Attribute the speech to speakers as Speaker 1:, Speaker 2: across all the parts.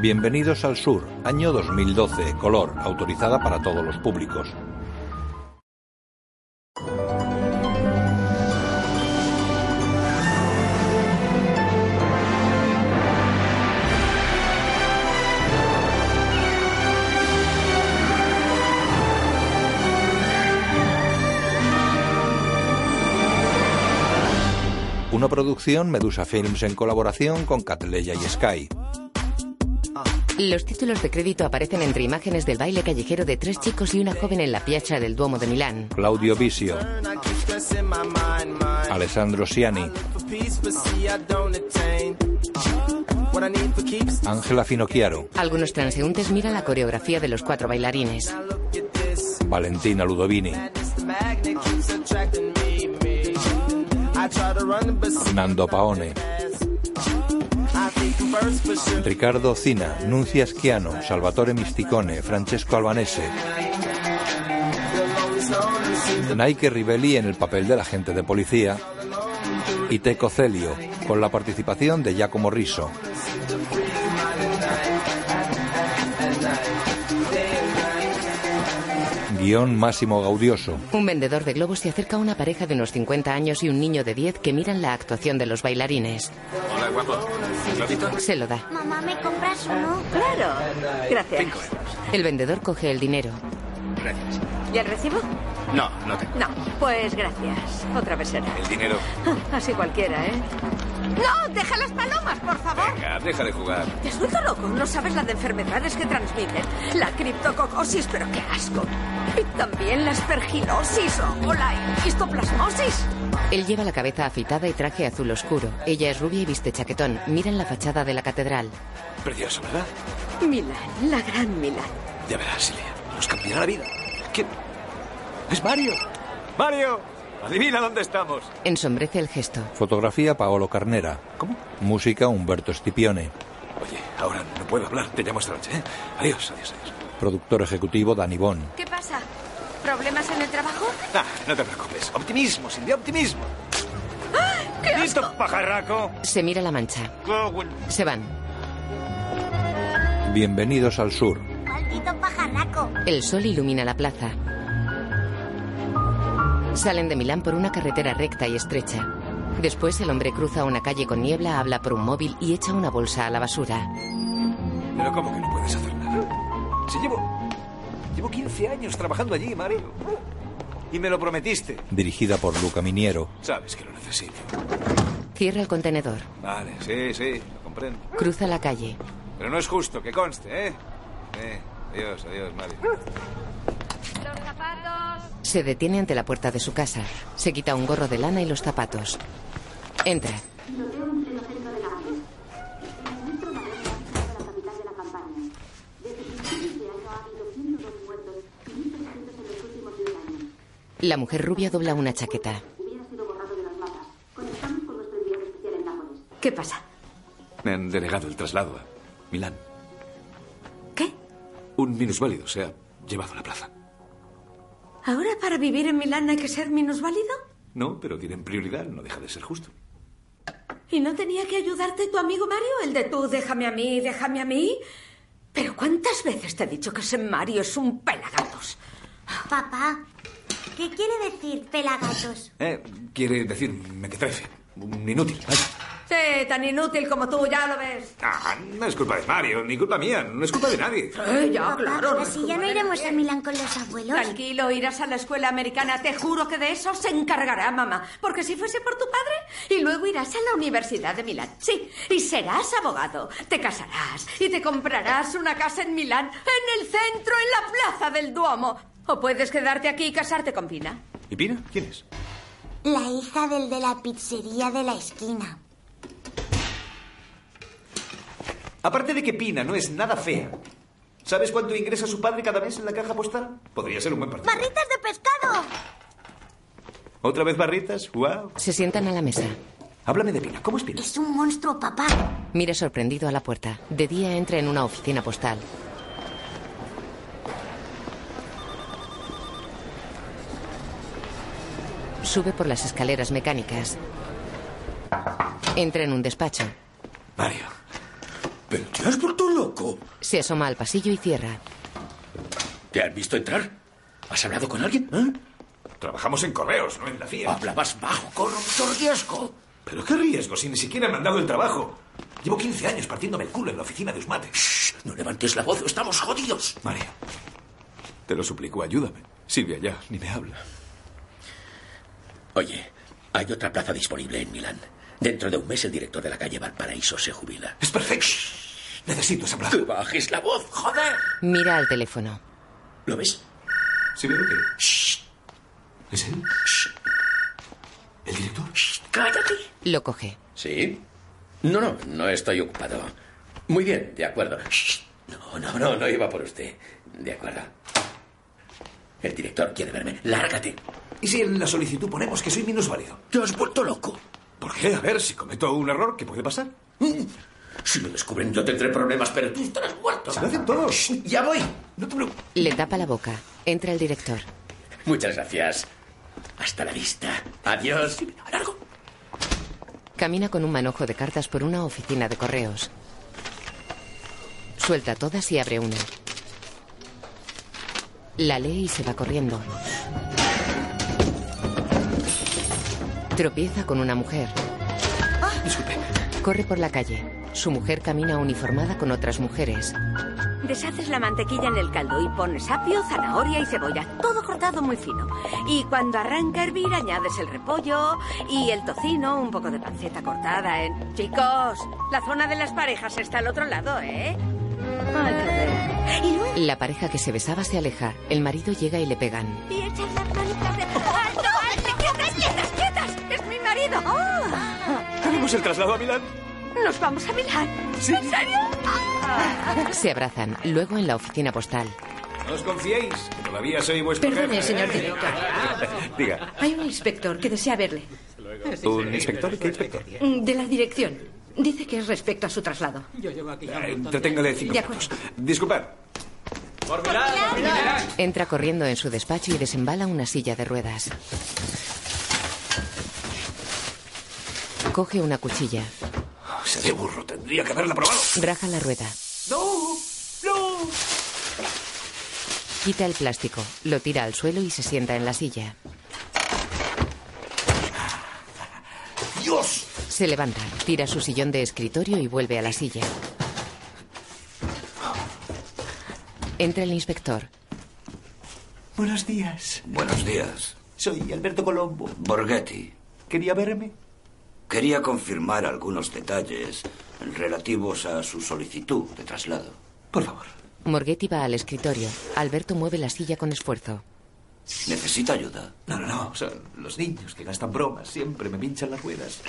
Speaker 1: Bienvenidos al Sur, año 2012, color, autorizada para todos los públicos. Una producción Medusa Films en colaboración con Catleya y Sky.
Speaker 2: Los títulos de crédito aparecen entre imágenes del baile callejero de tres chicos y una joven en la piazza del Duomo de Milán.
Speaker 1: Claudio Visio, Alessandro Siani, Ángela Finocchiaro,
Speaker 2: Algunos transeúntes miran la coreografía de los cuatro bailarines.
Speaker 1: Valentina Ludovini, Nando Paone, Ricardo Cina, Nuncia Schiano, Salvatore Misticone, Francesco Albanese. Nike Rivelli en el papel del agente de policía. Y Teco Celio, con la participación de Giacomo Riso. Guión Máximo Gaudioso.
Speaker 2: Un vendedor de globos se acerca a una pareja de unos 50 años y un niño de 10 que miran la actuación de los bailarines.
Speaker 3: Hola, guapo. ¿Platito?
Speaker 2: Se lo da.
Speaker 4: Mamá, ¿me compras uno?
Speaker 5: Claro. Gracias.
Speaker 3: Cinco euros.
Speaker 2: El vendedor coge el dinero.
Speaker 3: Gracias.
Speaker 5: ¿Y el recibo?
Speaker 3: No, no tengo.
Speaker 5: No. Pues gracias. Otra vez será.
Speaker 3: El dinero.
Speaker 5: Así cualquiera, ¿eh? ¡No! ¡Deja las palomas, por favor!
Speaker 3: Venga, deja de jugar.
Speaker 5: Te has vuelto loco. No sabes la de enfermedades que transmiten. La criptococosis, pero qué asco. Y también la aspergilosis o- o la histoplasmosis.
Speaker 2: Él lleva la cabeza afitada y traje azul oscuro. Ella es rubia y viste chaquetón. Miran la fachada de la catedral.
Speaker 3: Precioso, ¿verdad?
Speaker 5: Milán, la gran Milán.
Speaker 3: Ya verás, Silvia. Nos cambiará la vida. ¿Quién? ¡Es Mario! ¡Mario! Adivina dónde estamos.
Speaker 2: Ensombrece el gesto.
Speaker 1: Fotografía Paolo Carnera.
Speaker 3: ¿Cómo?
Speaker 1: Música Humberto Stipione.
Speaker 3: Oye, ahora no puedo hablar. Te llamo esta noche, ¿eh? Adiós, adiós, adiós.
Speaker 1: Productor ejecutivo Dani Bon.
Speaker 4: ¿Qué pasa? ¿Problemas en el trabajo?
Speaker 3: Ah, no te preocupes. Optimismo, Silvia, optimismo. ¿Listo, pajarraco? Oh,
Speaker 2: Se mira la mancha. Se van.
Speaker 1: Bienvenidos al Sur.
Speaker 4: Maldito pajarraco.
Speaker 2: El sol ilumina la plaza. Salen de Milán por una carretera recta y estrecha. Después el hombre cruza una calle con niebla, habla por un móvil y echa una bolsa a la basura.
Speaker 3: Pero ¿cómo que no puedes hacer nada? Si llevo... Llevo 15 años trabajando allí, Mario. Y me lo prometiste.
Speaker 1: Dirigida por Luca Miniero.
Speaker 3: Sabes que lo necesito.
Speaker 2: Cierra el contenedor.
Speaker 3: Vale, sí, sí, lo comprendo.
Speaker 2: Cruza la calle.
Speaker 3: Pero no es justo, que conste, ¿eh? Eh, adiós, adiós, Mario.
Speaker 2: Se detiene ante la puerta de su casa. Se quita un gorro de lana y los zapatos. Entra. La mujer rubia dobla una chaqueta.
Speaker 5: ¿Qué pasa?
Speaker 3: Me han denegado el traslado a Milán.
Speaker 5: ¿Qué?
Speaker 3: Un minusválido se ha llevado a la plaza.
Speaker 5: ¿Ahora para vivir en Milán hay que ser minusválido?
Speaker 3: No, pero tienen prioridad, no deja de ser justo.
Speaker 5: ¿Y no tenía que ayudarte tu amigo Mario? El de tú, déjame a mí, déjame a mí. Pero ¿cuántas veces te he dicho que ese Mario es un pelagatos?
Speaker 4: Papá, ¿qué quiere decir pelagatos?
Speaker 3: Eh, quiere decir mequetrefe, un inútil. Vaya.
Speaker 5: Sí, tan inútil como tú, ya lo ves.
Speaker 3: Ah, no es culpa de Mario, ni culpa mía, no es culpa de nadie.
Speaker 5: Sí, ya,
Speaker 4: Papá,
Speaker 5: claro.
Speaker 4: pero si ya no iremos a Milán con los abuelos.
Speaker 5: Tranquilo, irás a la escuela americana. Te juro que de eso se encargará mamá. Porque si fuese por tu padre, y luego irás a la Universidad de Milán. Sí, y serás abogado. Te casarás y te comprarás una casa en Milán, en el centro, en la plaza del Duomo. O puedes quedarte aquí y casarte con Pina.
Speaker 3: ¿Y Pina? ¿Quién es?
Speaker 4: La hija del de la pizzería de la esquina.
Speaker 3: Aparte de que Pina no es nada fea, ¿sabes cuánto ingresa su padre cada mes en la caja postal? Podría ser un buen partido.
Speaker 4: ¡Barritas de pescado!
Speaker 3: ¿Otra vez barritas? ¡Wow!
Speaker 2: Se sientan a la mesa.
Speaker 3: Háblame de Pina, ¿cómo es Pina?
Speaker 4: Es un monstruo, papá.
Speaker 2: Mira sorprendido a la puerta. De día entra en una oficina postal. Sube por las escaleras mecánicas. Entra en un despacho.
Speaker 3: Mario,
Speaker 6: ¿Pero te has vuelto loco?
Speaker 2: Se asoma al pasillo y cierra.
Speaker 6: ¿Te has visto entrar? ¿Has hablado con alguien? ¿Eh?
Speaker 3: Trabajamos en correos, no en la FIA.
Speaker 6: Hablabas bajo, corro mucho riesgo.
Speaker 3: ¿Pero qué riesgo si ni siquiera me han dado el trabajo? Llevo 15 años partiéndome el culo en la oficina de Usmate.
Speaker 6: Shh, no levantes la voz, o estamos jodidos.
Speaker 3: Mario, te lo suplico, ayúdame. Silvia ya ni me habla.
Speaker 6: Oye, hay otra plaza disponible en Milán. Dentro de un mes el director de la calle Valparaíso se jubila.
Speaker 3: Es perfecto. Necesito esa plaza.
Speaker 6: ¡Que bajes la voz, joder!
Speaker 2: Mira al teléfono.
Speaker 6: ¿Lo ves?
Speaker 3: ¿Sí veo que... Shh. ¿Es él? Shh. ¿El director?
Speaker 6: Shh, ¡Cállate!
Speaker 2: Lo coge.
Speaker 6: ¿Sí? No, no, no estoy ocupado. Muy bien, de acuerdo. Shh. No, no, no, no iba por usted. De acuerdo. El director quiere verme. Lárgate.
Speaker 3: ¿Y si en la solicitud ponemos que soy minusválido?
Speaker 6: Te has vuelto loco.
Speaker 3: ¿Por qué? A ver, si cometo un error, ¿qué puede pasar?
Speaker 6: Mm. Si lo descubren, yo tendré problemas, pero tú estarás muerto.
Speaker 3: Se lo hacen todos.
Speaker 6: Shh, ya voy.
Speaker 3: No te preocupes.
Speaker 2: Le tapa la boca. Entra el director.
Speaker 6: Muchas gracias. Hasta la vista. Adiós. A largo.
Speaker 2: Camina con un manojo de cartas por una oficina de correos. Suelta todas y abre una. La lee y se va corriendo. Tropieza con una mujer.
Speaker 3: Ah, Disculpe.
Speaker 2: Corre por la calle. Su mujer camina uniformada con otras mujeres.
Speaker 5: Deshaces la mantequilla en el caldo y pones apio, zanahoria y cebolla, todo cortado muy fino. Y cuando arranca a hervir, añades el repollo y el tocino, un poco de panceta cortada en. Chicos, la zona de las parejas está al otro lado, ¿eh? Ay, qué bien. Y luego.
Speaker 2: La pareja que se besaba se aleja. El marido llega y le pegan.
Speaker 5: Y echas las manitas de. ¡Alto, alto! ¡Quietas, quietas, quietas! ¡Es mi marido!
Speaker 4: Oh.
Speaker 3: ¿Tenemos el traslado a Milán?
Speaker 5: ¿Nos vamos a Milán? ¿En serio?
Speaker 4: Ah.
Speaker 2: Se abrazan. Luego en la oficina postal.
Speaker 3: No os confiéis, que todavía soy vuestro
Speaker 7: Perdone,
Speaker 3: jefe,
Speaker 7: señor
Speaker 3: ¿eh?
Speaker 7: director.
Speaker 3: Diga,
Speaker 7: Hay un inspector que desea verle.
Speaker 3: ¿un inspector? ¿Qué inspector? Eh,
Speaker 7: Mm, De la dirección. Dice que es respecto a su traslado.
Speaker 3: Entreténgale cinco
Speaker 7: De acuerdo.
Speaker 3: minutos. Disculpad.
Speaker 2: Entra corriendo en su despacho y desembala una silla de ruedas. Coge una cuchilla.
Speaker 3: Seré burro, tendría que haberla probado.
Speaker 2: Raja la rueda.
Speaker 3: ¡No! ¡No!
Speaker 2: Quita el plástico. Lo tira al suelo y se sienta en la silla.
Speaker 3: ¡Dios!
Speaker 2: Se levanta. Tira su sillón de escritorio y vuelve a la silla. Entra el inspector.
Speaker 8: Buenos días.
Speaker 9: Buenos días.
Speaker 8: Soy Alberto Colombo.
Speaker 9: Borghetti,
Speaker 8: ¿Quería verme?
Speaker 9: quería confirmar algunos detalles relativos a su solicitud de traslado.
Speaker 8: Por favor.
Speaker 2: Morghetti va al escritorio. Alberto mueve la silla con esfuerzo.
Speaker 9: ¿Necesita ayuda?
Speaker 8: No, no, no. Son los niños que gastan bromas. Siempre me pinchan las ruedas.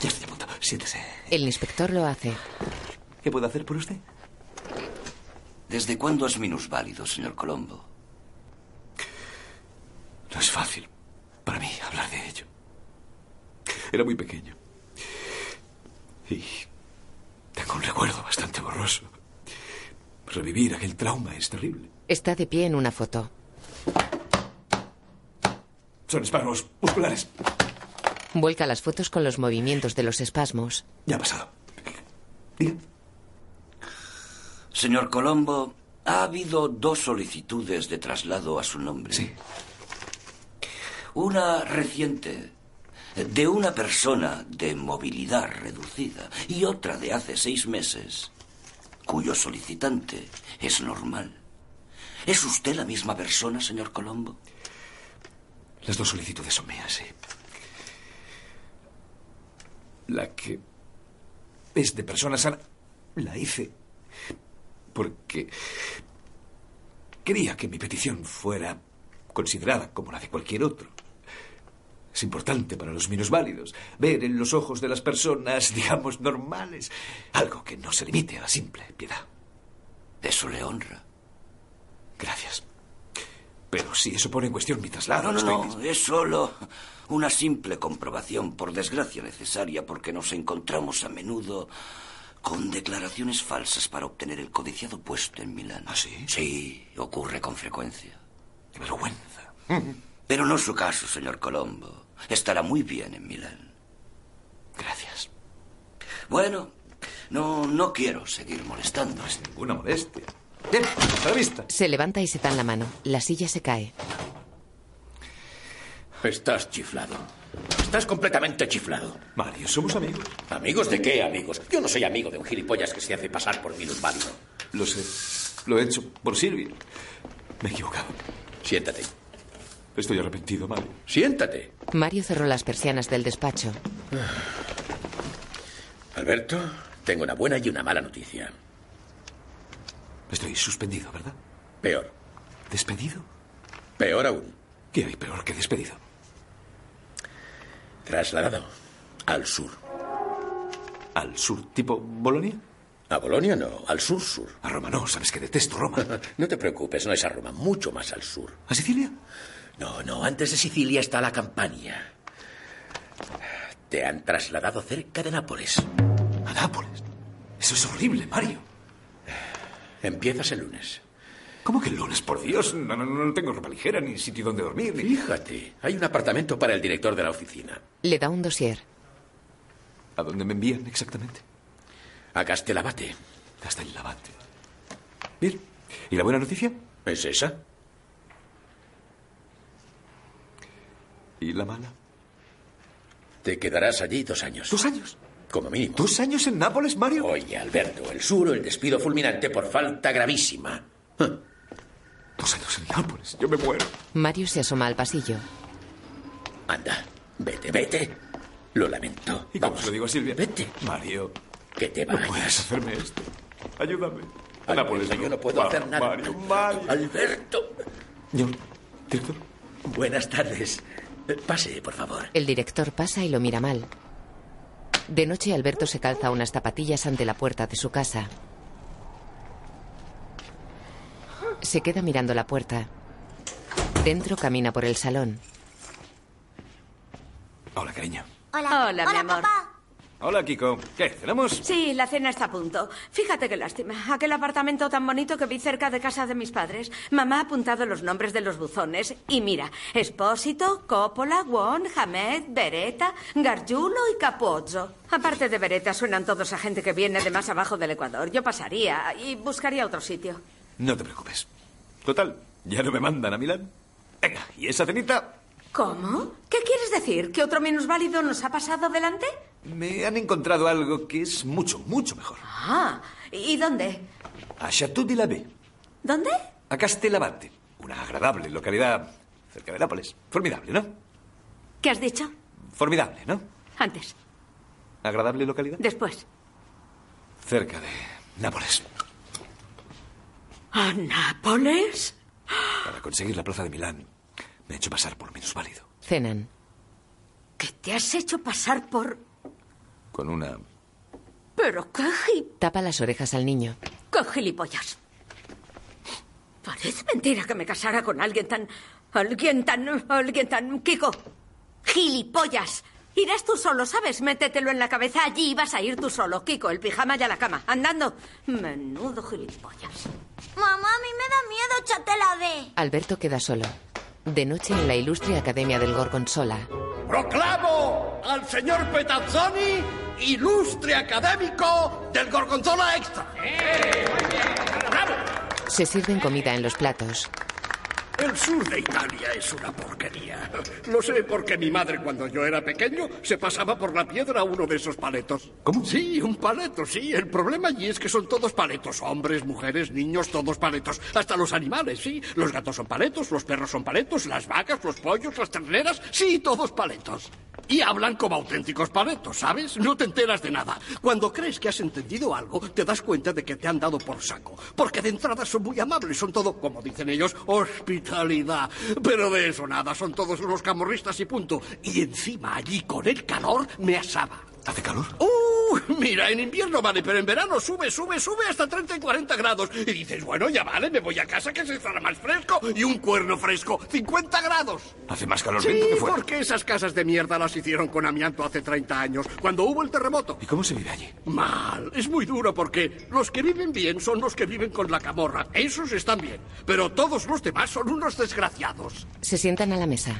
Speaker 8: Ya estoy a punto. Siéntese.
Speaker 2: El inspector lo hace.
Speaker 8: ¿Qué puedo hacer por usted?
Speaker 9: ¿Desde cuándo es minusválido, señor Colombo?
Speaker 8: No es fácil para mí hablar de ello. Era muy pequeño. Y tengo un recuerdo bastante borroso. Revivir aquel trauma es terrible.
Speaker 2: Está de pie en una foto.
Speaker 3: Son espasmos musculares.
Speaker 2: Vuelca las fotos con los movimientos de los espasmos.
Speaker 8: Ya ha pasado. Diga.
Speaker 9: Señor Colombo, ha habido dos solicitudes de traslado a su nombre.
Speaker 8: Sí.
Speaker 9: Una reciente de una persona de movilidad reducida y otra de hace seis meses, cuyo solicitante es normal. ¿Es usted la misma persona, señor Colombo?
Speaker 8: Las dos solicitudes son mías, sí. La que
Speaker 3: Es de persona sana.
Speaker 8: la hice porque quería que mi petición fuera considerada como la de cualquier otro. Es importante para los minusválidos ver en los ojos de las personas, digamos, normales, algo que no se limite a la simple piedad.
Speaker 9: Eso le honra.
Speaker 8: Gracias. Pero si eso pone en cuestión mi
Speaker 9: No,
Speaker 8: traslado,
Speaker 9: no,
Speaker 8: estoy
Speaker 9: no, es solo una simple comprobación, por desgracia necesaria, porque nos encontramos a menudo con declaraciones falsas para obtener el codiciado puesto en Milán.
Speaker 8: ¿Ah, sí?
Speaker 9: Sí, ocurre con frecuencia.
Speaker 8: dis- ¡Qué vergüenza!
Speaker 9: Pero no es su caso, señor Colombo. Estará muy bien en Milán. Bueno, no, no quiero seguir molestando. este.
Speaker 8: Ninguna molestia. Bien, hasta la vista.
Speaker 2: Se levanta y se dan la mano. La silla se cae.
Speaker 6: Estás chiflado. Estás completamente chiflado.
Speaker 8: Mario, somos amigos.
Speaker 6: ¿Amigos de qué, amigos? Yo no soy amigo de un gilipollas que se hace pasar por virus válido.
Speaker 8: Lo sé. Lo he hecho por Silvia. Me he equivocado.
Speaker 6: Siéntate.
Speaker 8: Estoy arrepentido, Mario.
Speaker 6: Siéntate.
Speaker 2: Mario cerró las persianas del despacho.
Speaker 6: Alberto, tengo una buena y una mala noticia.
Speaker 8: Estoy suspendido, ¿verdad?
Speaker 6: Peor.
Speaker 8: ¿Despedido?
Speaker 6: Peor aún.
Speaker 8: ¿Qué hay peor que despedido?
Speaker 6: Trasladado al sur.
Speaker 8: ¿Al sur tipo Bolonia?
Speaker 6: A Bolonia no, al sur-sur.
Speaker 8: A Roma no, sabes que detesto Roma.
Speaker 6: No te preocupes, no es a Roma, mucho más al sur.
Speaker 8: ¿A Sicilia?
Speaker 6: No, no, antes de Sicilia está la Campania. Te han trasladado cerca de Nápoles.
Speaker 8: ¿A Nápoles? Eso es horrible, Mario.
Speaker 6: Empiezas el lunes.
Speaker 8: ¿Cómo que el lunes? Por Dios, no, no, no tengo ropa ligera, ni sitio donde dormir. ni-
Speaker 6: Fíjate, hay un apartamento para el director de la oficina.
Speaker 2: Le da un dossier.
Speaker 8: ¿A dónde me envían exactamente?
Speaker 6: A Castelabate.
Speaker 8: Hasta el lavante. Bien. ¿Y la buena noticia?
Speaker 6: ¿Es esa?
Speaker 8: ¿Y la mala?
Speaker 6: Te quedarás allí dos años.
Speaker 8: ¿Dos años?
Speaker 6: Como mínimo.
Speaker 8: ¿Dos años en Nápoles, Mario?
Speaker 6: Oye, Alberto, el sur o el despido fulminante por falta gravísima.
Speaker 8: Dos años en Nápoles. Yo me muero.
Speaker 2: Mario se asoma al pasillo.
Speaker 6: Anda, vete, vete. Lo lamento.
Speaker 8: ¿Y cómo
Speaker 6: Vamos,
Speaker 8: se lo digo a Silvia?
Speaker 6: Vete.
Speaker 8: Mario,
Speaker 6: que te
Speaker 8: no puedes
Speaker 6: vayas.
Speaker 8: hacerme esto. Ayúdame. A
Speaker 6: Alberto,
Speaker 8: Nápoles.
Speaker 6: yo no puedo
Speaker 8: Vamos,
Speaker 6: hacer nada.
Speaker 8: Mario, Mario.
Speaker 6: Alberto.
Speaker 8: Señor, director.
Speaker 6: Buenas tardes. Eh, Pase, por favor.
Speaker 2: El director pasa y lo mira mal. De noche Alberto se calza unas zapatillas ante la puerta de su casa. Se queda mirando la puerta. Dentro camina por el salón.
Speaker 8: Hola, cariño.
Speaker 10: Hola.
Speaker 5: Hola, mi amor.
Speaker 10: papá.
Speaker 8: Hola, Kiko. ¿Qué? ¿Cenamos?
Speaker 5: Sí, la cena está a punto. Fíjate qué lástima. Aquel apartamento tan bonito que vi cerca de casa de mis padres. Mamá ha apuntado los nombres de los buzones. Y mira, Espósito, Coppola, Won, Hamed, Beretta, Gargiulo y Capozzo. Aparte de Beretta, suenan todos a gente que viene de más abajo del Ecuador. Yo pasaría y buscaría otro sitio.
Speaker 8: No te preocupes. Total, ya no me mandan a Milán. Venga, ¿y esa cenita?
Speaker 5: ¿Cómo? ¿Qué quieres decir? ¿Que otro minusválido nos ha pasado delante?
Speaker 8: Me han encontrado algo que es mucho, mucho mejor.
Speaker 5: Ah, ¿y dónde?
Speaker 8: A Chateau de la Baie,
Speaker 5: ¿Dónde?
Speaker 8: a Castellabate. Una agradable localidad cerca de Nápoles. Formidable, ¿no?
Speaker 5: ¿Qué has dicho?
Speaker 8: Formidable, ¿no?
Speaker 5: Antes,
Speaker 8: Agradable localidad.
Speaker 5: después.
Speaker 8: Cerca de Nápoles.
Speaker 5: ¿A Nápoles?
Speaker 8: Para conseguir la plaza de Milán, me he hecho pasar por minusválido.
Speaker 2: Cenan.
Speaker 5: ¿Que te has hecho pasar por...
Speaker 8: Con una...
Speaker 5: Pero qué, gi-
Speaker 2: Tapa las orejas al niño.
Speaker 5: qué gilipollas. Parece mentira que me casara con alguien tan... Alguien tan... Alguien tan... Kiko. Gilipollas. Irás tú solo, ¿sabes? Métetelo en la cabeza. Allí vas a ir tú solo, Kiko. El pijama y a la cama. Andando. Menudo gilipollas.
Speaker 10: Mamá, a mí me da miedo, chatela B.
Speaker 2: Alberto queda solo. De noche en la ilustre Academia del Gorgonzola.
Speaker 11: Proclamo al señor Petazzoni ilustre académico del Gorgonzola Extra.
Speaker 2: Se sirven comida en los platos.
Speaker 11: El sur de Italia es una porquería. Lo sé porque mi madre cuando yo era pequeño se pasaba por la piedra uno de esos paletos.
Speaker 8: ¿Cómo?
Speaker 11: Sí, un paleto, sí. El problema allí es que son todos paletos. Hombres, mujeres, niños, todos paletos. Hasta los animales, sí. Los gatos son paletos, los perros son paletos, las vacas, los pollos, las terneras, sí, todos paletos. Y hablan como auténticos paletos, ¿sabes? No te enteras de nada. Cuando crees que has entendido algo, te das cuenta de que te han dado por saco. Porque de entrada son muy amables, son todo, como dicen ellos, hospitalidad. Pero de eso nada, son todos unos camorristas y punto. Y encima allí con el calor me asaba.
Speaker 8: ¿Hace calor?
Speaker 11: ¡Uh! Mira, en invierno vale, pero en verano sube, sube, sube hasta 30 y 40 grados. Y dices, bueno, ya vale, me voy a casa que se estará más fresco. Y un cuerno fresco, 50 grados.
Speaker 8: Hace más calor
Speaker 11: Sí,
Speaker 8: dentro que fuera.
Speaker 11: porque esas casas de mierda las hicieron con amianto hace 30 años, cuando hubo el terremoto.
Speaker 8: ¿Y cómo se vive allí?
Speaker 11: Mal, es muy duro porque los que viven bien son los que viven con la camorra. Esos están bien, pero todos los demás son unos desgraciados.
Speaker 2: Se sientan a la mesa.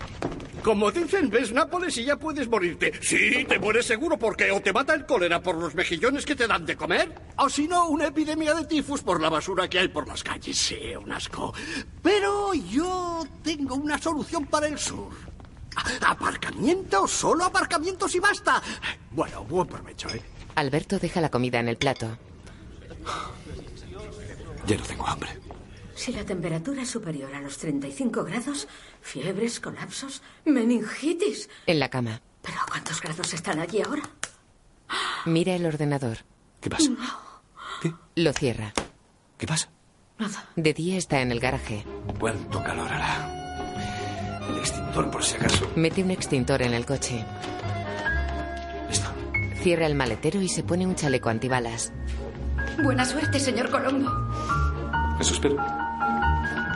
Speaker 11: Como dicen, ves Nápoles y ya puedes morirte. Sí, te mueres seguro porque o te mata el cólera por los mejillones que te dan de comer, o si no, una epidemia de tifus por la basura que hay por las calles. Sí, un asco. Pero yo tengo una solución para el sur. A- Aparcamiento, solo aparcamientos y basta. Bueno, buen provecho, ¿eh?
Speaker 2: Alberto deja la comida en el plato.
Speaker 8: Ya no tengo hambre.
Speaker 5: Si la temperatura es superior a los 35 grados, fiebres, colapsos, meningitis.
Speaker 2: En la cama.
Speaker 5: ¿Pero a cuántos grados están allí ahora?
Speaker 2: Mira el ordenador.
Speaker 8: ¿Qué pasa?
Speaker 2: Lo cierra.
Speaker 8: ¿Qué pasa?
Speaker 5: Nada.
Speaker 2: De día está en el garaje.
Speaker 8: ¿Cuánto calor hará? El extintor, por si acaso.
Speaker 2: Mete un extintor en el coche.
Speaker 8: Listo.
Speaker 2: Cierra el maletero y se pone un chaleco antibalas.
Speaker 5: Buena suerte, señor Colombo.
Speaker 8: Eso espero.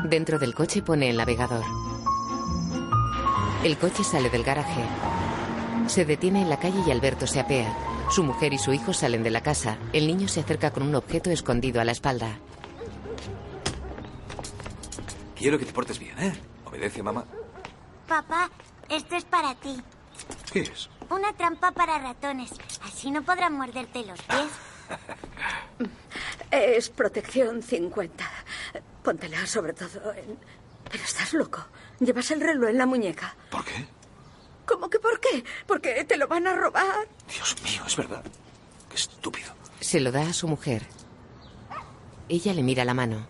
Speaker 2: Dentro del coche pone el navegador. El coche sale del garaje. Se detiene en la calle y Alberto se apea. Su mujer y su hijo salen de la casa. El niño se acerca con un objeto escondido a la espalda.
Speaker 3: Quiero que te portes bien, ¿eh? Obedece, mamá.
Speaker 10: Papá, esto es para ti.
Speaker 3: ¿Qué es?
Speaker 10: Una trampa para ratones. Así no podrán morderte los pies.
Speaker 5: Es protección 50. Póntela sobre todo en... Pero estás loco. Llevas el reloj en la muñeca.
Speaker 8: ¿Por qué?
Speaker 5: ¿Cómo que por qué? Porque te lo van a robar.
Speaker 8: Dios mío, es verdad. Qué estúpido.
Speaker 2: Se lo da a su mujer. Ella le mira la mano.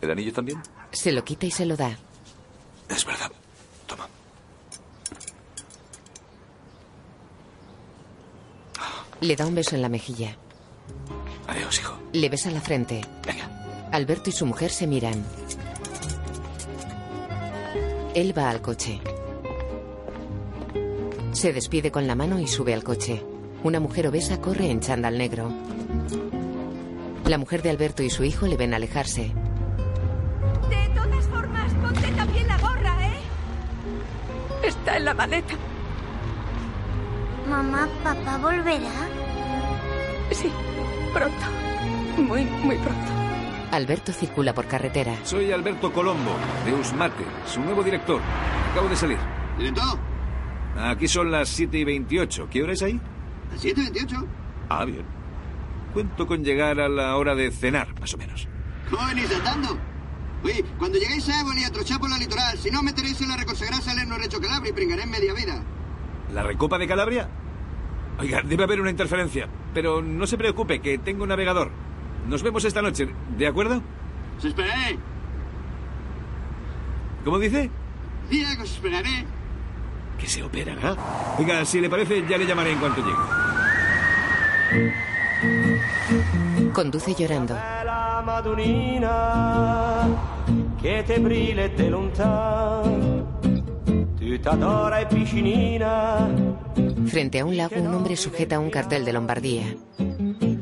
Speaker 8: ¿El anillo también?
Speaker 2: Se lo quita y se lo da.
Speaker 8: Es verdad. Toma.
Speaker 2: Le da un beso en la mejilla.
Speaker 8: Adiós, hijo.
Speaker 2: Le besa la frente. Alberto y su mujer se miran. Él va al coche. Se despide con la mano y sube al coche. Una mujer obesa corre en chándal negro. La mujer de Alberto y su hijo le ven alejarse.
Speaker 5: De todas formas, ponte también la gorra, ¿eh? Está en la maleta.
Speaker 10: Mamá, papá volverá.
Speaker 5: Sí, pronto. Muy, muy pronto.
Speaker 2: Alberto circula por carretera.
Speaker 3: Soy Alberto Colombo, de Usmate, su nuevo director. Acabo de salir.
Speaker 12: ¿Director?
Speaker 3: Aquí son las 7 y 28. ¿Qué hora es ahí?
Speaker 12: ¿Las 7.28?
Speaker 3: Ah, bien. Cuento con llegar a la hora de cenar, más o menos.
Speaker 12: ¿Cómo venís saltando? Oye, cuando lleguéis a Éboli, atrochad por la litoral. Si no, os meteréis en la reconsagrada Salerno Recho Calabria y pringaréis media vida.
Speaker 3: ¿La recopa de Calabria? Oiga, debe haber una interferencia. Pero no se preocupe, que tengo un navegador. Nos vemos esta noche, ¿de acuerdo?
Speaker 12: ¡Os esperaré!
Speaker 3: ¿Cómo dice?
Speaker 12: Día que os esperaré.
Speaker 3: Que se operará. Oiga, si le parece, ya le llamaré en cuanto llegue.
Speaker 2: Conduce llorando.
Speaker 4: la Madonnina che te brilla e te lontana. Tutta d'ora e piccinina,
Speaker 2: Frente a un lago, un hombre sujeta un cartel de Lombardía.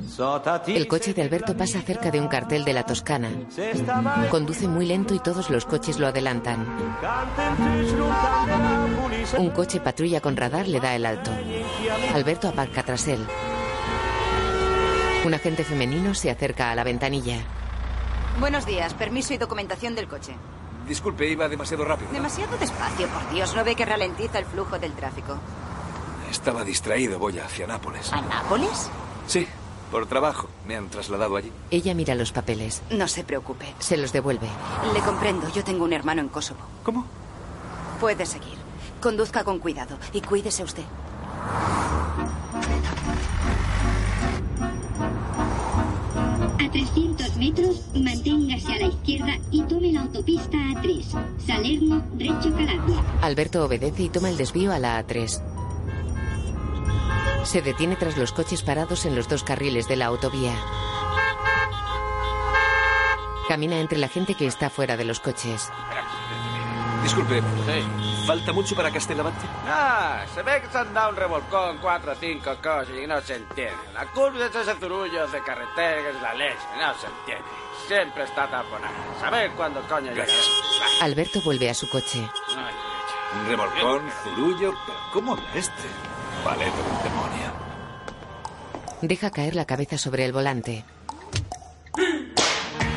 Speaker 4: sota ti
Speaker 2: El coche de Alberto pasa cerca de un cartel de la Toscana. Conduce muy lento y todos los coches lo adelantan.
Speaker 4: cantentrice lontana della pulizia.
Speaker 2: Un coche patrulla con radar le da el alto. Alberto aparca tras él. Un agente femenino se acerca a la ventanilla.
Speaker 13: Buenos días, permiso y documentación del coche.
Speaker 3: Disculpe, iba demasiado rápido.
Speaker 13: Demasiado despacio, por Dios, no ve que ralentiza el flujo del tráfico.
Speaker 3: Estaba distraído, voy hacia Nápoles.
Speaker 13: ¿A Nápoles?
Speaker 3: Sí, por trabajo. Me han trasladado allí.
Speaker 2: Ella mira los papeles.
Speaker 13: No se preocupe.
Speaker 2: Se los devuelve.
Speaker 13: Le comprendo, yo tengo un hermano en Kosovo.
Speaker 3: ¿Cómo?
Speaker 13: Puede seguir. Conduzca con cuidado y cuídese usted.
Speaker 14: A 300 metros, manténgase a la izquierda y tome la autopista A3, Salerno, Recho Calabria.
Speaker 2: Alberto obedece y toma el desvío a la A3. Se detiene tras los coches parados en los dos carriles de la autovía. Camina entre la gente que está fuera de los coches.
Speaker 3: Disculpe, ¿falta mucho para Castellavante?
Speaker 15: Ah, se ve que se han dado un revolcón, cuatro o cinco cosas y no se entiende. La curva es ese zurullo de carretera que es la leche, no se entiende. Siempre está taponada. Saber cuándo coño llega.
Speaker 2: Alberto vuelve a su coche.
Speaker 3: Un revolcón, zurullo. pero ¿Cómo habla este? Paleto del demonio.
Speaker 2: Deja caer la cabeza sobre el volante.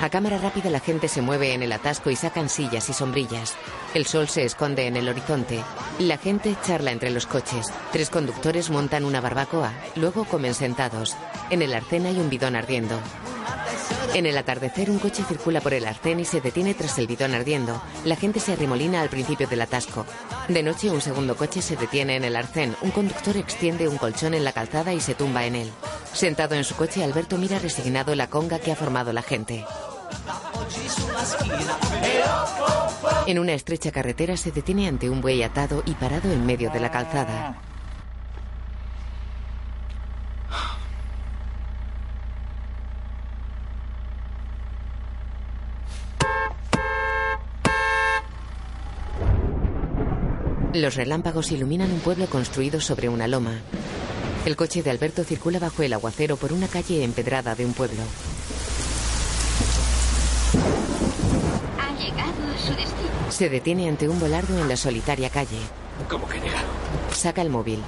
Speaker 2: A cámara rápida la gente se mueve en el atasco y sacan sillas y sombrillas. El sol se esconde en el horizonte. La gente charla entre los coches. Tres conductores montan una barbacoa. Luego comen sentados. En el arcén hay un bidón ardiendo. En el atardecer un coche circula por el arcén y se detiene tras el bidón ardiendo. La gente se arrimolina al principio del atasco. De noche un segundo coche se detiene en el arcén. Un conductor extiende un colchón en la calzada y se tumba en él. Sentado en su coche, Alberto mira resignado la conga que ha formado la gente. En una estrecha carretera se detiene ante un buey atado y parado en medio de la calzada. Los relámpagos iluminan un pueblo construido sobre una loma. El coche de Alberto circula bajo el aguacero por una calle empedrada de un pueblo.
Speaker 14: Ha llegado a su destino.
Speaker 2: Se detiene ante un volardo en la solitaria calle.
Speaker 8: ¿Cómo que llega?
Speaker 2: Saca el móvil.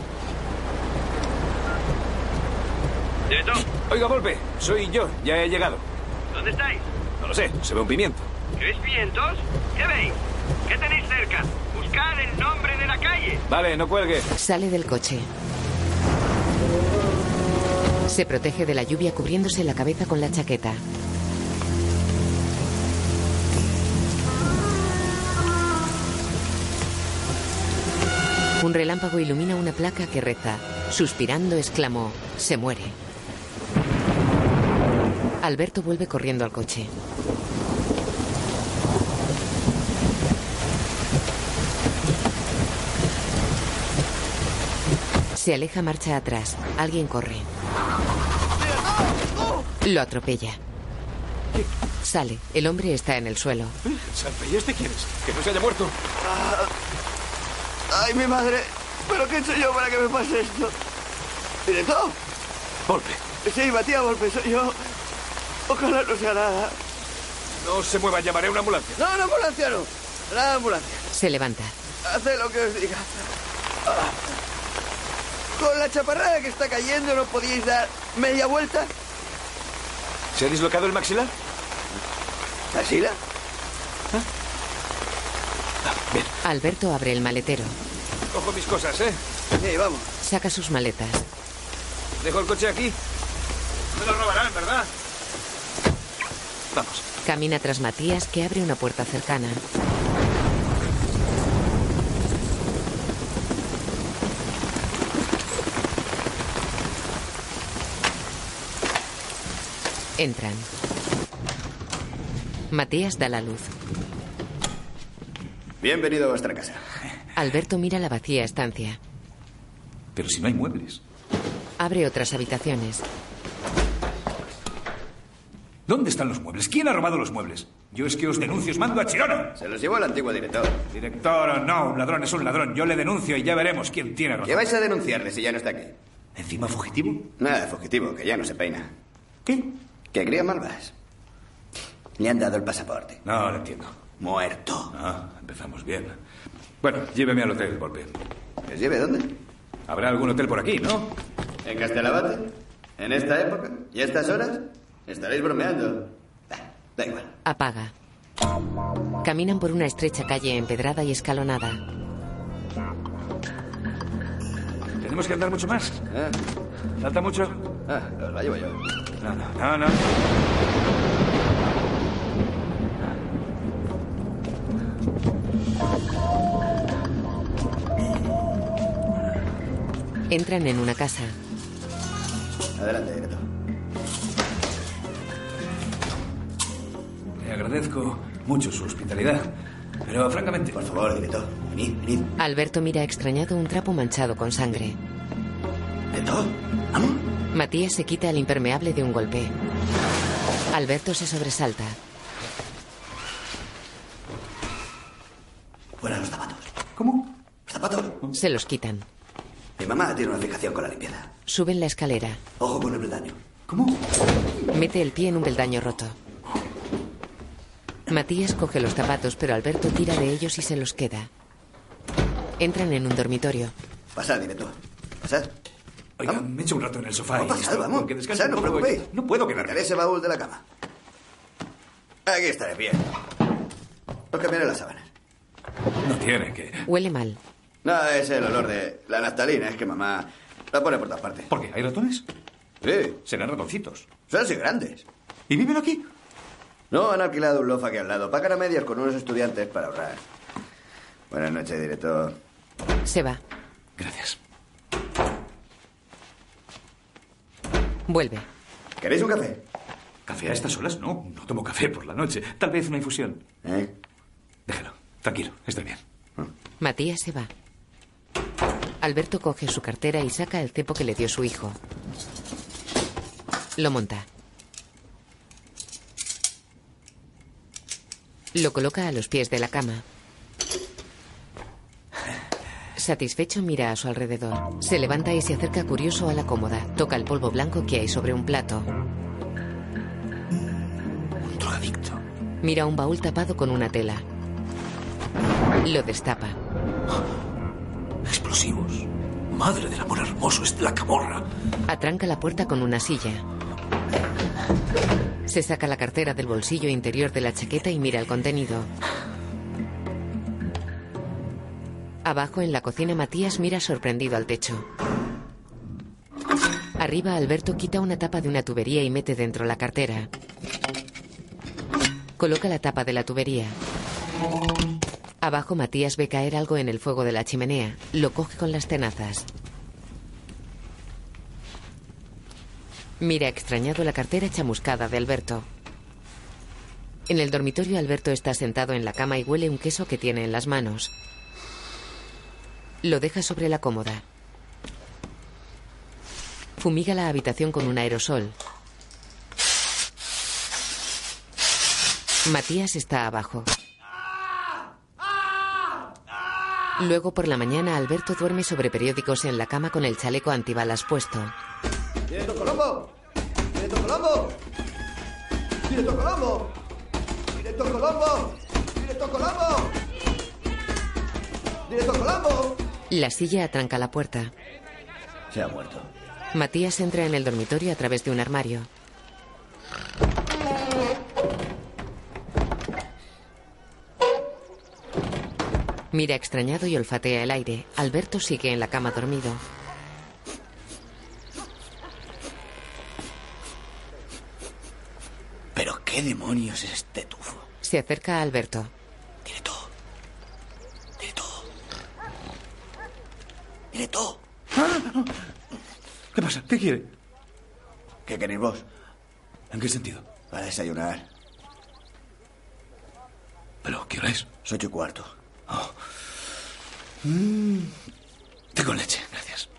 Speaker 3: ¿Director? Oiga, Volpe, soy yo, ya he llegado.
Speaker 1: ¿Dónde estáis?
Speaker 3: No lo sé, se ve un pimiento.
Speaker 1: ¿Veis vientos? ¿Qué veis? ¿Qué tenéis cerca? Buscad el nombre de la calle.
Speaker 3: Vale, no cuelgue.
Speaker 2: Sale del coche. Se protege de la lluvia cubriéndose la cabeza con la chaqueta. Un relámpago ilumina una placa que reza. Suspirando exclamó, se muere. Alberto vuelve corriendo al coche. Se aleja marcha atrás. Alguien corre. Lo atropella. Sale. El hombre está en el suelo.
Speaker 3: Salve, ¿y este quién es? Que no se haya muerto.
Speaker 12: Ay, mi madre. ¿Pero qué he hecho yo para que me pase esto? ¿Directo?
Speaker 3: Volpe.
Speaker 12: Sí, Matías Volpe, soy yo. Ojalá no sea nada.
Speaker 3: No se mueva, llamaré a una ambulancia.
Speaker 12: No, una ambulancia no. La ambulancia.
Speaker 2: Se levanta.
Speaker 12: Hace lo que os diga. Ah. Con la chaparrada que está cayendo, ¿no podíais dar media vuelta?
Speaker 3: ¿Se ha dislocado el maxilar?
Speaker 12: ¿Asila?
Speaker 2: Alberto abre el maletero.
Speaker 3: Cojo mis cosas, ¿eh?
Speaker 12: Sí, vamos.
Speaker 2: Saca sus maletas.
Speaker 3: Dejo el coche aquí. Me lo robarán, ¿verdad? Vamos.
Speaker 2: Camina tras Matías que abre una puerta cercana. Entran. Matías da la luz.
Speaker 16: Bienvenido a vuestra casa.
Speaker 2: Alberto mira la vacía estancia.
Speaker 16: Pero si no hay muebles.
Speaker 2: Abre otras habitaciones.
Speaker 16: ¿Dónde están los muebles? ¿Quién ha robado los muebles? Yo es que os denuncio, os mando a Chirona. Se los llevó el antiguo director. Director o no, un ladrón es un ladrón. Yo le denuncio y ya veremos quién tiene razón. ¿Qué vais a denunciarle si ya no está aquí?
Speaker 9: ¿Encima fugitivo?
Speaker 16: Nada, fugitivo, que ya no se peina.
Speaker 9: ¿Qué?
Speaker 16: Que cría malvas. Le han dado el pasaporte.
Speaker 9: No, lo entiendo.
Speaker 16: Muerto.
Speaker 9: Ah, empezamos bien.
Speaker 16: Bueno, lléveme al hotel, Volpe. ¿Les lleve dónde?
Speaker 9: Habrá algún hotel por aquí, ¿no?
Speaker 16: ¿En Castelabate? ¿En esta época? ¿Y a estas horas? Estaréis bromeando. Da, da igual.
Speaker 2: Apaga. Caminan por una estrecha calle empedrada y escalonada.
Speaker 3: ¿Tenemos que andar mucho más? ¿Falta mucho?
Speaker 16: Ah, os la llevo yo.
Speaker 3: No, no, no, no.
Speaker 2: Entran en una casa.
Speaker 16: Adelante, director.
Speaker 9: Le agradezco mucho su hospitalidad. Pero francamente.
Speaker 16: Por favor, director. Venid, venid.
Speaker 2: Alberto mira extrañado un trapo manchado con sangre.
Speaker 16: ¿Director?
Speaker 2: Matías se quita el impermeable de un golpe. Alberto se sobresalta.
Speaker 16: Fuera los zapatos.
Speaker 9: ¿Cómo?
Speaker 16: Los zapatos.
Speaker 2: Se los quitan.
Speaker 16: Mi mamá tiene una fijación con la limpieza.
Speaker 2: Suben la escalera.
Speaker 16: Ojo con el peldaño.
Speaker 9: ¿Cómo?
Speaker 2: Mete el pie en un peldaño roto. Matías coge los zapatos, pero Alberto tira de ellos y se los queda. Entran en un dormitorio.
Speaker 16: Pasad, director. Pasad.
Speaker 9: Oiga, me echo un rato en el sofá y...
Speaker 16: Pasad,
Speaker 9: esto,
Speaker 16: vamos.
Speaker 9: porque descansa
Speaker 16: Pasad, no
Speaker 9: un
Speaker 16: os
Speaker 9: poco y-
Speaker 16: preocupéis.
Speaker 9: No puedo quedarme.
Speaker 16: Quitaré ese baúl de la cama. Aquí estaré bien. Os cambiaré las sábanas.
Speaker 3: tiene que.
Speaker 2: Huele mal.
Speaker 12: No, es el olor de la naftalina, es que mamá la pone por todas partes.
Speaker 3: ¿Por qué? ¿Hay ratones?
Speaker 12: Sí.
Speaker 3: Serán ratoncitos.
Speaker 12: Son así grandes.
Speaker 3: ¿Y viven aquí?
Speaker 12: No, han alquilado un loft aquí al lado. Pagan a medias con unos estudiantes para ahorrar. Buenas noches, director.
Speaker 2: Se va.
Speaker 3: Gracias.
Speaker 2: Vuelve.
Speaker 12: ¿Queréis un café?
Speaker 3: ¿Café a estas horas? No, no tomo café por la noche. Tal vez una infusión.
Speaker 12: ¿Eh?
Speaker 3: Déjalo. Tranquilo, está bien.
Speaker 2: Matías se va. Alberto coge su cartera y saca el cepo que le dio su hijo. Lo monta. Lo coloca a los pies de la cama. Satisfecho mira a su alrededor. Se levanta y se acerca curioso a la cómoda. Toca el polvo blanco que hay sobre un plato.
Speaker 9: Un drogadicto.
Speaker 2: Mira un baúl tapado con una tela. Lo destapa.
Speaker 9: Explosivos. Madre del amor hermoso, es la camorra.
Speaker 2: Atranca la puerta con una silla. Se saca la cartera del bolsillo interior de la chaqueta y mira el contenido. Abajo en la cocina Matías mira sorprendido al techo. Arriba Alberto quita una tapa de una tubería y mete dentro la cartera. Coloca la tapa de la tubería. Abajo Matías ve caer algo en el fuego de la chimenea. Lo coge con las tenazas. Mira extrañado la cartera chamuscada de Alberto. En el dormitorio Alberto está sentado en la cama y huele un queso que tiene en las manos. Lo deja sobre la cómoda. Fumiga la habitación con un aerosol. Matías está abajo. Luego por la mañana Alberto duerme sobre periódicos en la cama con el chaleco antibalas puesto.
Speaker 12: ¡Directo Colombo! ¡Directo Colombo! ¡Directo Colombo! ¡Directo Colombo! ¡Directo Colombo! ¡Directo Colombo!
Speaker 2: La silla atranca la puerta.
Speaker 12: Se ha muerto.
Speaker 2: Matías entra en el dormitorio a través de un armario. Mira extrañado y olfatea el aire. Alberto sigue en la cama dormido.
Speaker 9: ¿Pero qué demonios es este tufo?
Speaker 2: Se acerca a Alberto.
Speaker 9: Directo.
Speaker 3: ¿Qué pasa? ¿Qué quiere?
Speaker 12: ¿Qué queréis vos?
Speaker 3: ¿En qué sentido?
Speaker 12: A desayunar.
Speaker 3: ¿Pero qué hora es? Oh.
Speaker 12: Ocho y cuarto.
Speaker 3: Mm. Té con leche, gracias.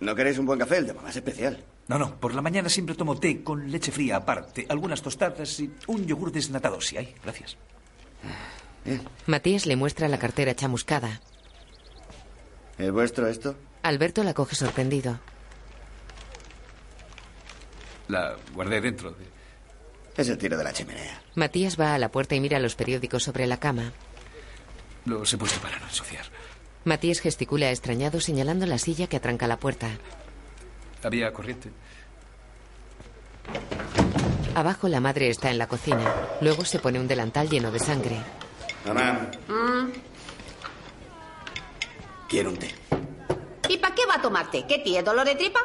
Speaker 12: ¿No queréis un buen café? El de mamá es especial.
Speaker 3: No, no, por la mañana siempre tomo té con leche fría aparte, algunas tostadas y un yogur desnatado, si hay. Gracias.
Speaker 2: Matías le muestra la cartera chamuscada.
Speaker 12: ¿Es vuestro esto?
Speaker 2: Alberto la coge sorprendido.
Speaker 3: La guardé dentro. de-
Speaker 12: Es el tiro de la chimenea.
Speaker 2: Matías va a la puerta y mira los periódicos sobre la cama.
Speaker 3: Los he puesto para no ensuciar.
Speaker 2: Matías gesticula extrañado señalando la silla que atranca la puerta.
Speaker 3: Había corriente.
Speaker 2: Abajo la madre está en la cocina. Luego se pone un delantal lleno de sangre.
Speaker 12: Mamá,
Speaker 7: Mm.
Speaker 12: quiero un té.
Speaker 7: ¿Y para qué va a tomarte? ¿Qué tiene dolor de tripa?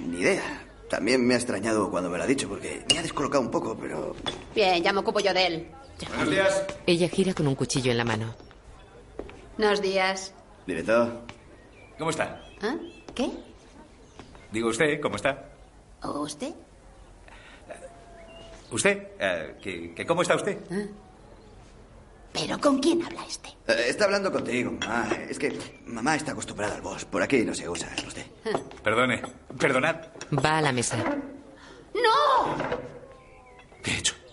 Speaker 12: Ni idea. También me ha extrañado cuando me lo ha dicho porque me ha descolocado un poco, pero...
Speaker 7: Bien, ya me ocupo yo de él.
Speaker 12: Buenos días.
Speaker 2: Ella gira con un cuchillo en la mano.
Speaker 7: Buenos días.
Speaker 12: Director.
Speaker 3: ¿Cómo está?
Speaker 7: ¿Ah? ¿Qué?
Speaker 3: Digo usted, ¿cómo está?
Speaker 7: ¿O usted?
Speaker 3: ¿Usted? eh, ¿que, que ¿Cómo está usted?
Speaker 7: Ah. ¿Pero con quién habla este?
Speaker 12: Eh, está hablando contigo, mamá. Es que mamá está acostumbrada al vos. Por aquí no se usa, ¿eh? usted.
Speaker 3: Perdone. Perdonad.
Speaker 2: Va a la mesa.
Speaker 7: ¡No!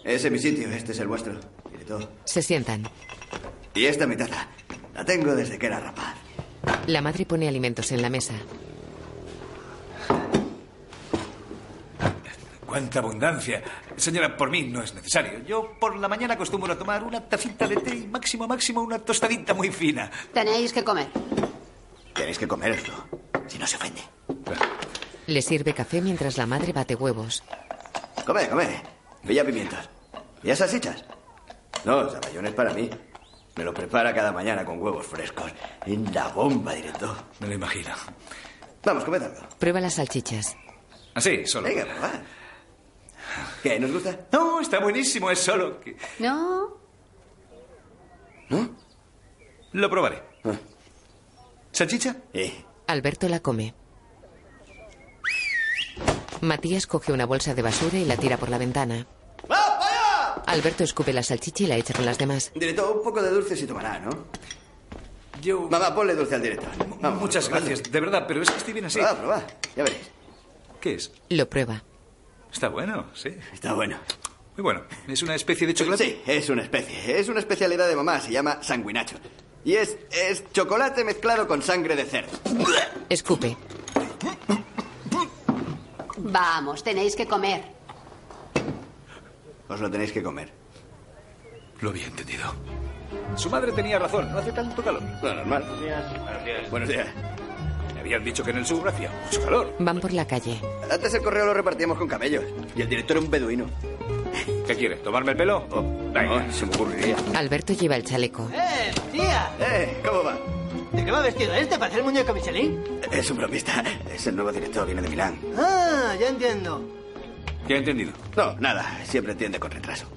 Speaker 12: Ese es mi sitio, este es el vuestro. Director.
Speaker 2: Se sientan.
Speaker 12: Y esta es mi taza. La tengo desde que era rapaz.
Speaker 2: La madre pone alimentos en la mesa.
Speaker 3: ¡Cuánta abundancia! Señora, por mí no es necesario. Yo por la mañana acostumbro a tomar una tacita de té y máximo, máximo una tostadita muy fina.
Speaker 7: Tenéis que comer.
Speaker 12: Tenéis que comeroslo. Si no se ofende.
Speaker 2: Le sirve café mientras la madre bate huevos.
Speaker 12: Come, come. Pilla pimientos. ¿Pilla salsichas? No, sabayones para mí. Me lo prepara cada mañana con huevos frescos. En la bomba, directo.
Speaker 3: Me lo imagino.
Speaker 12: Vamos, comed algo.
Speaker 2: Prueba las salchichas.
Speaker 3: Así, Ah, solo.
Speaker 12: Venga, papá. ¿Qué? ¿Nos gusta?
Speaker 3: No, está buenísimo, es solo. que-
Speaker 7: No.
Speaker 3: Lo probaré. ¿Salchicha?
Speaker 2: Alberto la come. Matías coge una bolsa de basura y la tira por la ventana. Alberto escupe la salchicha y la echa con las demás.
Speaker 12: Director, un poco de dulce si tomará, ¿no? Yo... Mamá, ponle dulce al director.
Speaker 3: Muchas gracias, de verdad, pero es que estoy bien así.
Speaker 12: Probad, probad. Ya veréis.
Speaker 3: ¿Qué es?
Speaker 2: Lo prueba.
Speaker 3: Está bueno, sí.
Speaker 12: Está bueno.
Speaker 3: Muy bueno. ¿Es una especie de chocolate?
Speaker 12: Sí, es una especie. Es una especialidad de mamá. Se llama sanguinacho. Y es, es chocolate mezclado con sangre de cerdo.
Speaker 2: Escupe.
Speaker 7: Vamos, tenéis que comer.
Speaker 12: Os lo tenéis que comer.
Speaker 3: Lo había entendido. Su madre tenía razón, no hace tanto calor.
Speaker 12: Lo normal.
Speaker 3: Buenos días.
Speaker 12: Buenos días.
Speaker 3: Me habían dicho Pues que en el sur hacía mucho calor.
Speaker 2: Van por la calle.
Speaker 12: Antes el correo lo repartíamos con camellos. Y el director era un beduino.
Speaker 3: ¿Qué quiere? ¿Tomarme el pelo? Oh, venga, se me ocurriría.
Speaker 2: Alberto lleva el chaleco.
Speaker 11: ¡Tía!
Speaker 12: ¡Eh! ¿Cómo va?
Speaker 11: ¿De qué va vestido este? ¿Para hacer el muñeco Michelin?
Speaker 12: Es un bromista. Es el nuevo director, viene de Milán.
Speaker 11: Ah, ya entiendo.
Speaker 3: ¿Qué ha entendido?
Speaker 12: No, nada. Siempre entiende con retraso.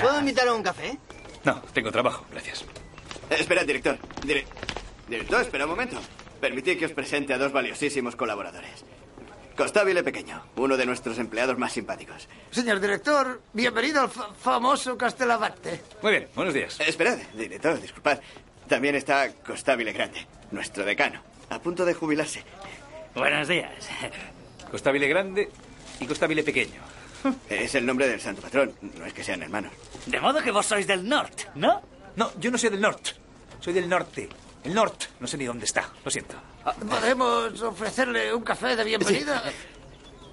Speaker 11: ¿Puedo invitar a un café?
Speaker 3: No, tengo trabajo, gracias.
Speaker 12: Eh, espera, director. Dire- Director, espera un momento. Permitid que os presente a dos valiosísimos colaboradores. Costabile Pequeño, uno de nuestros empleados más simpáticos.
Speaker 11: Señor director, bienvenido al fa- famoso Castellabate.
Speaker 3: Muy bien, buenos días.
Speaker 12: esperad, director, disculpad. También está Costabile Grande, nuestro decano, a punto de jubilarse.
Speaker 3: Buenos días. Costabile grande y costabile pequeño.
Speaker 12: Es el nombre del santo patrón, no es que sean hermanos.
Speaker 17: De modo que vos sois del norte, ¿no?
Speaker 3: No, yo no soy del norte. Soy del norte. El norte. No sé ni dónde está. Lo siento.
Speaker 11: Ah, ¿Podemos ofrecerle un café de bienvenida?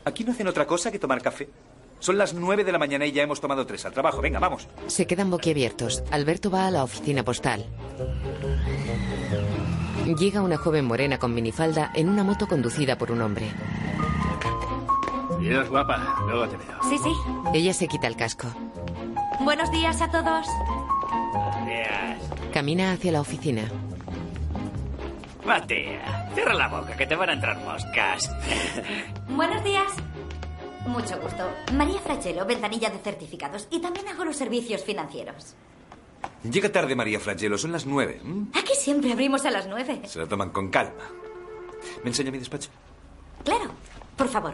Speaker 3: Aquí no hacen otra cosa que tomar café. Son las nueve de la mañana y ya hemos tomado tres. Al trabajo, venga, vamos.
Speaker 2: Se quedan boquiabiertos. Alberto va a la oficina postal. Llega una joven morena con minifalda en una moto conducida por un hombre.
Speaker 18: Dios guapa, luego te veo.
Speaker 2: Sí, sí. Ella se quita el casco.
Speaker 19: Buenos días a todos.
Speaker 2: Camina hacia la oficina.
Speaker 17: Matea, cierra la boca que te van a entrar moscas.
Speaker 20: Buenos días. Mucho gusto. María Frachelo, ventanilla de certificados. Y también hago los servicios financieros.
Speaker 3: Llega tarde María Frangelo, son las nueve. ¿m?
Speaker 20: Aquí siempre abrimos a las nueve.
Speaker 3: Se lo toman con calma. ¿Me enseña mi despacho?
Speaker 20: Claro. Por favor.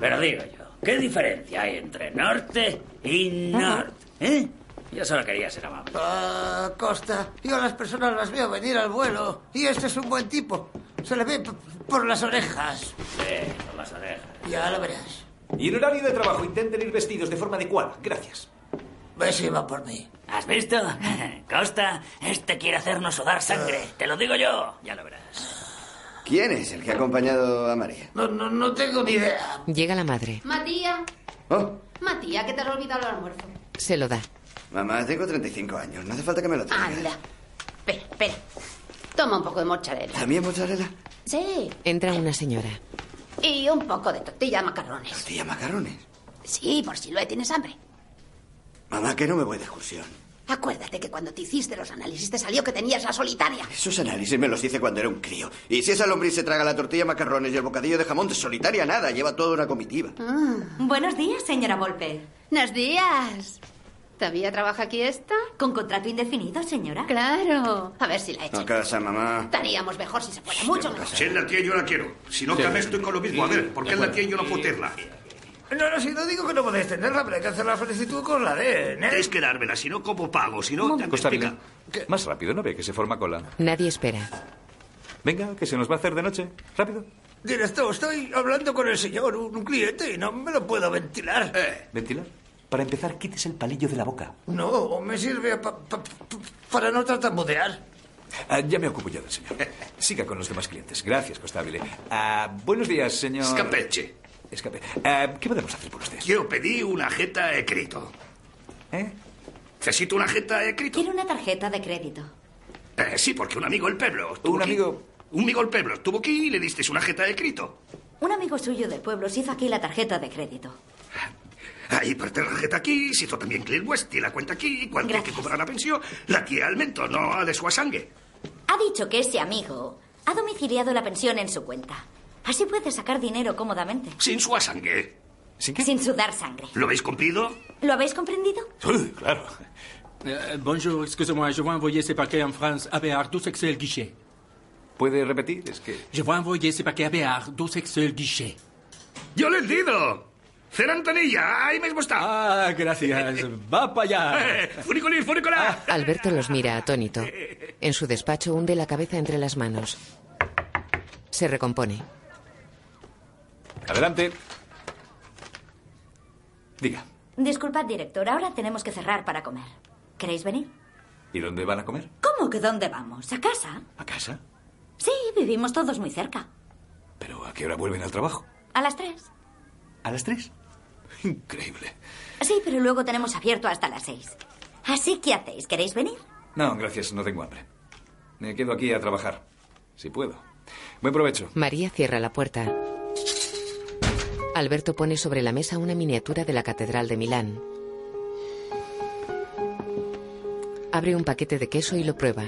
Speaker 17: Pero digo yo, ¿qué diferencia hay entre norte y norte? ¿Eh? Yo solo quería ser amable.
Speaker 11: Ah, Costa, yo a las personas las veo venir al vuelo y este es un buen tipo. Se le ve p- por las orejas.
Speaker 17: Sí, por las orejas.
Speaker 11: Ya lo verás.
Speaker 3: Y en horario de trabajo intenten ir vestidos de forma adecuada. Gracias.
Speaker 11: Ve si va por mí.
Speaker 17: ¿Has visto? Costa, este quiere hacernos sudar sangre. Te lo digo yo. Ya lo verás.
Speaker 12: ¿Quién es el que ha acompañado a María?
Speaker 11: No, no, no tengo ni idea.
Speaker 2: Llega la madre.
Speaker 7: Matías,
Speaker 12: Oh,
Speaker 7: Matías, que te has olvidado el almuerzo.
Speaker 2: Se lo da. Ah.
Speaker 12: mamá, tengo 35 años, no hace falta que me lo traiga.
Speaker 7: Anda. Espera, espera. Toma un poco de mozzarella.
Speaker 12: ¿También mozzarella?
Speaker 7: Sí.
Speaker 2: Entra una señora.
Speaker 7: Y un poco de tortilla de macarrones.
Speaker 12: ¿Tortilla de macarrones?
Speaker 7: Sí, por si lo tienes hambre.
Speaker 12: Mamá, que no me voy de excursión.
Speaker 7: Acuérdate que cuando te hiciste los análisis te salió que tenías la solitaria.
Speaker 12: Esos análisis me los hice cuando era un crío. Y si esa lombriz se traga la tortilla de macarrones y el bocadillo de jamón de solitaria, nada, lleva toda una comitiva.
Speaker 19: Buenos días, señora Volpe.
Speaker 7: Ah. Buenos días. ¿Todavía trabaja aquí esta?
Speaker 19: ¿Con contrato indefinido, señora?
Speaker 7: Claro. A ver si la
Speaker 11: Ah.
Speaker 7: echan.
Speaker 12: A casa, mamá.
Speaker 7: Estaríamos mejor si se fuera mucho mejor.
Speaker 1: Si es la tía, yo la quiero. Si no,
Speaker 12: Sí.
Speaker 1: cada vez estoy con lo mismo. A ver, ¿por qué es la tía y yo no puedo tenerla?
Speaker 11: No, no, si no digo que no podéis tenerla, pero hay que hacer la solicitud con la
Speaker 3: Eh,
Speaker 11: DN.
Speaker 1: Tienes que dármela, si no, ¿cómo pago? Si no, te
Speaker 3: Costabile. Más rápido, ¿no ve que se forma cola?
Speaker 2: Nadie espera.
Speaker 3: Venga, que se nos va a hacer de noche. Rápido.
Speaker 11: Directo, estoy hablando con el señor, un, un cliente, y no me lo puedo ventilar.
Speaker 21: Eh.
Speaker 3: ¿Ventilar? Para empezar, quites el palillo de la boca.
Speaker 11: No, me sirve pa- pa- pa- para no tartamudear.
Speaker 3: Ah, ya me ocupo yo del señor. Siga con los demás clientes. Gracias, Costabile. Ah, buenos días, señor.
Speaker 1: Escapeche.
Speaker 3: Escape. Ah, ¿Qué podemos hacer por usted?
Speaker 1: Yo pedí una jeta de crédito.
Speaker 3: ¿Eh?
Speaker 1: ¿Necesito una jeta de crédito?
Speaker 19: Quiero una tarjeta de crédito.
Speaker 1: Eh, sí, porque un amigo el pueblo. ¿Un amigo? Un amigo el pueblo. Estuvo aquí y le disteis una jeta de crédito.
Speaker 19: Un amigo suyo del pueblo se hizo aquí la tarjeta de crédito.
Speaker 1: Ah,
Speaker 21: Ahí parte la tarjeta aquí, citó también Clint West y la cuenta aquí, cuando hay que cobrar la pensión, la tía Almento, no a de su asangue.
Speaker 20: Ha dicho que ese amigo ha domiciliado la pensión en su cuenta. Así puede sacar dinero cómodamente.
Speaker 21: Sin su asangue.
Speaker 20: ¿Sin Sin sudar sangre.
Speaker 21: ¿Lo habéis cumplido?
Speaker 20: ¿Lo habéis comprendido?
Speaker 21: Sí, claro. Eh,
Speaker 7: bonjour, excusez-moi, je vais envoyer ce paquet en France à Béar, 12 Excel Guichet.
Speaker 3: ¿Puede repetir? Es que...
Speaker 7: Je vais envoyer ce paquet à Béar, 12 Excel Guichet.
Speaker 21: ¡Yo le he dicho! ¡Cera Antonilla! ¡Ahí mismo está!
Speaker 7: Ah, gracias. Va para allá. Ah.
Speaker 21: Eh, ¡Funiculir, funicular!
Speaker 2: Alberto los mira atónito. En su despacho hunde la cabeza entre las manos. Se recompone.
Speaker 3: Adelante. Diga,
Speaker 20: Disculpad, director, ahora tenemos que cerrar para comer. ¿Queréis venir?
Speaker 3: ¿y dónde van a comer?
Speaker 20: ¿Cómo que dónde vamos? ¿A casa?
Speaker 3: ¿A casa?
Speaker 20: Sí, vivimos todos muy cerca.
Speaker 3: ¿Pero a qué hora vuelven al trabajo?
Speaker 20: A las tres.
Speaker 3: ¿A las tres? Increíble.
Speaker 20: Sí, pero luego tenemos abierto hasta las seis. Así que hacéis, ¿queréis venir?
Speaker 3: No, gracias, no tengo hambre. Me quedo aquí a trabajar, si puedo. Buen provecho.
Speaker 2: María cierra la puerta. Alberto pone sobre la mesa una miniatura de la Catedral de Milán. Abre un paquete de queso y lo prueba.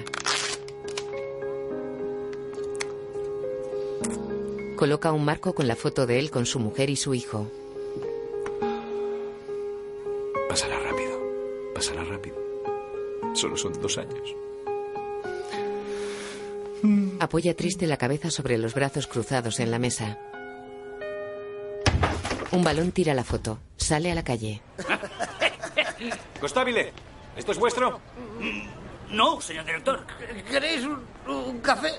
Speaker 2: Coloca un marco con la foto de él con su mujer y su hijo.
Speaker 8: Pasará rápido. Pasará rápido. Solo son dos años.
Speaker 2: Apoya triste la cabeza sobre los brazos cruzados en la mesa. Un balón tira la foto. Sale a la calle.
Speaker 3: Costabile, ¿esto es vuestro?
Speaker 22: No, señor director. ¿Queréis un, un café?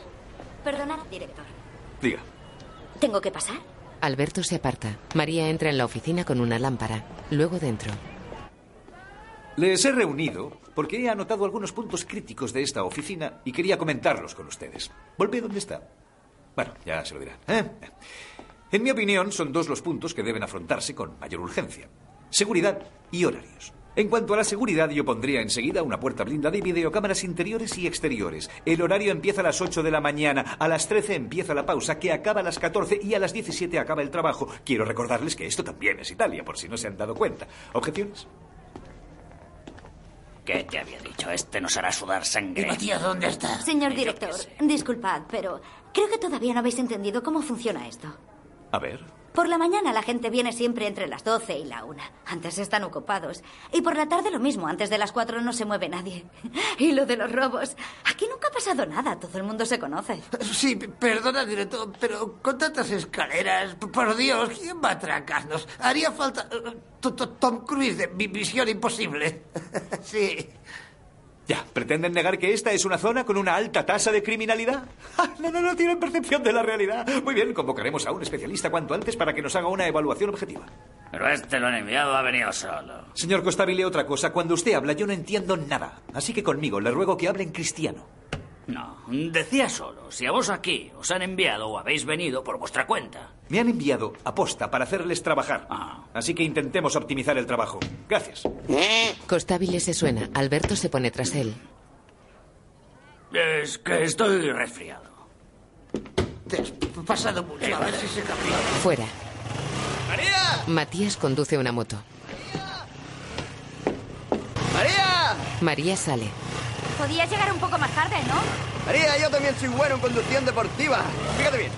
Speaker 20: Perdonad, director.
Speaker 3: Diga.
Speaker 20: ¿Tengo que pasar?
Speaker 2: Alberto se aparta. María entra en la oficina con una lámpara. Luego dentro.
Speaker 3: Les he reunido porque he anotado algunos puntos críticos de esta oficina y quería comentarlos con ustedes. Volvé donde está. Bueno, ya se lo dirán. ¿eh? En mi opinión, son dos los puntos que deben afrontarse con mayor urgencia. Seguridad y horarios. En cuanto a la seguridad, yo pondría enseguida una puerta blindada y videocámaras interiores y exteriores. El horario empieza a las 8 de la mañana, a las 13 empieza la pausa, que acaba a las 14 y a las 17 acaba el trabajo. Quiero recordarles que esto también es Italia, por si no se han dado cuenta. ¿Objeciones?
Speaker 17: ¿Qué te había dicho? Este nos hará sudar sangre.
Speaker 20: dónde está? Señor director, disculpad, pero creo que todavía no habéis entendido cómo funciona esto.
Speaker 3: A ver.
Speaker 20: Por la mañana la gente viene siempre entre las 12 y la 1. Antes están ocupados. Y por la tarde lo mismo. Antes de las 4 no se mueve nadie. Y lo de los robos. Aquí nunca ha pasado nada. Todo el mundo se conoce.
Speaker 22: Sí, p- perdona, director, pero con tantas escaleras, p- por Dios, ¿quién va a atracarnos? Haría falta eh, to- to- Tom Cruise de mi misión imposible. sí.
Speaker 3: Ya, ¿pretenden negar que esta es una zona con una alta tasa de criminalidad? ¡Ja! No, no, no tienen percepción de la realidad. Muy bien, convocaremos a un especialista cuanto antes para que nos haga una evaluación objetiva.
Speaker 17: Pero este lo han enviado, ha venido solo.
Speaker 3: Señor Costabile, otra cosa. Cuando usted habla, yo no entiendo nada. Así que conmigo le ruego que hable en cristiano.
Speaker 17: No, decía solo, si a vos aquí os han enviado o habéis venido por vuestra cuenta.
Speaker 3: Me han enviado a posta para hacerles trabajar.
Speaker 17: Ah.
Speaker 3: Así que intentemos optimizar el trabajo. Gracias.
Speaker 2: Costabile se suena. Alberto se pone tras él.
Speaker 17: Es que estoy resfriado.
Speaker 22: Pasado mucho. A ver si se cambia.
Speaker 2: Fuera. Matías conduce una moto.
Speaker 12: ¡María!
Speaker 2: María sale.
Speaker 12: Podías llegar un poco más tarde, ¿no? María, yo también soy bueno en conducción deportiva. Fíjate bien.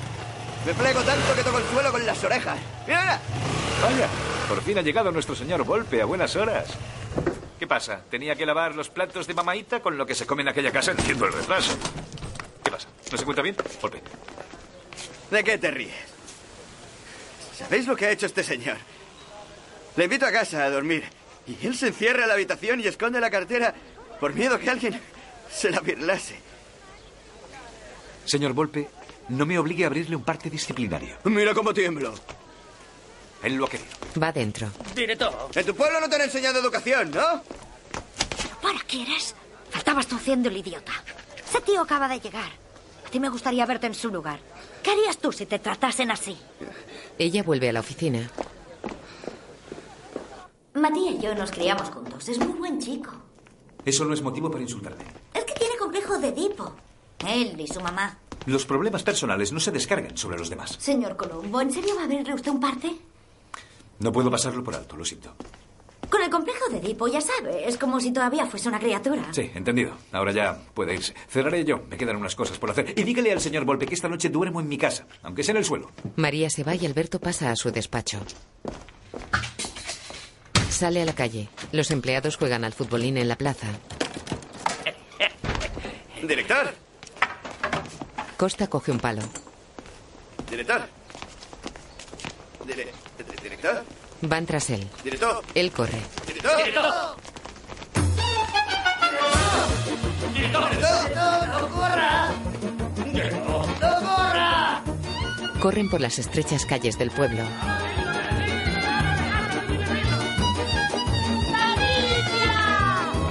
Speaker 12: Me plego tanto que toco el suelo con las orejas. ¡Mira, mira!
Speaker 3: Vaya, por fin ha llegado nuestro señor Volpe a buenas horas. ¿Qué pasa? ¿Tenía que lavar los platos de mamaita con lo que se come en aquella casa? Entiendo el retraso. ¿Qué pasa? ¿No se cuenta bien? Volpe.
Speaker 23: ¿De qué te ríes? ¿Sabéis lo que ha hecho este señor? Le invito a casa a dormir. Y él se encierra en la habitación y esconde la cartera por miedo que alguien se la birlase.
Speaker 3: Señor Volpe, no me obligue a abrirle un parte disciplinario.
Speaker 23: Mira cómo tiemblo.
Speaker 3: Él lo ha querido.
Speaker 2: Va dentro.
Speaker 23: Directo. En tu pueblo no te han enseñado educación, ¿no?
Speaker 20: ¿Para qué eres? Faltabas tú haciendo el idiota. Ese tío acaba de llegar. A ti me gustaría verte en su lugar. ¿Qué harías tú si te tratasen así?
Speaker 2: Ella vuelve a la oficina.
Speaker 20: Matías y yo nos criamos juntos. Es muy buen chico.
Speaker 3: Eso no es motivo para insultarme.
Speaker 20: Es que tiene complejo de Edipo. Él y su mamá.
Speaker 3: Los problemas personales no se descargan sobre los demás.
Speaker 20: Señor Colombo, ¿en serio va a abrirle usted un parte?
Speaker 3: No puedo pasarlo por alto, lo siento.
Speaker 20: Con el complejo de Edipo, ya sabe, es como si todavía fuese una criatura.
Speaker 2: Ah.
Speaker 3: Sí, entendido. Ahora ya puede irse. Cerraré yo. Me quedan unas cosas por hacer. Y dígale al señor Volpe que esta noche duermo en mi casa, aunque sea en el suelo.
Speaker 2: María se va y Alberto pasa a su despacho. Sale a la calle. Los empleados juegan al futbolín en la plaza.
Speaker 12: Director,
Speaker 2: Costa coge un palo.
Speaker 12: director. Dire- director,
Speaker 2: Van tras él.
Speaker 12: director,
Speaker 2: Él corre.
Speaker 12: director. Director.
Speaker 4: ¡No corra! ¡No corra!
Speaker 2: Corren por las estrechas calles del pueblo.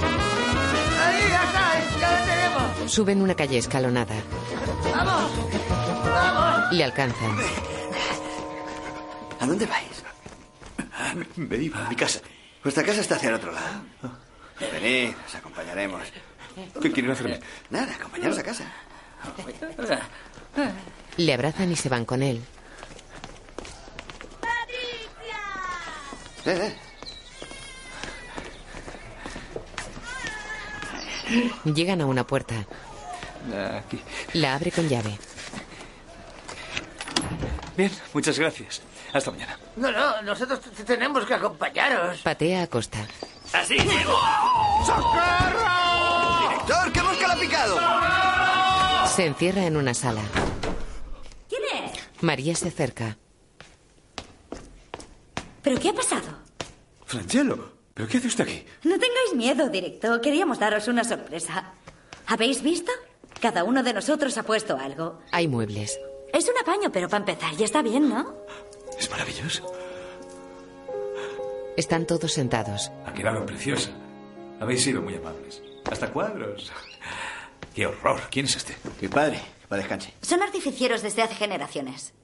Speaker 4: ¡Ahí, ya está! ¡Ya la tenemos!
Speaker 2: Suben una calle escalonada.
Speaker 4: ¡Vamos! ¡Vamos!
Speaker 2: Le alcanzan.
Speaker 12: ¿A dónde vais? Me iba a mi casa. Vuestra casa está hacia el otro lado. Venid, os acompañaremos. ¿Qué quieren hacerme? Nada, acompañaros a casa.
Speaker 2: Le abrazan y se van con él.
Speaker 12: Eh,
Speaker 2: Llegan a una puerta.
Speaker 3: Ah,
Speaker 2: La abre con llave.
Speaker 3: Bien, muchas gracias. Hasta mañana.
Speaker 11: No, no, nosotros t- t- tenemos que acompañaros.
Speaker 2: Patea a Costa.
Speaker 11: ¡Así!
Speaker 12: ¡Director, que mosca la ha picado!
Speaker 2: Se encierra en una sala.
Speaker 20: ¿Quién es?
Speaker 2: María se acerca.
Speaker 20: ¿Pero qué ha pasado?
Speaker 3: Franchelo, ¿pero qué hace usted aquí?
Speaker 20: No tengáis miedo, directo. Queríamos daros una sorpresa. ¿Habéis visto? Cada uno de nosotros ha puesto algo.
Speaker 2: Hay muebles.
Speaker 20: Es un apaño, pero para empezar ya está bien, ¿no?
Speaker 3: Es maravilloso.
Speaker 2: Están todos sentados.
Speaker 3: Ha quedado preciosa. Habéis sido muy amables. Hasta cuadros. Qué horror. ¿Quién es este?
Speaker 12: Mi padre. Va, descanse.
Speaker 20: Son artificieros desde hace generaciones.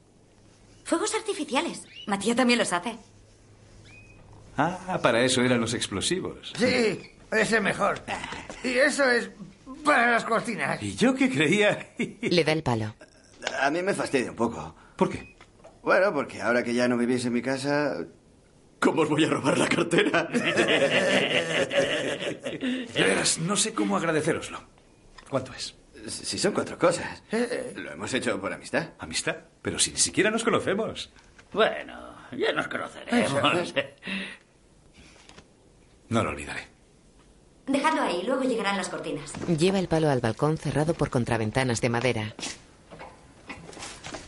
Speaker 20: Fuegos artificiales. Matías también los hace.
Speaker 3: Ah, para eso eran los explosivos.
Speaker 11: Sí, ese mejor. Y eso es para las cortinas.
Speaker 3: ¿Y yo qué creía?
Speaker 2: Le da el palo.
Speaker 12: A mí me fastidia un poco.
Speaker 3: ¿Por qué?
Speaker 12: Bueno, porque ahora que ya no vivís en mi casa... ¿Cómo os voy a robar la cartera?
Speaker 3: De veras, no sé cómo agradecéroslo. ¿Cuánto es? Eh.
Speaker 12: Si son cuatro cosas. Lo hemos hecho por amistad.
Speaker 3: ¿Amistad? Pero si ni siquiera nos conocemos.
Speaker 17: Bueno, ya nos conoceremos.
Speaker 3: No lo olvidaré.
Speaker 20: Dejadlo ahí, luego llegarán las cortinas.
Speaker 2: Lleva el palo al balcón cerrado por contraventanas de madera.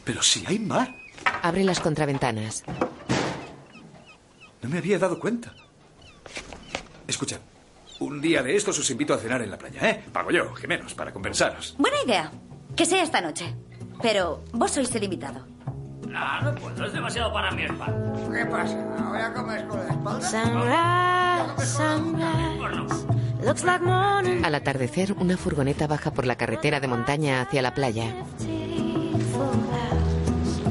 Speaker 3: Pero si hay mar.
Speaker 2: Abre las contraventanas.
Speaker 3: No me había dado cuenta. Escucha, un día de estos os invito a cenar en la playa, ¿eh? Pago yo, que menos, para compensaros.
Speaker 20: Buena idea. Que sea esta noche. Pero vos sois el invitado.
Speaker 17: No, no puedo, es demasiado para mi espalda.
Speaker 11: ¿Qué pasa? ¿Ahora comes con la espalda?
Speaker 14: Sunrise, sunrise. Looks like morning
Speaker 2: Al atardecer, una furgoneta baja por la carretera de montaña hacia la playa.
Speaker 14: full hours.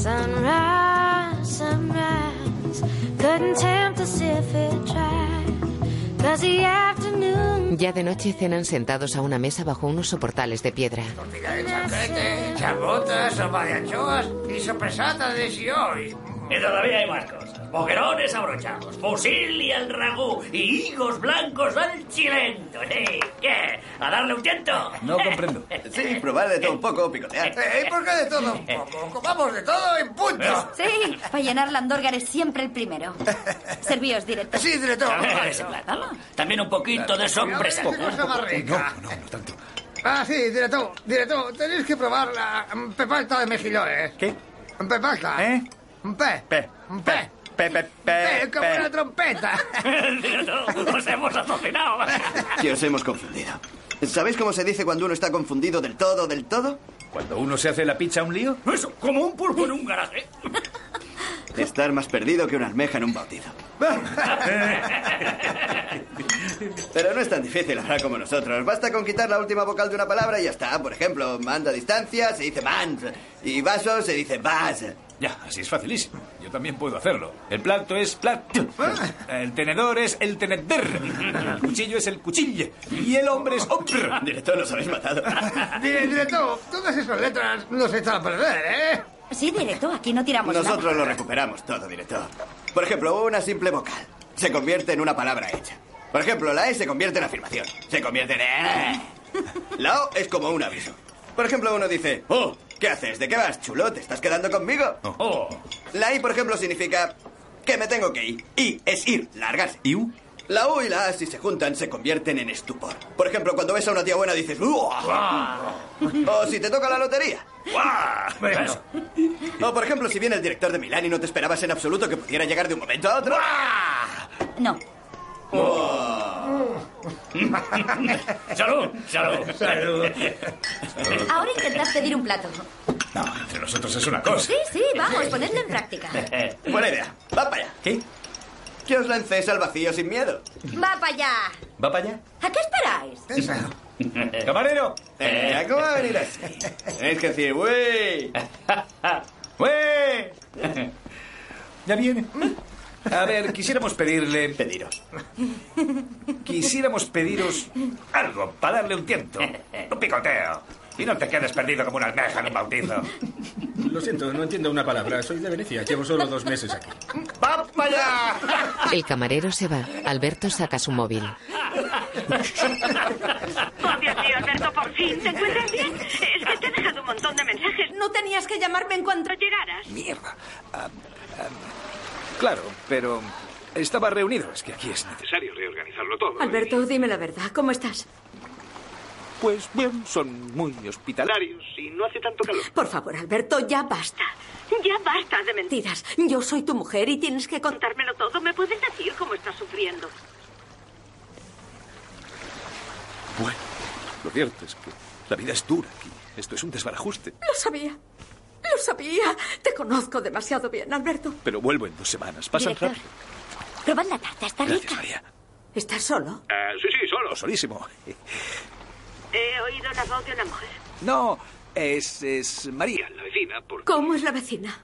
Speaker 14: Sunrise, sunrise. Couldn't tempt us if it tried. Cause the afternoon
Speaker 2: Ya de noche cenan sentados a una mesa bajo unos soportales de piedra.
Speaker 11: Mira, de chaquete, chabotas, sopa de anchoas y sopresata de sioy.
Speaker 17: Y todavía hay más cosas. Boquerones abrochados, fusil y al ragú, y higos blancos al chilento. ¿eh? ¿Qué? ¿A darle un tiento?
Speaker 12: No comprendo. Sí, probar de todo un poco, picotear.
Speaker 11: Eh, ¿Por qué de todo un poco? Comamos de todo en punto.
Speaker 20: Sí, para llenar la andorga eres siempre el primero. Servíos Ah, pues, directo.
Speaker 11: Sí, directo.
Speaker 17: A ver, ese plato. También un poquito de sorpresa.
Speaker 11: Qué cosa más rica.
Speaker 3: No, no tanto.
Speaker 11: Ah, sí, directo, directo. Tenéis que probar la mm, pepalta de mejillones.
Speaker 3: ¿Qué?
Speaker 11: Pepalta.
Speaker 3: ¿Eh?
Speaker 11: Pe. Pe. Pe.
Speaker 24: Pe, pe,
Speaker 11: Pe, como una trompeta.
Speaker 17: Nos hemos asesinado.
Speaker 12: Que os hemos confundido. ¿Sabéis cómo se dice cuando uno está confundido del todo, del todo?
Speaker 3: ¿Cuando uno se hace la picha un lío?
Speaker 17: Eso, como un pulpo en un garaje.
Speaker 12: Estar más perdido que una almeja en un bautizo. Pero no es tan difícil hablar como nosotros. Basta con quitar la última vocal de una palabra y ya está. Por ejemplo, manda a distancia se dice mans. Y vaso se dice vas.
Speaker 3: Ya, así es facilísimo. Yo también puedo hacerlo. El plato es plato.
Speaker 12: Ah.
Speaker 3: El tenedor es el teneder. El cuchillo es el cuchille. Y el hombre es hombre.
Speaker 12: Director, nos habéis matado.
Speaker 11: Dire- Directo, todas esas letras nos echan a perder, ¿eh?
Speaker 20: Sí, directo, aquí no tiramos nada.
Speaker 12: Nosotros lo recuperamos todo, director. Por ejemplo, una simple vocal se convierte en una palabra hecha. Por ejemplo, la E se convierte en afirmación. Se convierte en... "eh". La O es como un aviso. Por ejemplo, uno dice, oh, ¿qué haces? ¿De qué vas, chulo? ¿Te estás quedando conmigo? Oh. La I, por ejemplo, significa que me tengo que ir. I es ir, largarse. ¿Y U? La U y la A, si se juntan, se convierten en estupor. Por ejemplo, cuando ves a una tía buena dices, ¡Uah! O si te toca la lotería. ¡Uah!
Speaker 25: Bueno.
Speaker 12: O por ejemplo, si viene el director de Milán y no te esperabas en absoluto que pudiera llegar de un momento a otro.
Speaker 20: No.
Speaker 12: Oh.
Speaker 26: Salud, salud, salud.
Speaker 20: Ahora intentad pedir un plato.
Speaker 25: Entre nosotros es una
Speaker 20: Sí, sí, vamos, ponedlo en práctica.
Speaker 12: Buena idea. Va para allá. ¿Qué? Que os lancéis al vacío sin miedo.
Speaker 20: Va para allá.
Speaker 12: ¿Va para allá?
Speaker 20: ¿A qué esperáis?
Speaker 12: ¡Camarero! Eh, ¿Cómo va a venir así? Tenéis que decir, ¡wey! ¡Wey!
Speaker 3: Ya viene. A ver, quisiéramos pedirle...
Speaker 12: Pediros.
Speaker 3: Quisiéramos pediros algo para darle un tiento. Un picoteo. Y no te quedes perdido como una almeja en un bautizo.
Speaker 27: Lo siento, no entiendo una palabra. Soy de Venecia. Llevo solo dos meses aquí.
Speaker 12: ¡Va para allá!
Speaker 2: El camarero se va. Alberto saca su móvil.
Speaker 4: Oh, Dios mío, Alberto, por fin. ¿Te encuentras bien? Es que te he dejado un montón de mensajes. No tenías que llamarme en cuanto llegaras.
Speaker 3: Mierda. Claro, pero estaba reunido. Es que aquí es necesario reorganizarlo todo. ¿eh?
Speaker 5: Alberto, dime la verdad, ¿cómo estás?
Speaker 3: Pues bien, son muy hospitalarios y no hace tanto calor.
Speaker 5: Por favor, Alberto, ya basta.
Speaker 4: Ya basta de mentiras.
Speaker 5: Yo soy tu mujer y tienes que
Speaker 4: Contármelo todo. ¿Me puedes decir cómo estás sufriendo?
Speaker 28: Bueno, lo cierto es que la vida es dura aquí. Esto es un desbarajuste.
Speaker 5: Lo sabía. Lo sabía. Te conozco demasiado bien, Alberto.
Speaker 28: Pero vuelvo en dos semanas. Pasan
Speaker 5: Director,
Speaker 28: rápido.
Speaker 5: Probad la tarta, está
Speaker 28: Gracias, María.
Speaker 5: ¿Estás solo?
Speaker 28: Ah, sí, sí, solo. Solísimo.
Speaker 4: He oído la voz de una mujer.
Speaker 3: No, es, es María, la vecina, por
Speaker 5: ¿Cómo es la vecina?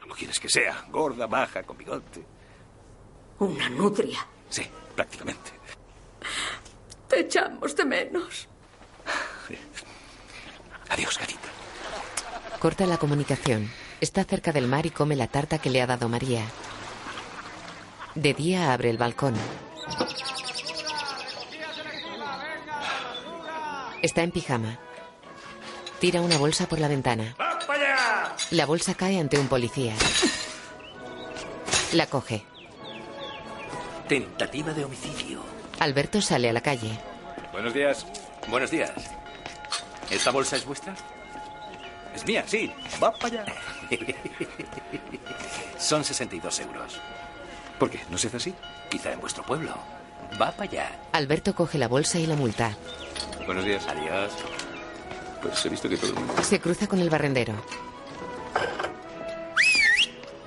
Speaker 3: como quieres que sea. Gorda, baja, con bigote.
Speaker 5: Una nutria.
Speaker 28: Sí, prácticamente.
Speaker 5: Te echamos de menos.
Speaker 28: Adiós, gatita.
Speaker 2: Corta la comunicación. Está cerca del mar y come la tarta que le ha dado María. De día abre el balcón. Está en pijama. Tira una bolsa por la ventana. La bolsa cae ante un policía. La coge.
Speaker 29: Tentativa de homicidio.
Speaker 2: Alberto sale a la calle.
Speaker 28: Buenos días. Buenos días. ¿Esta bolsa es vuestra?
Speaker 30: Es mía, sí. Va para allá.
Speaker 29: Son 62 euros. ¿Por qué? ¿No se hace así? Quizá en vuestro pueblo. Va para allá.
Speaker 2: Alberto coge la bolsa y la multa.
Speaker 28: Buenos días. Adiós. Pues he visto que todo el mundo...
Speaker 2: Se cruza con el barrendero.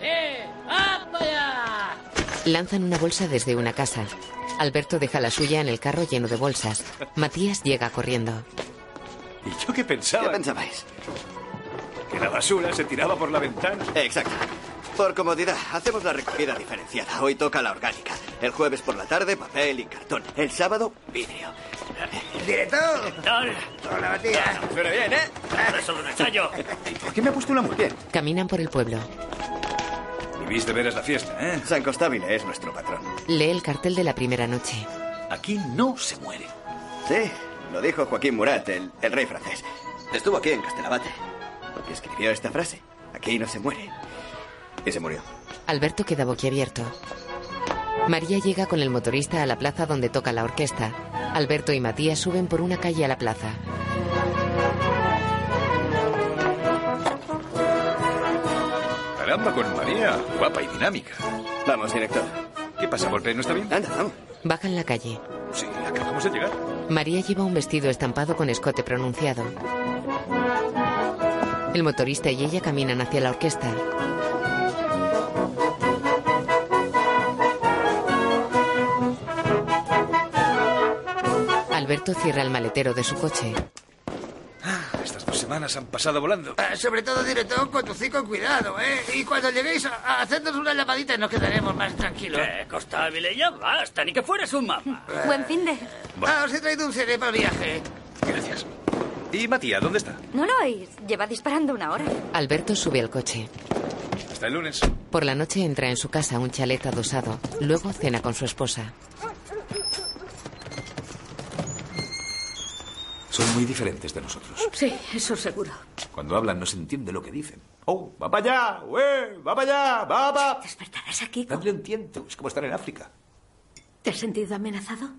Speaker 4: ¡Eh! ¡Ah, vaya!
Speaker 2: Lanzan una bolsa desde una casa. Alberto deja la suya en el carro lleno de bolsas. Matías llega corriendo.
Speaker 3: ¿Y yo qué pensaba? ¿Qué
Speaker 12: pensabais?
Speaker 3: Que la basura se tiraba por la ventana.
Speaker 12: Exacto. Por comodidad, hacemos la recogida diferenciada. Hoy toca la orgánica. El jueves por la tarde, papel y cartón. El sábado, vidrio.
Speaker 11: Director.
Speaker 12: Hola, Matías. Suena bien, ¿eh?
Speaker 26: Eso un ensayo.
Speaker 11: Eh,
Speaker 3: ¿Por qué me ha puesto una mujer?
Speaker 2: Caminan por el pueblo.
Speaker 3: Vivís de veras la fiesta, ¿eh?
Speaker 12: San Costabile es nuestro patrón.
Speaker 2: Lee el cartel de la primera noche.
Speaker 12: Aquí no se muere. Sí, lo dijo Joaquín Murat, el, el rey francés. Estuvo aquí en Castelabate. Porque escribió esta frase. Aquí no se muere. Y se murió.
Speaker 2: Alberto queda boquiabierto. María llega con el motorista a la plaza donde toca la orquesta. Alberto y Matías suben por una calle a la plaza.
Speaker 28: Caramba, con María. Guapa y dinámica.
Speaker 12: Vamos, director.
Speaker 28: ¿Qué pasa, golpe? ¿No está bien?
Speaker 12: Anda, vamos.
Speaker 2: Bajan la calle.
Speaker 28: Sí, acabamos de llegar.
Speaker 2: María lleva un vestido estampado con escote pronunciado. El motorista y ella caminan hacia la orquesta. Alberto cierra el maletero de su coche.
Speaker 3: Estas dos semanas han pasado volando.
Speaker 11: Ah, Sobre todo, director, conducir con cuidado, ¿eh? Y cuando lleguéis, a, a hacednos una llamadita y nos quedaremos más tranquilos. Eh.
Speaker 26: Eh, Costabile, ya basta, ni que fueras un mapa.
Speaker 11: Buen
Speaker 20: fin de...
Speaker 11: Ah, os he traído un CD para el viaje.
Speaker 28: Gracias.
Speaker 10: ¿Y Matías, dónde está?
Speaker 20: ¿No lo oís? Lleva disparando una hora.
Speaker 2: Alberto sube al coche.
Speaker 10: Hasta el lunes.
Speaker 2: Por la noche entra en su casa a un chalet adosado. Luego cena con su esposa.
Speaker 3: Son muy diferentes de nosotros.
Speaker 5: Sí, eso seguro.
Speaker 3: Cuando hablan no se entiende lo que dicen. ¡Oh, va para allá! ¡Eh! ¡Va para allá! ¡Va, va!
Speaker 5: ¿Despertarás aquí?
Speaker 3: Dale un tiento. Es como estar en África.
Speaker 5: ¿Te has sentido amenazado?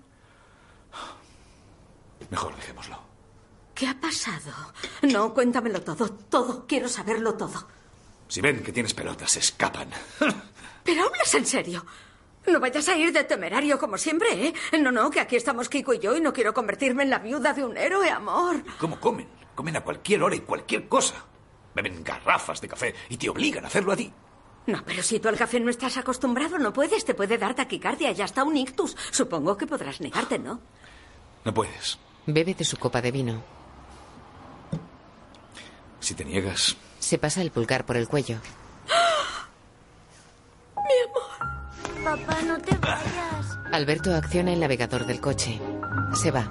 Speaker 3: Mejor dejémoslo.
Speaker 5: ¿Qué ha pasado? No, cuéntamelo todo, todo. Quiero saberlo todo.
Speaker 3: Si ven que tienes pelotas, se escapan.
Speaker 5: Pero hablas en serio. No vayas a ir de temerario como siempre, ¿eh? No, no, que aquí estamos Kiko y yo y no quiero convertirme en la viuda de un héroe, amor.
Speaker 3: ¿Cómo comen? Comen a cualquier hora y cualquier cosa. Beben garrafas de café y te obligan a hacerlo a ti.
Speaker 5: No, pero si tú al café no estás acostumbrado, no puedes. Te puede dar taquicardia y hasta un ictus. Supongo que podrás negarte, ¿no?
Speaker 3: No puedes.
Speaker 2: Bebe de su copa de vino.
Speaker 3: Si te niegas,
Speaker 2: Se pasa el pulgar por el cuello.
Speaker 6: Papá, no te vayas.
Speaker 2: Alberto acciona el navegador del coche. Se va.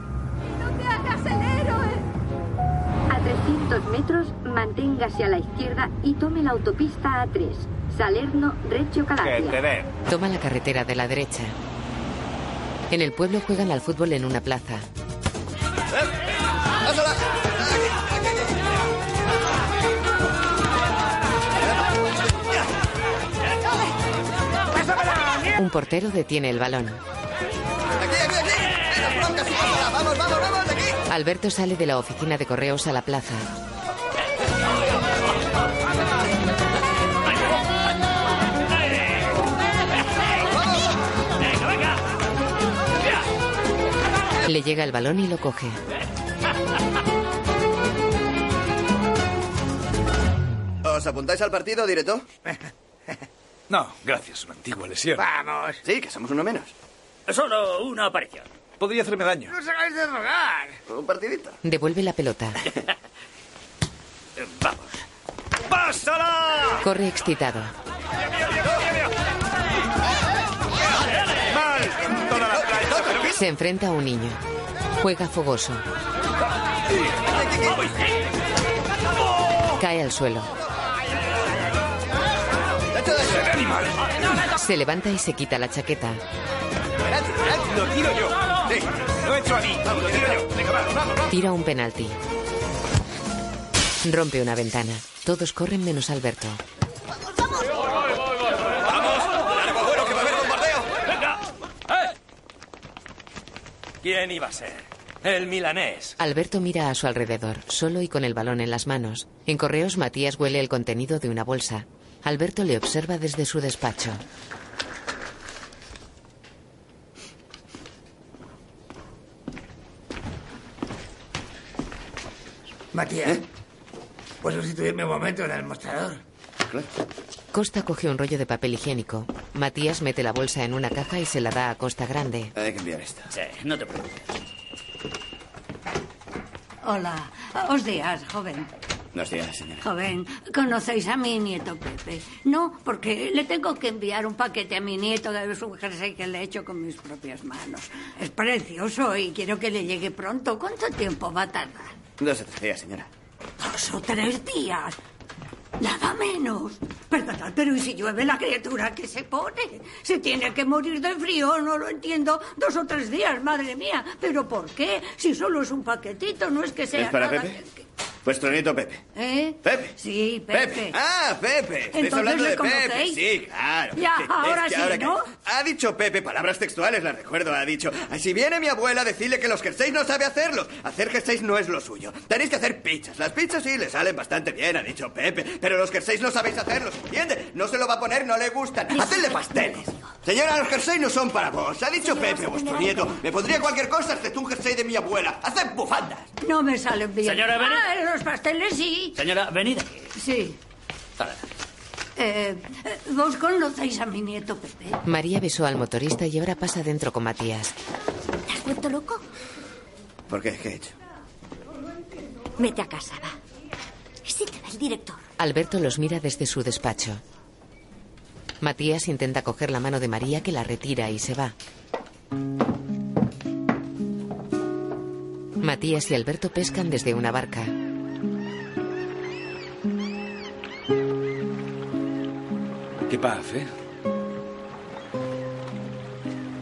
Speaker 14: ¡Te hagas el héroe! A 300 metros, manténgase a la izquierda y tome la autopista A3. Salerno, Reggio Calabria.
Speaker 2: Toma la carretera de la derecha. En el pueblo juegan al fútbol en una plaza. Un portero detiene el balón.
Speaker 11: Eh.
Speaker 12: ¡Vamos, vamos, vamos! ¡De aquí!
Speaker 2: Alberto sale de la oficina de correos a la plaza. Le llega el balón y lo coge.
Speaker 12: ¿Os apuntáis al partido, directo?
Speaker 10: No, gracias, una antigua lesión.
Speaker 12: Vamos. Sí, que somos uno menos.
Speaker 10: Solo una aparición. Podría hacerme daño.
Speaker 22: ¡No os hagáis de rogar!
Speaker 12: Un partidito.
Speaker 2: Devuelve la pelota.
Speaker 10: Vamos. ¡Pásala!
Speaker 2: Corre excitado. Se enfrenta a un niño. Juega fogoso. Cae al suelo. Se levanta y se quita la chaqueta.
Speaker 16: Lo tiro yo. Sí, lo he hecho a mí. Vamos, lo tiro yo. Venga, vamos, vamos.
Speaker 2: Tira un penalti. Rompe una ventana. Todos corren menos Alberto.
Speaker 12: ¡Largo, bueno, que va a haber bombardeo!
Speaker 11: ¡Venga! ¡Eh! ¿Quién iba a ser? El milanés.
Speaker 2: Alberto mira a su alrededor, solo y con el balón en las manos. En correos, Matías huele el contenido de una bolsa. Alberto le observa desde su despacho.
Speaker 22: Matías,
Speaker 12: ¿Eh?
Speaker 21: Pues
Speaker 22: ¿puedes sustituirme un momento en el mostrador?
Speaker 2: Costa coge un rollo de papel higiénico. Matías mete la bolsa en una caja y se la da a Costa Grande.
Speaker 12: Hay que enviar esto.
Speaker 10: Sí, no te preocupes.
Speaker 31: Hola, os días, joven.
Speaker 12: Buenos días, señora.
Speaker 31: Joven, ¿conocéis a mi nieto Pepe? No, porque le tengo que enviar un paquete a mi nieto de su jersey que le he hecho con mis propias manos. Es precioso y quiero que le llegue pronto. ¿Cuánto tiempo va a tardar?
Speaker 12: Dos o tres días, señora.
Speaker 31: Dos o tres días. Nada menos. Perdonad, pero ¿y si llueve la criatura que se pone? Se tiene que morir de frío, no lo entiendo. Dos o tres días, madre mía. ¿Pero por qué? Si solo es un paquetito, no es que sea
Speaker 12: ¿Es para
Speaker 31: nada
Speaker 12: Pepe? Vuestro nieto Pepe.
Speaker 31: ¿Eh?
Speaker 12: Pepe.
Speaker 31: Sí, Pepe.
Speaker 12: Ah, Pepe. Estáis
Speaker 31: Entonces
Speaker 12: hablando
Speaker 31: le
Speaker 12: de Pepe.
Speaker 31: conocéis.
Speaker 12: Sí, claro.
Speaker 31: Ya,
Speaker 12: Es que
Speaker 31: ahora sí,
Speaker 12: que-
Speaker 31: ¿no?
Speaker 12: Ha dicho Pepe, palabras textuales, las recuerdo, ha dicho. Si viene mi abuela, decirle que los jerseys no sabe hacerlos. Hacer jerseys no es lo suyo. Tenéis que hacer pizzas. Las pizzas sí le salen bastante bien, ha dicho Pepe. Pero los jerseys no sabéis hacerlos, ¿entiende? No se lo va a poner, no le gustan. Hacedle pasteles. Señora, los jerseys no son para vos. Ha dicho Pepe, vuestro nieto. Me pondría cualquier cosa excepto un jersey de mi abuela. Haced bufandas.
Speaker 31: No me salen bien.
Speaker 11: Señora, venid.
Speaker 31: Ah, los pasteles sí.
Speaker 11: Señora, venid aquí.
Speaker 31: Sí. Eh, eh, ¿Vos conocéis a mi nieto Pepe?
Speaker 2: María besó al motorista y ahora pasa dentro con Matías.
Speaker 31: ¿Te has vuelto loco?
Speaker 12: ¿Por qué? ¿Qué he hecho?
Speaker 20: Vete a casa, va. Si te va el director.
Speaker 2: Alberto los mira desde su despacho. Matías intenta coger la mano de María que la retira y se va. Matías y Alberto pescan desde una barca.
Speaker 10: Qué paz, ¿eh?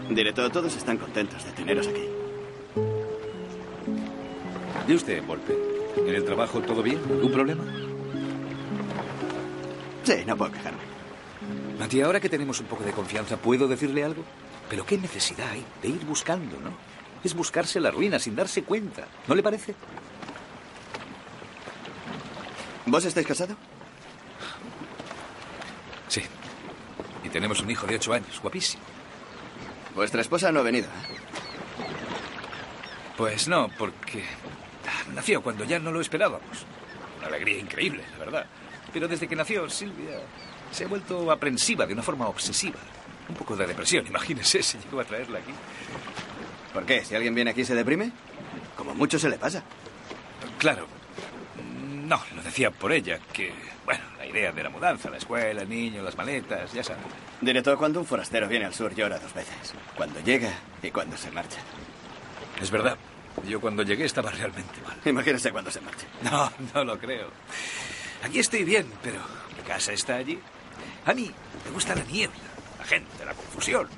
Speaker 12: Director, todos están contentos de teneros aquí.
Speaker 3: ¿Y usted, Volpe? ¿En el trabajo todo bien? ¿Un problema?
Speaker 12: Sí, no puedo quejarme.
Speaker 3: Mati, ahora que tenemos un poco de confianza, ¿puedo decirle algo? Pero qué necesidad hay de ir buscando, ¿no? Es buscarse la ruina sin darse cuenta. ¿No le parece?
Speaker 12: ¿Vos estáis casado?
Speaker 3: Sí. Y tenemos un hijo de ocho años, guapísimo.
Speaker 12: Vuestra esposa no ha venido. ¿eh?
Speaker 3: Pues no, porque ah, nació cuando ya no lo esperábamos. Una alegría increíble, la verdad. Pero desde que nació, Silvia se ha vuelto aprensiva de una forma obsesiva. Un poco de depresión, imagínese si llego a traerla aquí.
Speaker 12: ¿Por qué? Si alguien viene aquí se deprime, como mucho se le pasa.
Speaker 3: Claro. No, lo decía por ella, que, bueno, la idea de la mudanza, la escuela, el niño, las maletas, ya sabe.
Speaker 12: Director, cuando un forastero viene al sur llora dos veces. Cuando llega y cuando se marcha.
Speaker 3: Es verdad. Yo cuando llegué estaba realmente mal.
Speaker 12: Imagínese cuando se marcha.
Speaker 3: No, no lo creo. Aquí estoy bien, pero mi casa está allí. A mí me gusta la niebla, la gente, la confusión.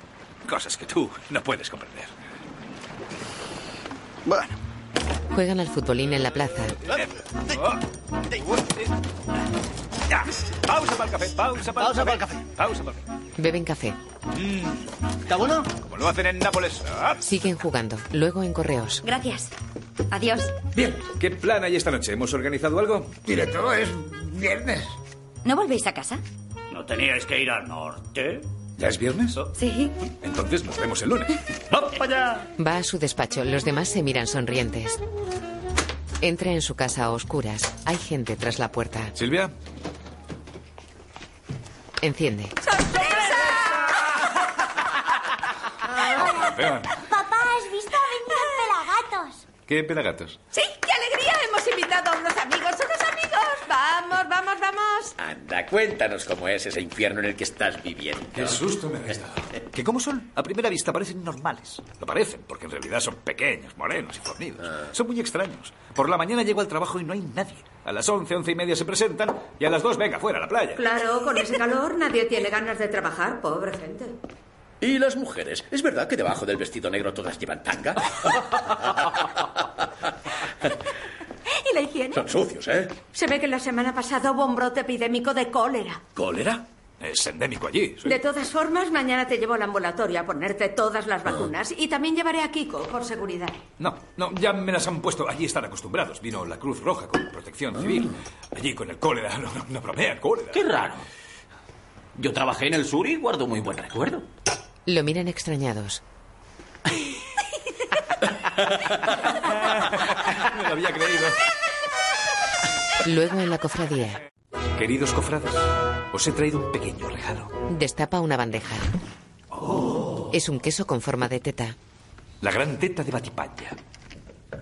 Speaker 3: Cosas que tú no puedes comprender.
Speaker 12: Bueno.
Speaker 2: Juegan al futbolín en la plaza.
Speaker 3: Ya. Pausa para el café, pausa para el café. Pausa para el café.
Speaker 2: Beben café.
Speaker 3: ¿Está bueno? Como lo hacen en Nápoles. Ah.
Speaker 2: Siguen jugando. Luego en correos.
Speaker 20: Gracias. Adiós.
Speaker 3: Bien, ¿qué plan hay esta noche? ¿Hemos organizado algo?
Speaker 22: Directo, es viernes.
Speaker 20: ¿No volvéis a casa?
Speaker 17: ¿No teníais que ir al norte?
Speaker 3: ¿Ya es viernes?
Speaker 20: Sí.
Speaker 3: Entonces nos vemos el lunes. ¡Vamos
Speaker 17: allá!
Speaker 2: Va a su despacho. Los demás se miran sonrientes. Entra en su casa a oscuras. Hay gente tras la puerta.
Speaker 3: Silvia.
Speaker 2: Enciende.
Speaker 3: Vean.
Speaker 6: Papá, ¿has visto? Ha venido pelagatos.
Speaker 3: ¿Qué pelagatos?
Speaker 5: ¡Sí! ¡Qué alegría! Hemos invitado a unos amigos, unos amigos. Vamos, vamos, vamos.
Speaker 13: Anda, cuéntanos cómo es ese infierno en el que estás viviendo.
Speaker 3: Qué susto me has dado. ¿Que cómo son? A primera vista parecen normales. Lo parecen, porque en realidad son pequeños, morenos y fornidos.
Speaker 13: Ah.
Speaker 3: Son muy extraños. Por la mañana llego al trabajo y no hay nadie. A las once, once y media se presentan y a las dos, venga, fuera, a la playa.
Speaker 5: Claro, con ese calor nadie tiene ganas de trabajar, pobre gente.
Speaker 13: ¿Y las mujeres? ¿Es verdad que debajo del vestido negro todas llevan tanga?
Speaker 5: ¿Y la higiene?
Speaker 13: Son sucios, ¿eh?
Speaker 5: Se ve que la semana pasada hubo un brote epidémico de cólera.
Speaker 13: ¿Cólera?
Speaker 3: Es endémico allí.
Speaker 5: De todas formas, mañana te llevo al ambulatorio a ponerte todas las vacunas y también llevaré a Kiko por seguridad.
Speaker 3: No, no, ya me las han puesto. Allí están acostumbrados. Vino la Cruz Roja con protección civil. Allí con el cólera. No, no, no bromean, cólera.
Speaker 13: Ah. Qué raro. Yo trabajé en el sur y guardo muy buen recuerdo.
Speaker 2: Lo miran extrañados.
Speaker 3: Me lo había creído.
Speaker 2: Luego en la cofradía.
Speaker 3: Queridos cofrades, os he traído un pequeño regalo.
Speaker 2: Destapa una bandeja. Es un queso con forma de teta.
Speaker 3: La gran teta de Batipalla.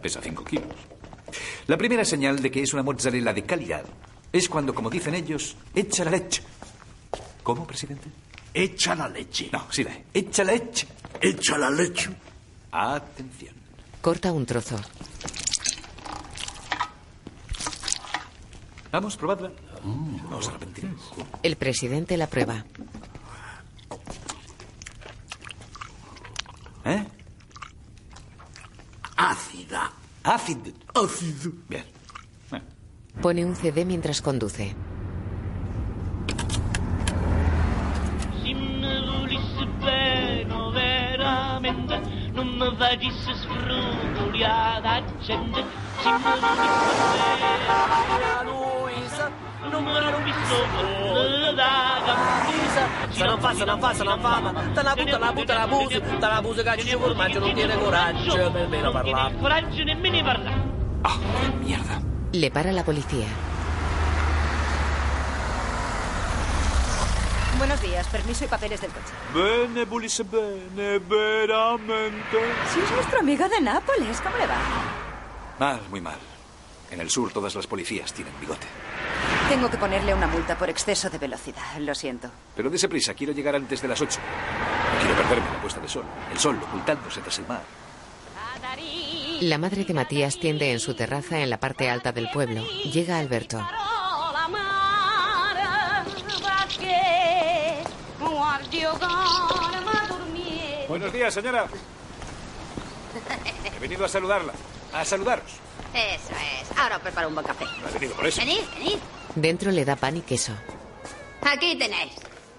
Speaker 3: Pesa 5 kilos. La primera señal de que es una mozzarella de calidad es cuando, como dicen ellos, echa la leche. ¿Cómo, presidente?
Speaker 21: Echa la leche.
Speaker 3: No, sí la he. Echa la leche.
Speaker 21: Echa la leche.
Speaker 3: Atención.
Speaker 2: Corta un trozo.
Speaker 3: Vamos, probadla.
Speaker 21: Mm.
Speaker 3: No os arrepentiréis.
Speaker 2: El presidente la prueba.
Speaker 3: ¿Eh?
Speaker 21: Ácida.
Speaker 3: Ácido.
Speaker 21: Ácido.
Speaker 3: Bien.
Speaker 2: Pone un CD mientras conduce.
Speaker 15: Sinne volisse bene o veramente non mi facesse sfruttare la gente se mi volisse bene Luisa non mi rompisse quella da camisa
Speaker 1: Se non fa, se non fa, se non fa, ma te la butta, la butta, la busi, te la busi che ci vuole, ma ci non tiene coraggio, nemmeno parlare.
Speaker 15: coraggio nemmeno parlare
Speaker 11: Ah,
Speaker 2: Le para la policía.
Speaker 32: Buenos días, permiso y papeles del coche.
Speaker 15: bene volisse bene veramente
Speaker 32: Sí, es nuestro amigo de Nápoles, ¿cómo le va?
Speaker 3: Mal, muy mal. En el sur todas las policías tienen bigote.
Speaker 32: Tengo que ponerle una multa por exceso de velocidad, lo siento.
Speaker 3: Pero dése prisa, quiero llegar antes de las 8. Quiero perderme la puesta de sol. El sol ocultándose tras el mar.
Speaker 2: La madre de Matías tiende en su terraza en la parte alta del pueblo. Llega Alberto.
Speaker 3: Buenos días, señora. He venido a saludarla. A saludaros.
Speaker 7: Eso es. Ahora os preparo un buen café.
Speaker 3: No he venido por eso.
Speaker 7: Venid, venid.
Speaker 2: Dentro le da pan y queso.
Speaker 7: Aquí tenéis.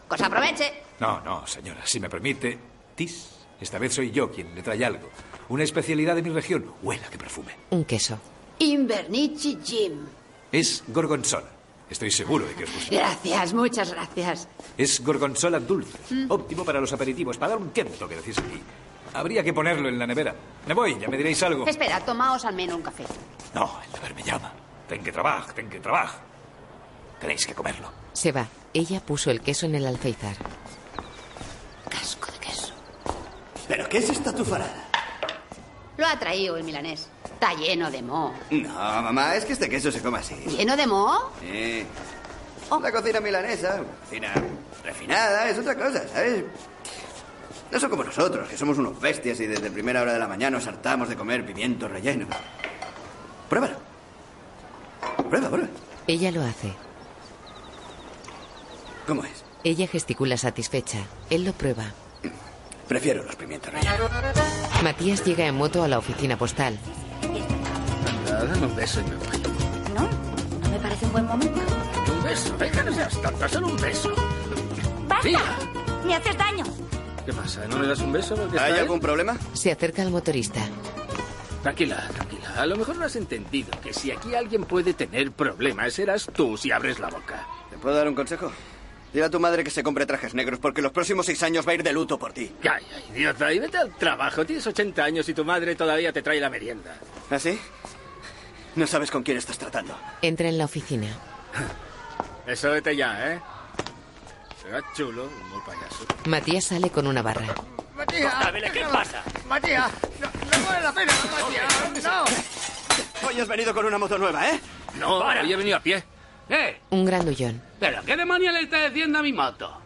Speaker 7: Que os aproveche.
Speaker 3: No, no, señora, si me permite. Tis, esta vez soy yo quien le trae algo. Una especialidad de mi región. Huela que perfume.
Speaker 2: Un queso.
Speaker 31: Invernichi Jim.
Speaker 3: Es gorgonzola. Estoy seguro de que os gusta.
Speaker 31: Gracias, muchas gracias.
Speaker 3: Es gorgonzola dulce. Óptimo para los aperitivos, para dar un quento que decís aquí. Habría que ponerlo en la nevera. Me voy, ya me diréis algo.
Speaker 7: Espera, tomaos al menos un café.
Speaker 3: No, el deber me llama. Ten que trabajar, ten que trabajar. Tenéis que comerlo.
Speaker 2: Se va. Ella puso el queso en el alféizar.
Speaker 7: Casco de queso.
Speaker 12: ¿Pero qué es esta tufarada?
Speaker 7: Lo ha traído el milanés. Está lleno de moho.
Speaker 12: No, mamá, es que este queso se come así.
Speaker 7: ¿Lleno de moho?
Speaker 12: Sí. La cocina milanesa, una cocina refinada, es otra cosa, ¿sabes? No son como nosotros, que somos unos bestias y desde primera hora de la mañana nos hartamos de comer pimientos rellenos. Pruébalo. Prueba, prueba.
Speaker 2: Ella lo hace.
Speaker 12: ¿Cómo es?
Speaker 2: Ella gesticula satisfecha. Él lo prueba.
Speaker 12: Prefiero los pimientos rellenos.
Speaker 2: Matías llega en moto a la oficina postal.
Speaker 21: Dame un beso y me voy.
Speaker 20: No me parece un buen momento.
Speaker 21: Un beso, venga, no seas tonta, solo un beso.
Speaker 20: ¡Basta!
Speaker 21: Sí.
Speaker 20: ¡Me haces daño!
Speaker 21: ¿Qué pasa? ¿No le das un beso? porque
Speaker 12: ¿Hay
Speaker 21: está
Speaker 12: algún problema?
Speaker 2: Se acerca al motorista.
Speaker 21: Tranquila, tranquila. A lo mejor no has entendido que si aquí alguien puede tener problemas, serás tú si abres la boca.
Speaker 12: ¿Te puedo dar un consejo? Dile a tu madre que se compre trajes negros porque los próximos seis años va a ir de luto por ti.
Speaker 21: Ay, ay, idiota, y vete al trabajo. Tienes 80 años y tu madre todavía te trae la merienda.
Speaker 12: ¿Así? No sabes con quién estás tratando.
Speaker 2: Entra en la oficina.
Speaker 21: Eso vete ya, ¿eh? Será chulo, muy payaso.
Speaker 2: Matías sale con una barra.
Speaker 21: Matías,
Speaker 17: ¿qué pasa?
Speaker 21: Matías, no, no vale la pena, Matías,
Speaker 12: no. Hoy has venido con una moto nueva, ¿eh?
Speaker 21: No, hoy he venido a pie.
Speaker 9: ¡Eh!
Speaker 2: Un grandullón.
Speaker 9: ¿Pero qué demonios le está diciendo a mi moto?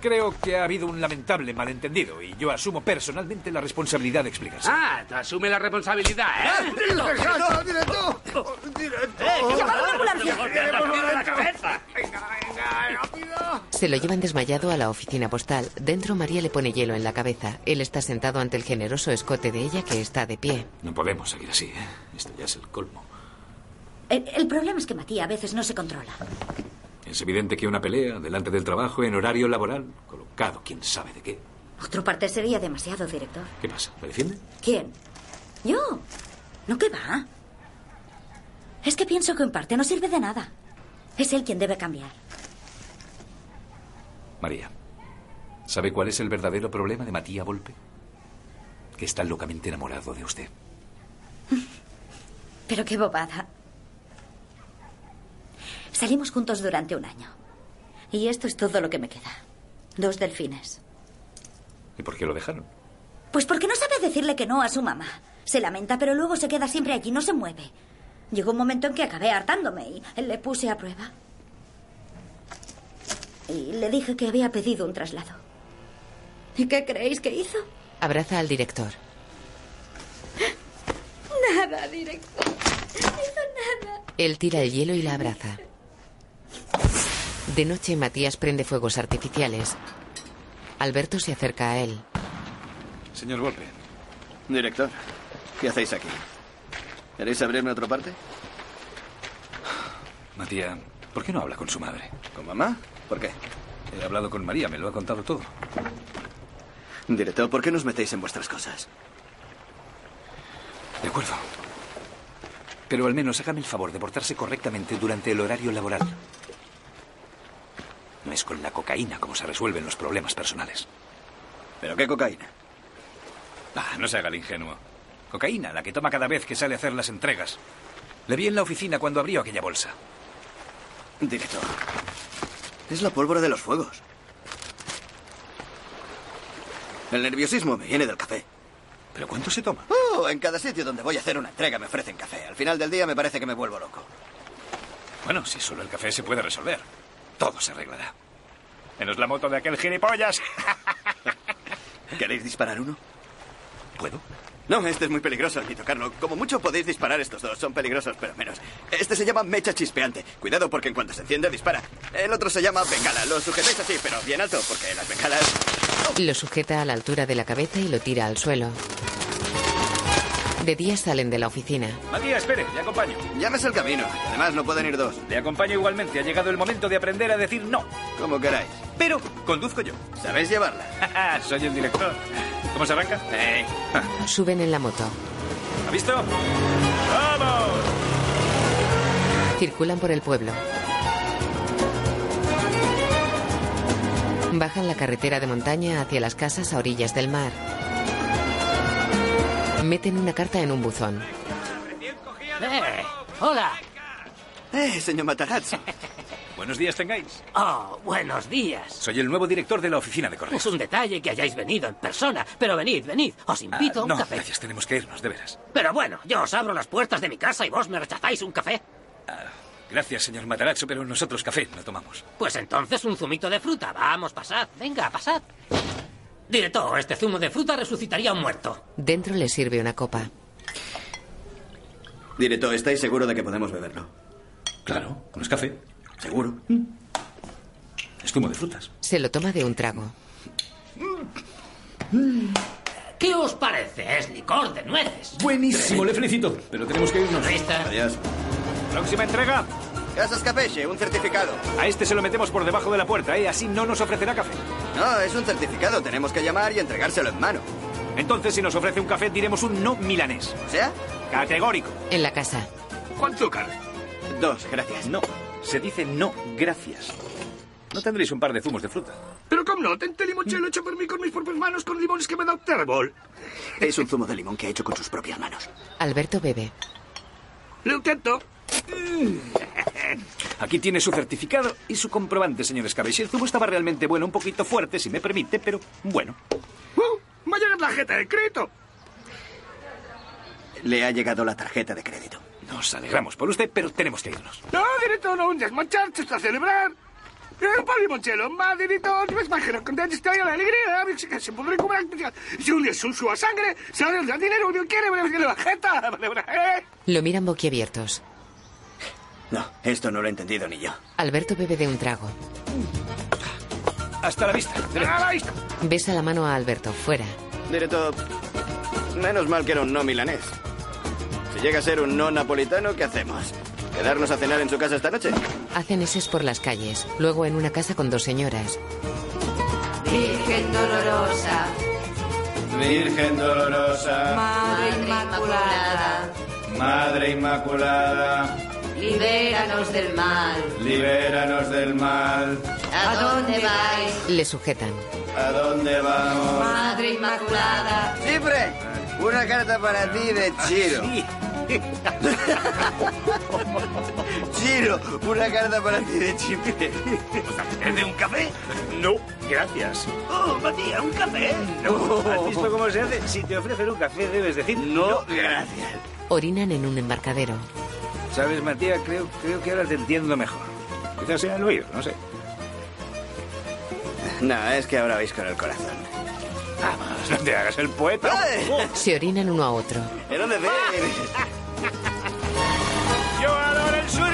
Speaker 3: Creo que ha habido un lamentable malentendido y yo asumo personalmente la responsabilidad de explicarse.
Speaker 9: Ah, te asume la responsabilidad, ¿eh?
Speaker 21: ¡Directo! ¡Directo! ¡Directo!
Speaker 9: ¡Eh, llamad a la ambulancia!
Speaker 21: la cabeza!
Speaker 2: Se lo llevan desmayado a la oficina postal. Dentro María le pone hielo en la cabeza. Él está sentado ante el generoso escote de ella que está de pie.
Speaker 3: No podemos seguir así, ¿eh? Esto ya es el colmo.
Speaker 20: El, el problema es que Matías a veces no se controla.
Speaker 3: Es evidente que una pelea delante del trabajo en horario laboral, colocado quién sabe de qué.
Speaker 20: Otro parte sería demasiado, director.
Speaker 3: ¿Qué pasa? ¿Me defiende?
Speaker 20: ¿Quién? ¿Yo? ¿No qué va? Es que pienso que en parte no sirve de nada. Es él quien debe cambiar.
Speaker 3: María, ¿sabe cuál es el verdadero problema de Matías Volpe? Que está locamente enamorado de usted.
Speaker 20: Pero qué bobada. Salimos juntos durante un año. Y esto es todo lo que me queda. Dos delfines.
Speaker 3: ¿Y por qué lo dejaron?
Speaker 20: Pues porque no sabe decirle que no a su mamá. Se lamenta, pero luego se queda siempre allí, no se mueve. Llegó un momento en que acabé hartándome y le puse a prueba. Y le dije que había pedido un traslado. ¿Y qué creéis que hizo?
Speaker 2: Abraza al director.
Speaker 20: Nada, director. Hizo nada.
Speaker 2: Él tira el hielo y la abraza. De noche Matías prende fuegos artificiales. Alberto se acerca a él.
Speaker 12: Señor Volpe. Director, ¿qué hacéis aquí? ¿Queréis abrirme otra parte?
Speaker 3: Matías, ¿por qué no habla con su madre?
Speaker 12: ¿Con mamá? ¿Por qué?
Speaker 3: He hablado con María, me lo ha contado todo.
Speaker 12: Director, ¿por qué nos metéis en vuestras cosas?
Speaker 3: De acuerdo. Pero al menos hágame el favor de portarse correctamente durante el horario laboral. No es con la cocaína como se resuelven los problemas personales.
Speaker 12: ¿Pero qué cocaína?
Speaker 3: Ah, no se haga el ingenuo. Cocaína, la que toma cada vez que sale a hacer las entregas. Le vi en la oficina cuando abrió aquella bolsa.
Speaker 12: Director. Es la pólvora de los fuegos. El nerviosismo me viene del café.
Speaker 3: ¿Pero cuánto se toma?
Speaker 12: Oh, en cada sitio donde voy a hacer una entrega me ofrecen café. Al final del día me parece que me vuelvo loco.
Speaker 3: Bueno, si solo el café se puede resolver, todo se arreglará. Menos la moto de aquel gilipollas.
Speaker 12: ¿Queréis disparar uno?
Speaker 3: ¿Puedo?
Speaker 12: No, este es muy peligroso, ni tocarlo. Como mucho podéis disparar estos dos, son peligrosos, pero menos. Este se llama mecha chispeante. Cuidado porque en cuanto se enciende, dispara. El otro se llama bengala. Lo sujetáis así, pero bien alto, porque las bengalas...
Speaker 2: Lo sujeta a la altura de la cabeza y lo tira al suelo. De día salen de la oficina.
Speaker 3: Matías, espere, le acompaño.
Speaker 12: Ya me sé el camino. Además, no pueden ir dos.
Speaker 3: Le acompaño igualmente. Ha llegado el momento de aprender a decir no.
Speaker 12: Como queráis.
Speaker 3: Pero conduzco yo.
Speaker 12: ¿Sabéis llevarla?
Speaker 3: Soy el director. ¿Cómo se arranca? Eh,
Speaker 2: Suben en la moto.
Speaker 3: ¿Ha visto? ¡Vamos!
Speaker 2: Circulan por el pueblo. Bajan la carretera de montaña hacia las casas a orillas del mar. Meten una carta en un buzón.
Speaker 17: Eh, hola.
Speaker 12: Eh, señor Matarazzo.
Speaker 3: Buenos días tengáis.
Speaker 17: Oh, buenos días.
Speaker 3: Soy el nuevo director de la oficina de correos.
Speaker 17: Es un detalle que hayáis venido en persona, pero venid, venid. Os invito
Speaker 3: Ah,
Speaker 33: un
Speaker 3: no,
Speaker 17: café.
Speaker 3: gracias, tenemos que irnos, de veras.
Speaker 17: Pero bueno, yo os abro las puertas de mi casa y vos me rechazáis un café.
Speaker 3: Gracias, señor Matarazzo, pero nosotros café no tomamos.
Speaker 17: Pues entonces un zumito de fruta. Vamos, pasad. Venga, pasad. Director, este zumo de fruta resucitaría a un muerto.
Speaker 2: Dentro le sirve una copa.
Speaker 12: Directo, ¿estáis seguro de que podemos beberlo? Claro,
Speaker 3: ¿No es café?
Speaker 12: Seguro.
Speaker 3: Es zumo de frutas.
Speaker 2: Se lo toma de un trago.
Speaker 17: ¿Qué os parece? Es licor de nueces.
Speaker 3: Buenísimo, le felicito. Pero tenemos que irnos.
Speaker 17: Ahí está.
Speaker 12: Adiós.
Speaker 3: Próxima entrega.
Speaker 12: Casas Capeche, un certificado.
Speaker 3: A este se lo metemos por debajo de la puerta, ¿eh? Así no nos ofrecerá café.
Speaker 12: No, es un certificado. Tenemos que llamar y entregárselo en mano.
Speaker 3: Entonces, si nos ofrece un café, diremos un no milanés.
Speaker 12: ¿O sea?
Speaker 3: Categórico.
Speaker 2: En la casa.
Speaker 3: ¿Cuánto, Carl?
Speaker 12: Dos, gracias.
Speaker 3: No, se dice no, gracias. No tendréis un par de zumos de fruta. Pero com no, tente limoncello hecho por mí con mis propias manos con limones que me da Terbol.
Speaker 12: Es un zumo de limón que ha hecho con sus propias manos.
Speaker 2: Alberto bebe.
Speaker 3: Le intento. Mm. Aquí tiene su certificado y su comprobante, señor Escabeche. El zumo estaba realmente bueno, un poquito fuerte, si me permite, pero bueno. ¡Uh! ¡Va a llegar la jeta de crédito!
Speaker 12: Le ha llegado la tarjeta de crédito.
Speaker 3: Nos alegramos por usted, pero tenemos que irnos.
Speaker 11: No, directo, no, un desmancharse está a celebrar. El padre Eh, Monchelo, más directo, no es más que nos contente esta la alegría, eh, que se podrá cobrar. Si un día su su a sangre, se le da dinero, uno quiere, vale, vale, la jeta, vale, vale, eh.
Speaker 2: Lo miran boquiabiertos.
Speaker 12: No, esto no lo he entendido ni yo.
Speaker 2: Alberto bebe de un trago.
Speaker 3: Hasta la vista.
Speaker 2: Besa la mano a Alberto. Fuera.
Speaker 12: Directo, menos mal que era un no milanés. Si llega a ser un no napolitano, ¿qué hacemos? ¿Quedarnos a cenar en su casa esta noche?
Speaker 2: Hacen eses por las calles. Luego en una casa con dos señoras.
Speaker 31: Virgen dolorosa,
Speaker 12: Virgen dolorosa,
Speaker 31: Madre Inmaculada,
Speaker 12: Madre Inmaculada,
Speaker 31: libéranos del mal.
Speaker 12: libéranos del mal.
Speaker 31: ¿A dónde vais,
Speaker 2: Le sujetan.
Speaker 12: ¿A dónde vamos?
Speaker 31: Madre Inmaculada?
Speaker 12: ¡Cipre! Una carta para ti de Chiro.
Speaker 3: Ah,
Speaker 12: Chiro, una carta para ti de Chipre.
Speaker 3: ¿Es de un café? No, gracias.
Speaker 34: Oh, Matías, un café.
Speaker 11: Oh.
Speaker 3: ¿Has visto cómo se hace? Si te ofrecen un café, debes decir no, gracias.
Speaker 2: Orinan en un embarcadero.
Speaker 3: ¿Sabes, Matías? Creo, creo que ahora te entiendo mejor. Quizás sea el oído, no sé.
Speaker 12: No, es que ahora vais con el corazón.
Speaker 3: Vamos, no te hagas el poeta.
Speaker 2: Se orinan uno a otro.
Speaker 12: ¿De dónde vienes?
Speaker 3: ¡Yo adoro el sur!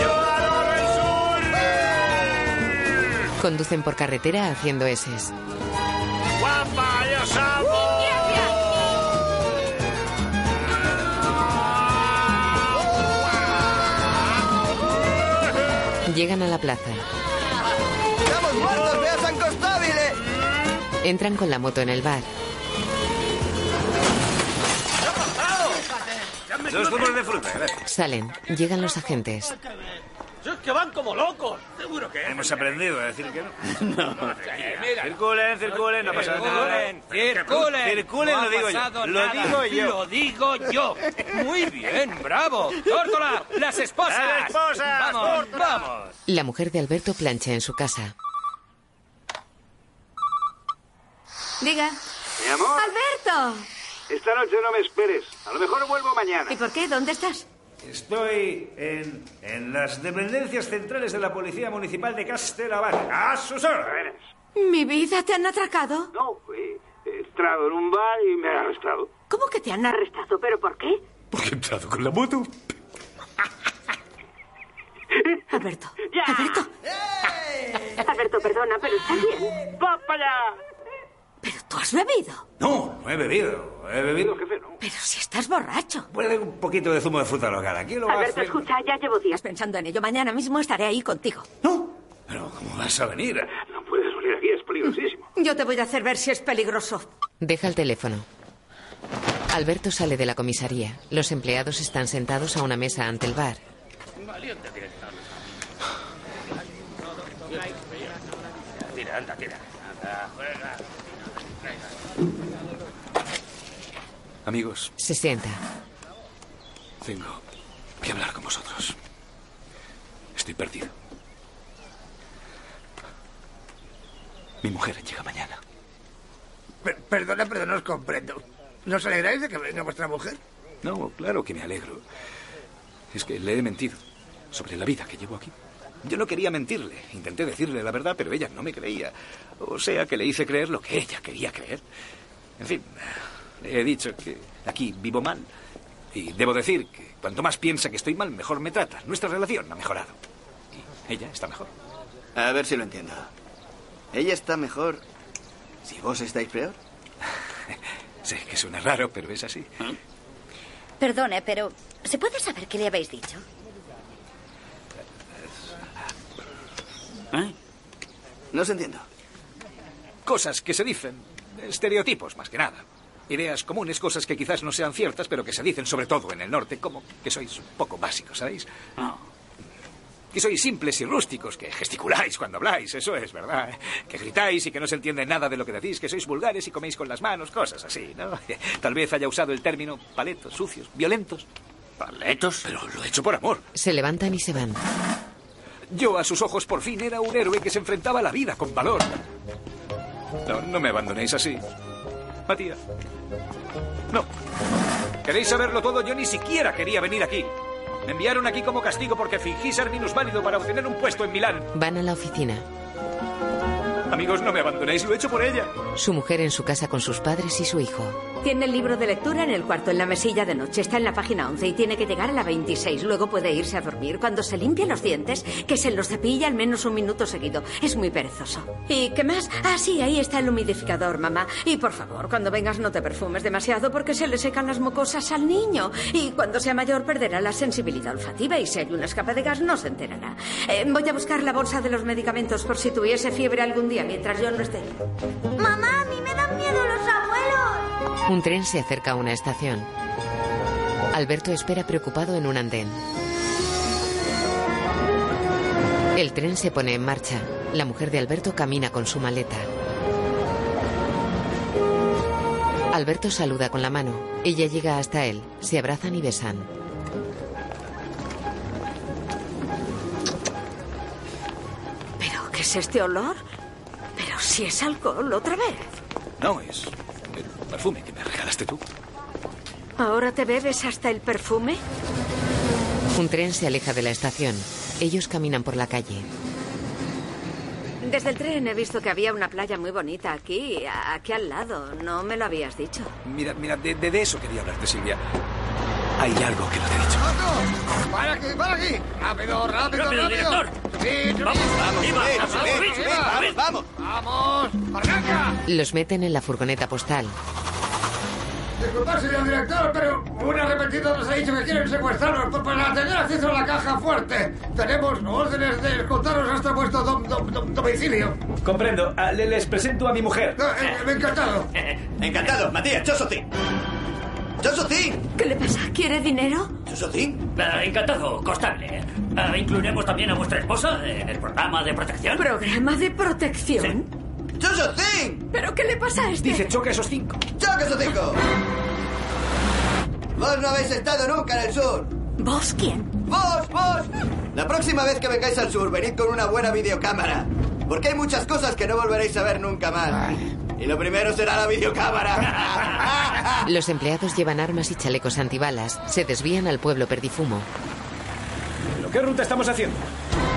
Speaker 3: ¡Yo adoro el
Speaker 2: Conducen por carretera haciendo eses.
Speaker 3: sur! ¡Guapa, yo
Speaker 2: Llegan a la plaza.
Speaker 12: ¡Estamos muertos, vea San Costabile!
Speaker 2: Entran con la moto en el bar.
Speaker 3: Dos zumos de fruta, ¿eh? gracias.
Speaker 2: Salen. Llegan los agentes.
Speaker 3: Es que van como locos. Seguro que Hemos aprendido a decir que no. no. Circulen, circulen, no pasa nada.
Speaker 4: Circulen, circulen.
Speaker 3: Circulen,
Speaker 4: No ha
Speaker 3: lo digo yo.
Speaker 4: pasado
Speaker 3: Lo
Speaker 4: nada.
Speaker 3: digo yo.
Speaker 4: Lo digo yo. Muy bien, bravo. Tórtola, las esposas.
Speaker 3: Las esposas,
Speaker 4: Vamos,
Speaker 3: Tórtola.
Speaker 4: vamos.
Speaker 2: La mujer de Alberto plancha en su casa.
Speaker 31: Diga.
Speaker 5: Mi amor,
Speaker 31: Alberto.
Speaker 5: esta noche no me esperes. A lo mejor vuelvo mañana.
Speaker 31: ¿Y por qué? ¿Dónde estás?
Speaker 3: Estoy en, en las dependencias centrales de la Policía Municipal de Castelavana. ¡A sus órdenes!
Speaker 31: Mi vida, ¿te han atracado?
Speaker 5: He entrado en un bar y me han arrestado.
Speaker 35: ¿Cómo que te han arrestado? ¿Pero por qué?
Speaker 3: ¿Por qué he entrado con la moto?
Speaker 35: Alberto. Alberto. Alberto, perdona, pero está bien.
Speaker 36: ¡Va para allá!
Speaker 35: Pero tú has bebido.
Speaker 3: No, no he bebido. He bebido, jefe, no.
Speaker 35: Pero si estás borracho.
Speaker 3: Puede un poquito de zumo de fruta local. Aquí lo va a
Speaker 35: Alberto,
Speaker 3: hacer.
Speaker 35: escucha, ya llevo días pensando en ello. Mañana mismo estaré ahí contigo.
Speaker 3: Pero, ¿cómo vas a venir?
Speaker 36: No puedes venir aquí, es peligrosísimo.
Speaker 35: Yo te voy a hacer ver si es peligroso.
Speaker 2: Deja el teléfono. Alberto sale de la comisaría. Los empleados están sentados a una mesa ante el bar.
Speaker 17: Valiente director. Tira, anda, tira. Anda, juega.
Speaker 3: Amigos,
Speaker 2: Se sienta.
Speaker 3: tengo que hablar con vosotros. Estoy perdido. Mi mujer llega mañana.
Speaker 37: Per- perdona, pero no os comprendo. ¿No os alegráis de que venga vuestra mujer?
Speaker 3: No, claro que me alegro. Es que le he mentido sobre la vida que llevo aquí. Yo no quería mentirle. Intenté decirle la verdad, pero ella no me creía. O sea que le hice creer lo que ella quería creer. En fin, le he dicho que aquí vivo mal. Y debo decir que cuanto más piensa que estoy mal, mejor me trata. Nuestra relación ha mejorado. Y ella está mejor.
Speaker 12: A ver si lo entiendo. Ella está mejor si vos estáis peor.
Speaker 3: Sé que suena raro, pero es así.
Speaker 12: ¿Eh?
Speaker 20: Perdone, pero ¿se puede saber qué le habéis dicho?
Speaker 12: No os entiendo.
Speaker 3: Cosas que se dicen. Estereotipos, más que nada. Ideas comunes, cosas que quizás no sean ciertas, pero que se dicen sobre todo en el norte, como que sois un poco básicos, ¿sabéis? Que sois simples y rústicos, que gesticuláis cuando habláis, eso es verdad. ¿eh? Que gritáis y que no se entiende nada de lo que decís, que sois vulgares y coméis con las manos, cosas así, ¿no? Tal vez haya usado el término paletos, sucios, violentos. ¿Paletos? Pero lo he hecho por amor.
Speaker 2: Se levantan y se van.
Speaker 3: Yo a sus ojos por fin era un héroe que se enfrentaba a la vida con valor. No, no me abandonéis así. Matías. No. ¿Queréis saberlo todo? Yo ni siquiera quería venir aquí. Me enviaron aquí como castigo porque fingí ser minusválido para obtener un puesto en Milán.
Speaker 2: Van a la oficina.
Speaker 3: Amigos, no me abandonéis, lo he hecho por ella.
Speaker 2: Su mujer en su casa con sus padres y su hijo.
Speaker 5: Tiene el libro de lectura en el cuarto, en la mesilla de noche. Está en la página 11 y tiene que llegar a la 26. Luego puede irse a dormir. Cuando se limpie los dientes, que se los cepille al menos un minuto seguido. Es muy perezoso. ¿Y qué más? Ah, sí, ahí está el humidificador, mamá. Y por favor, cuando vengas no te perfumes demasiado porque se le secan las mucosas al niño. Y cuando sea mayor perderá la sensibilidad olfativa y si hay una escapa de gas no se enterará. Eh, voy a buscar la bolsa de los medicamentos por si tuviese fiebre algún día mientras yo no esté.
Speaker 4: Mamá, a mí me dan miedo los abuelos.
Speaker 2: Un tren se acerca a una estación. Alberto espera preocupado en un andén. El tren se pone en marcha. La mujer de Alberto camina con su maleta. Alberto saluda con la mano. Ella llega hasta él. Se abrazan y besan.
Speaker 35: ¿Pero qué es este olor? Pero si es alcohol, otra vez.
Speaker 3: No, es el perfume que me regalaste tú.
Speaker 35: ¿Ahora te bebes hasta el perfume?
Speaker 2: Un tren se aleja de la estación. Ellos caminan por la calle.
Speaker 5: Desde el tren he visto que había una playa muy bonita aquí, a- aquí al lado. No me lo habías dicho.
Speaker 3: Mira, mira, de, de- de eso quería hablarte, Silvia. Hay algo que no te he dicho.
Speaker 11: ¡Para aquí, para aquí! ¡Rápido, rápido, rápido!
Speaker 3: Rápido, director.
Speaker 11: ¡Vamos,
Speaker 3: vamos,
Speaker 11: viva,
Speaker 38: subid, subid,
Speaker 11: vamos, vamos! ¡Vamos! ¡Arranca!
Speaker 2: Los meten en la furgoneta postal.
Speaker 11: Disculpad, señor director, pero un arrepentido nos ha dicho que quieren secuestrarnos por- para tener acceso a la caja fuerte. Tenemos órdenes de escoltaros hasta vuestro dom- dom- dom- domicilio. eh,
Speaker 3: Comprendo. Ah, le- les presento a mi mujer.
Speaker 11: encantado.
Speaker 12: Encantado, Matías, Chosotín. ¡Chosotín!
Speaker 35: ¿Qué le pasa? ¿Quiere dinero?
Speaker 12: ¿Chosotín?
Speaker 17: Ah,
Speaker 39: encantado, constable. Ah, ¿Incluiremos también a vuestra esposa en el programa de protección?
Speaker 35: ¿Programa de protección? ¿Pero qué le pasa a este?
Speaker 3: Dice, choca esos cinco.
Speaker 12: ¡Choca esos cinco! Vos no habéis estado nunca en el sur.
Speaker 35: ¿Vos quién?
Speaker 12: ¡Vos, vos! La próxima vez que vengáis al sur, venid con una buena videocámara. Porque hay muchas cosas que no volveréis a ver nunca más. Y lo primero será la videocámara.
Speaker 2: Los empleados llevan armas y chalecos antibalas. Se desvían al pueblo perdifumo.
Speaker 3: ¿Pero qué ruta estamos haciendo?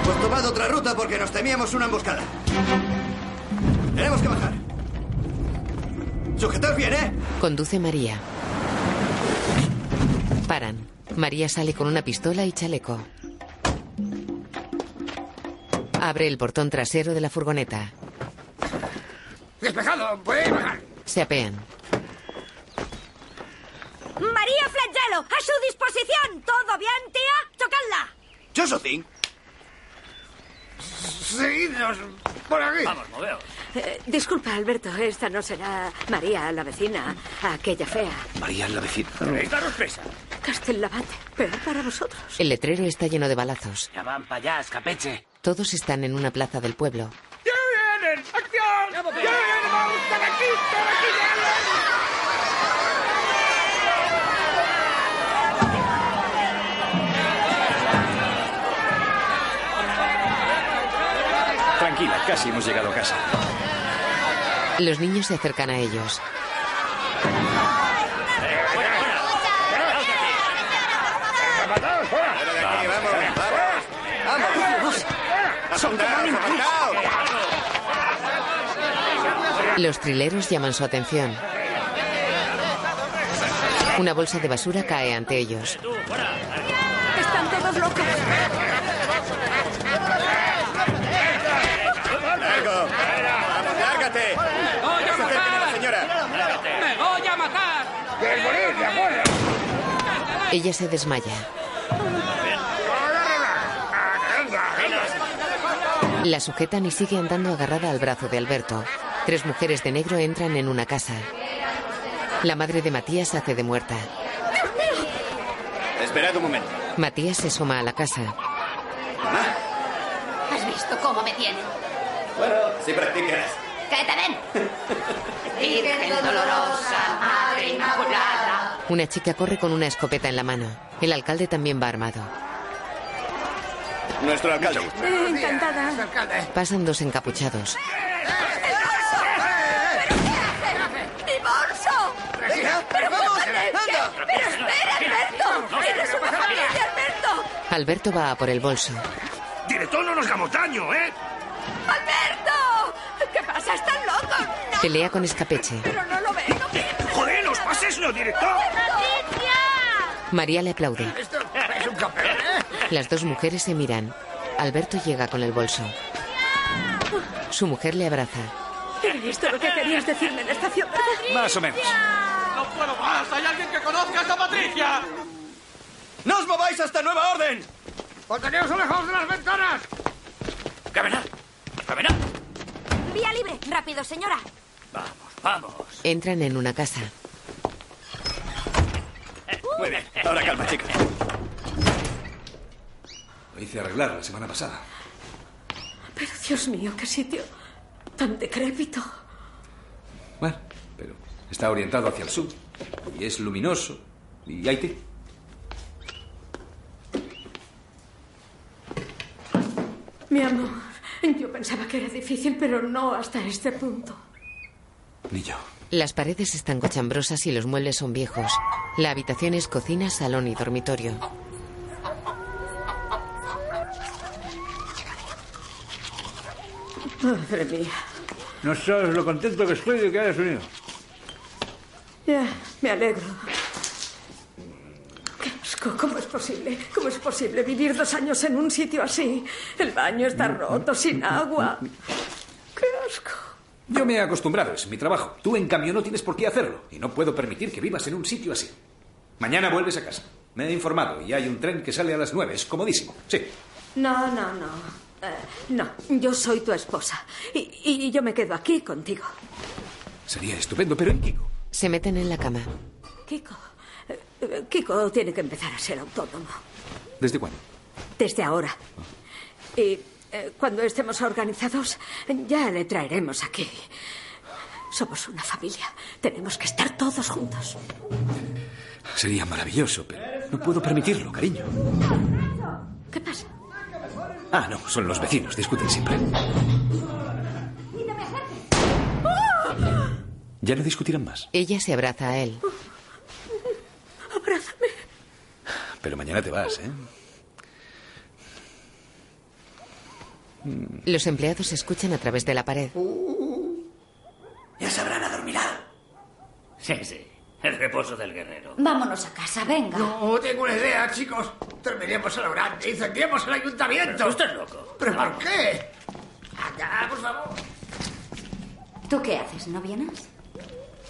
Speaker 12: Pues tomad otra ruta porque nos temíamos una emboscada. Tenemos que bajar. Sujetaos bien, ¿eh?
Speaker 2: Conduce María. Paran. María sale con una pistola y chaleco. Abre el portón trasero de la furgoneta.
Speaker 11: ¡Despejado! pues. ¡Puede bajar!
Speaker 2: Se apean.
Speaker 20: María Flagelo, a su disposición. ¿Todo bien, tía? ¡Chocadla!
Speaker 12: Josephine.
Speaker 11: Seguidnos por aquí.
Speaker 17: Vamos, moveos.
Speaker 5: Eh, disculpa, Alberto, esta no será María, la vecina, aquella fea.
Speaker 3: María la vecina.
Speaker 17: Daros presa.
Speaker 5: Castellabate, peor para vosotros.
Speaker 2: El letrero está lleno de balazos.
Speaker 17: Ya van para allá, escapeche.
Speaker 2: Todos están en una plaza del pueblo.
Speaker 11: ¡Ya vienen! ¡Acción! ¡Ya vienen! ¡Vamos para aquí! ¡Para aquí!
Speaker 3: Tranquila, casi hemos llegado a casa.
Speaker 2: Los niños se acercan a ellos.
Speaker 12: ¡Son
Speaker 2: Los trileros llaman su atención. Una bolsa de basura cae ante ellos.
Speaker 5: Están todos locos.
Speaker 12: ¡Largo! ¡Vamos, lárgate!
Speaker 4: ¡Voy a
Speaker 12: ¡Se te viene la
Speaker 4: matar!
Speaker 12: señora!
Speaker 4: ¡Me voy a matar!
Speaker 11: ¡Quieres morir, de
Speaker 3: pues.
Speaker 11: acuerdo!
Speaker 2: Ella se desmaya. La sujetan y sigue andando agarrada al brazo de Alberto. Tres mujeres de negro entran en una casa. La madre de Matías hace de muerta.
Speaker 12: Esperad un momento.
Speaker 2: Matías se soma a la casa.
Speaker 7: ¿Has visto cómo me tienen?
Speaker 12: Bueno, si practicarás.
Speaker 7: ¡Que te den! Virgen dolorosa, Madre Inmaculada.
Speaker 2: Una chica corre con una escopeta en la mano. El alcalde también va armado.
Speaker 12: Nuestro alcalde.
Speaker 5: Encantada.
Speaker 2: Pasan dos encapuchados.
Speaker 20: ¡Divorcio! ¡Pero
Speaker 12: vamos,
Speaker 20: Juan,
Speaker 12: anda.
Speaker 20: ¡Pero espera, Alberto! ¡Eres una familia de Alberto!
Speaker 2: Alberto va a por el bolso.
Speaker 11: eh. Director, no nos hagamos daño, ¿eh?
Speaker 20: ¡Alberto! ¿Qué pasa? ¡Están locos!
Speaker 2: Pelea con escapeche.
Speaker 20: ¡Pero no lo ves! ¡No piensas!
Speaker 11: ¡Joder, los pases, no, director!
Speaker 2: María le aplaude.
Speaker 11: Es un campeón, ¿eh?
Speaker 2: Las dos mujeres se miran. Alberto llega con el bolso. Su mujer le abraza.
Speaker 5: Era esto lo que querías decirme en la estación,
Speaker 3: Más o menos.
Speaker 4: ¡No puedo más! ¡Hay alguien que conozca a esa Patricia!
Speaker 12: ¡No os mováis hasta nueva orden!
Speaker 11: ¡Manteneos alejados de las ventanas!
Speaker 17: ¡Caminad! ¡Caminad!
Speaker 20: ¡Vía libre! ¡Rápido, señora!
Speaker 17: ¡Vamos!
Speaker 2: Entran en una casa.
Speaker 12: Muy bien. Ahora calma, chicos.
Speaker 3: Lo hice arreglar la semana pasada.
Speaker 5: Pero Dios mío, qué sitio tan decrépito.
Speaker 3: Bueno, pero está orientado hacia el sur. Y es luminoso. Y hay té.
Speaker 5: Mi amor, yo pensaba que era difícil, pero no hasta este punto.
Speaker 3: Ni yo.
Speaker 2: Las paredes están cochambrosas y los muebles son viejos. La habitación es cocina, salón y dormitorio.
Speaker 5: Madre mía.
Speaker 40: No sabes lo contento que estoy de que hayas venido.
Speaker 5: Ya, me alegro. Qué asco, ¿cómo es posible? ¿Cómo es posible vivir dos años en un sitio así? El baño está roto, sin agua. Qué asco.
Speaker 3: Yo me he acostumbrado, es mi trabajo. Tú, en cambio, no tienes por qué hacerlo. Y no puedo permitir que vivas en un sitio así. Mañana vuelves a casa. Me he informado y hay un tren que sale a las nueve. Es comodísimo. Sí.
Speaker 5: No, no, no. Eh, no, yo soy tu esposa. Y, y yo me quedo aquí contigo.
Speaker 3: Sería estupendo, pero ¿y Kiko?
Speaker 2: Se meten en la cama.
Speaker 5: Kiko. eh, eh, Kiko tiene que empezar a ser autónomo.
Speaker 3: ¿Desde cuándo?
Speaker 5: Desde ahora. Y eh, cuando estemos organizados, ya le traeremos aquí. Somos una familia. Tenemos que estar todos juntos.
Speaker 3: Sería maravilloso, pero no puedo permitirlo, cariño.
Speaker 5: ¿Qué pasa?
Speaker 3: Ah, no, son los vecinos, discuten siempre. Ya no discutirán más,
Speaker 2: Ella se abraza a él.
Speaker 3: pero mañana te vas, ¿eh?
Speaker 2: Los empleados escuchan a través de la pared.
Speaker 17: Ya sabrán adormilar. Sí, sí.
Speaker 41: El reposo del guerrero.
Speaker 20: Vámonos a casa, venga.
Speaker 11: No, tengo una idea, chicos. Terminemos a lo grande, incendiemos el ayuntamiento.
Speaker 41: Pero tú estás loco.
Speaker 11: ¿Pero por qué? Allá, por favor.
Speaker 20: ¿Tú qué haces? ¿No vienes?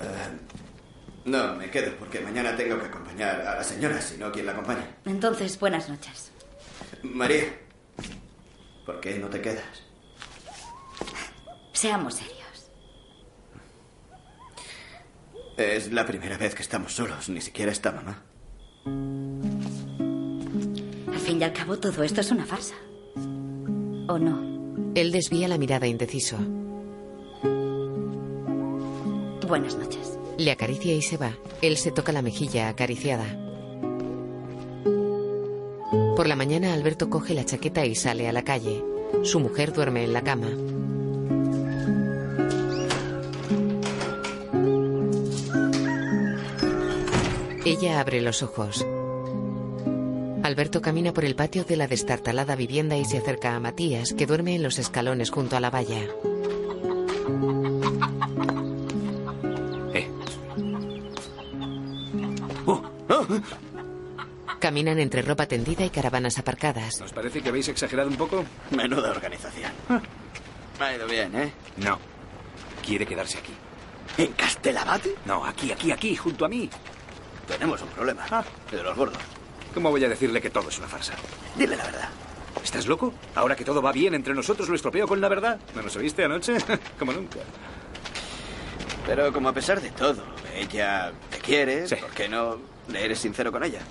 Speaker 12: Eh, no, me quedo porque mañana tengo que acompañar a la señora, si no, ¿quién la acompaña?
Speaker 20: Entonces, buenas noches.
Speaker 12: María, ¿por qué no te quedas?
Speaker 20: Seamos serios.
Speaker 12: Es la primera vez que estamos solos, ni siquiera está mamá.
Speaker 20: Al fin y al cabo, todo esto es una farsa. ¿O no?
Speaker 2: Él desvía la mirada indeciso.
Speaker 20: Buenas noches.
Speaker 2: Le acaricia y se va. Él se toca la mejilla acariciada. Por la mañana, Alberto coge la chaqueta y sale a la calle. Su mujer duerme en la cama. Ella abre los ojos. Alberto camina por el patio de la destartalada vivienda y se acerca a Matías, que duerme en los escalones junto a la valla. Caminan entre ropa tendida y caravanas aparcadas.
Speaker 3: ¿Os parece que habéis exagerado un poco? Ah.
Speaker 12: Menuda organización. Ha ido bien, ¿eh?
Speaker 3: No. Quiere quedarse aquí.
Speaker 12: ¿En Castelabate?
Speaker 3: No, aquí, aquí, aquí, junto a mí. Ah.
Speaker 12: Tenemos un problema. El de los gordos.
Speaker 3: ¿Cómo voy a decirle que todo es una farsa?
Speaker 12: Dile la verdad.
Speaker 3: ¿Estás loco? Ahora que todo va bien entre nosotros, lo estropeo con la verdad. ¿No nos oíste anoche? Como nunca.
Speaker 12: Pero como a pesar de todo, ella te quiere, ¿por qué no le eres sincero con ella?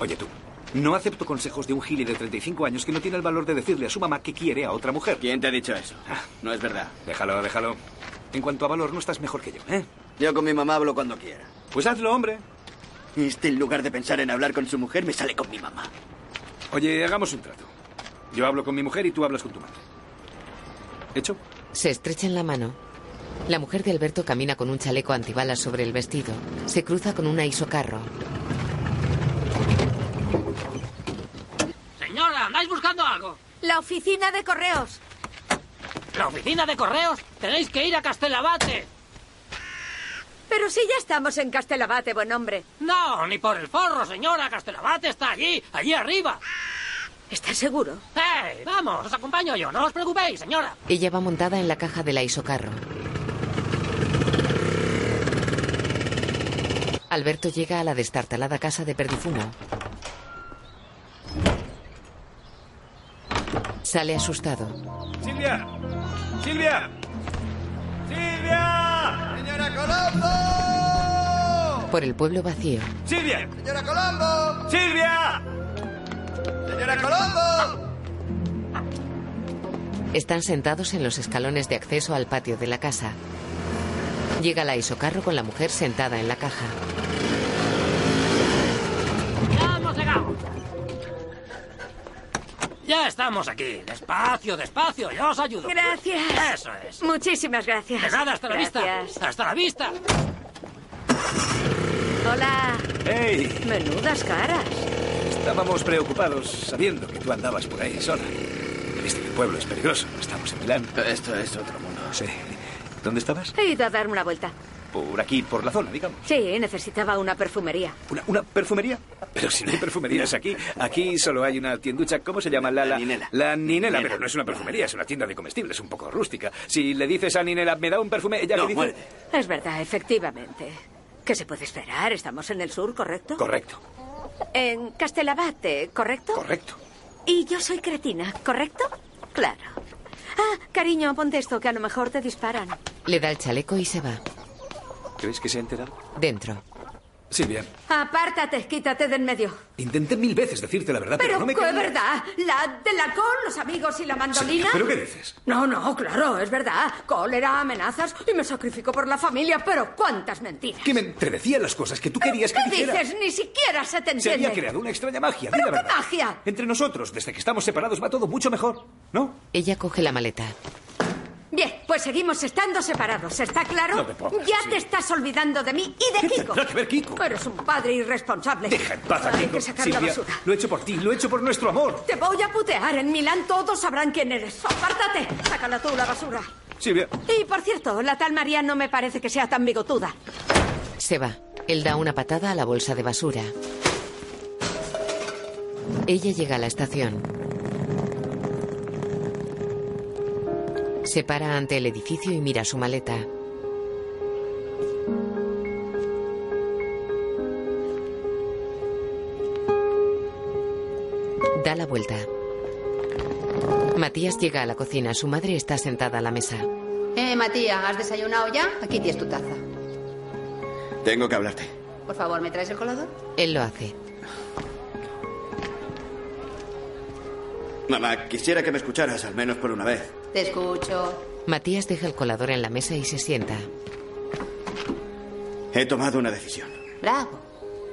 Speaker 3: Oye tú, no acepto consejos de un gili de 35 años que no tiene el valor de decirle a su mamá que quiere a otra mujer.
Speaker 12: ¿Quién te ha dicho eso? No es verdad.
Speaker 3: Déjalo, déjalo. En cuanto a valor, no estás mejor que yo, ¿eh?
Speaker 12: Yo con mi mamá hablo cuando quiera.
Speaker 3: Pues hazlo, hombre.
Speaker 12: Este, en lugar de pensar en hablar con su mujer, me sale con mi mamá.
Speaker 3: Oye, hagamos un trato. Yo hablo con mi mujer y tú hablas con tu madre. ¿Hecho?
Speaker 2: Se estrechan la mano. La mujer de Alberto camina con un chaleco antibalas sobre el vestido. Se cruza con una isocarro.
Speaker 17: Señora, ¿andáis buscando algo?
Speaker 5: La oficina de correos.
Speaker 17: La oficina de correos. Tenéis que ir a Castelabate.
Speaker 5: Pero si ya estamos en Castelabate, buen hombre.
Speaker 17: No, ni por el forro, señora. Castelabate está allí, allí arriba.
Speaker 5: ¿Estás seguro?
Speaker 17: ¡Eh! Vamos, os acompaño yo. No os preocupéis, señora.
Speaker 2: Ella va montada en la caja de la isocarro. Alberto llega a la destartalada casa de Perdifumo. Sale asustado.
Speaker 3: ¡Silvia! ¡Silvia! ¡Silvia!
Speaker 42: ¡Señora Colombo!
Speaker 2: Por el pueblo vacío.
Speaker 3: ¡Silvia!
Speaker 42: ¡Señora Colombo!
Speaker 3: ¡Silvia!
Speaker 42: ¡Señora Colombo!
Speaker 2: Están sentados en los escalones de acceso al patio de la casa. Llega la isocarro con la mujer sentada en la caja.
Speaker 17: ¡Ya hemos llegado! Ya estamos aquí. Despacio, despacio. Yo os ayudo.
Speaker 5: Gracias.
Speaker 17: Eso es.
Speaker 5: Muchísimas gracias.
Speaker 17: De nada, hasta la
Speaker 5: Gracias.
Speaker 17: vista. Hasta la vista.
Speaker 5: Hola.
Speaker 3: ¡Ey!
Speaker 5: Menudas caras.
Speaker 3: Estábamos preocupados sabiendo que tú andabas por ahí sola. Este pueblo es peligroso. Estamos en Milán.
Speaker 12: Esto es otro mundo.
Speaker 3: Sí. ¿Dónde estabas?
Speaker 5: He ido a darme una vuelta.
Speaker 3: Por aquí, por la zona, digamos.
Speaker 5: Sí, necesitaba una perfumería.
Speaker 3: ¿Una, una perfumería? Pero si no hay perfumerías aquí. Aquí solo hay una tienducha, ¿cómo se llama? La, la
Speaker 12: Ninela.
Speaker 3: La Ninela, pero no es una perfumería, es una tienda de comestibles, un poco rústica. Si le dices a Ninela, me da un perfume, ella le dice...
Speaker 5: Es verdad, efectivamente. ¿Qué se puede esperar? Estamos en el sur, ¿correcto?
Speaker 3: Correcto,
Speaker 5: En Castelabate, ¿correcto?
Speaker 3: correcto.
Speaker 5: Y yo soy cretina, ¿correcto? Claro. Ah, cariño, ponte esto, que a lo mejor te disparan.
Speaker 2: Le da el chaleco y se va.
Speaker 3: ¿Crees que se ha enterado?
Speaker 2: Dentro.
Speaker 3: Sí, bien.
Speaker 5: Apártate, quítate de en medio.
Speaker 3: Intenté mil veces decirte la verdad, pero,
Speaker 5: Pero,
Speaker 3: no me
Speaker 5: ¿qué
Speaker 3: creías.
Speaker 5: verdad? ¿La de la col, los amigos y la mandolina?
Speaker 3: ¿Pero qué dices?
Speaker 5: No, no, claro, es verdad. Cólera, amenazas y me sacrifico por la familia, pero cuántas mentiras.
Speaker 3: Que me entredecía las cosas que tú querías que
Speaker 5: ¿Qué
Speaker 3: dijera.
Speaker 5: dices? Ni siquiera se te
Speaker 3: Se
Speaker 5: entiende.
Speaker 3: había creado una extraña magia, di
Speaker 5: ¿Pero
Speaker 3: la
Speaker 5: qué
Speaker 3: verdad.
Speaker 5: magia?
Speaker 3: Entre nosotros, desde que estamos separados, va todo mucho mejor, ¿no?
Speaker 2: Ella coge la maleta.
Speaker 5: Bien, pues seguimos estando separados, ¿está claro?
Speaker 3: No te pongas
Speaker 5: ya
Speaker 3: así.
Speaker 5: te estás olvidando de mí y de Kiko.
Speaker 3: tendrá que ver Kiko?
Speaker 5: Eres un padre irresponsable.
Speaker 3: Deja en paz a
Speaker 5: Hay
Speaker 3: Kiko.
Speaker 5: que sacar la
Speaker 3: Silvia,
Speaker 5: basura.
Speaker 3: lo he hecho por ti, lo he hecho por nuestro amor.
Speaker 5: Te voy a putear. En Milán todos sabrán quién eres. ¡Apártate! Sácala tú la basura.
Speaker 3: Silvia,
Speaker 5: Y por cierto, la tal María no me parece que sea tan bigotuda.
Speaker 2: Se va. Él da una patada a la bolsa de basura. Ella llega a la estación. Se para ante el edificio y mira su maleta. Da la vuelta. Matías llega a la cocina. Su madre está sentada a la mesa.
Speaker 7: Eh, Matías, ¿has desayunado ya? Aquí tienes tu taza.
Speaker 12: Tengo que hablarte.
Speaker 7: Por favor, ¿me traes el colador?
Speaker 2: Él lo hace.
Speaker 12: Mamá, quisiera que me escucharas al menos por una vez.
Speaker 7: Te escucho.
Speaker 2: Matías deja el colador en la mesa y se sienta.
Speaker 12: He tomado una decisión.
Speaker 7: Bravo.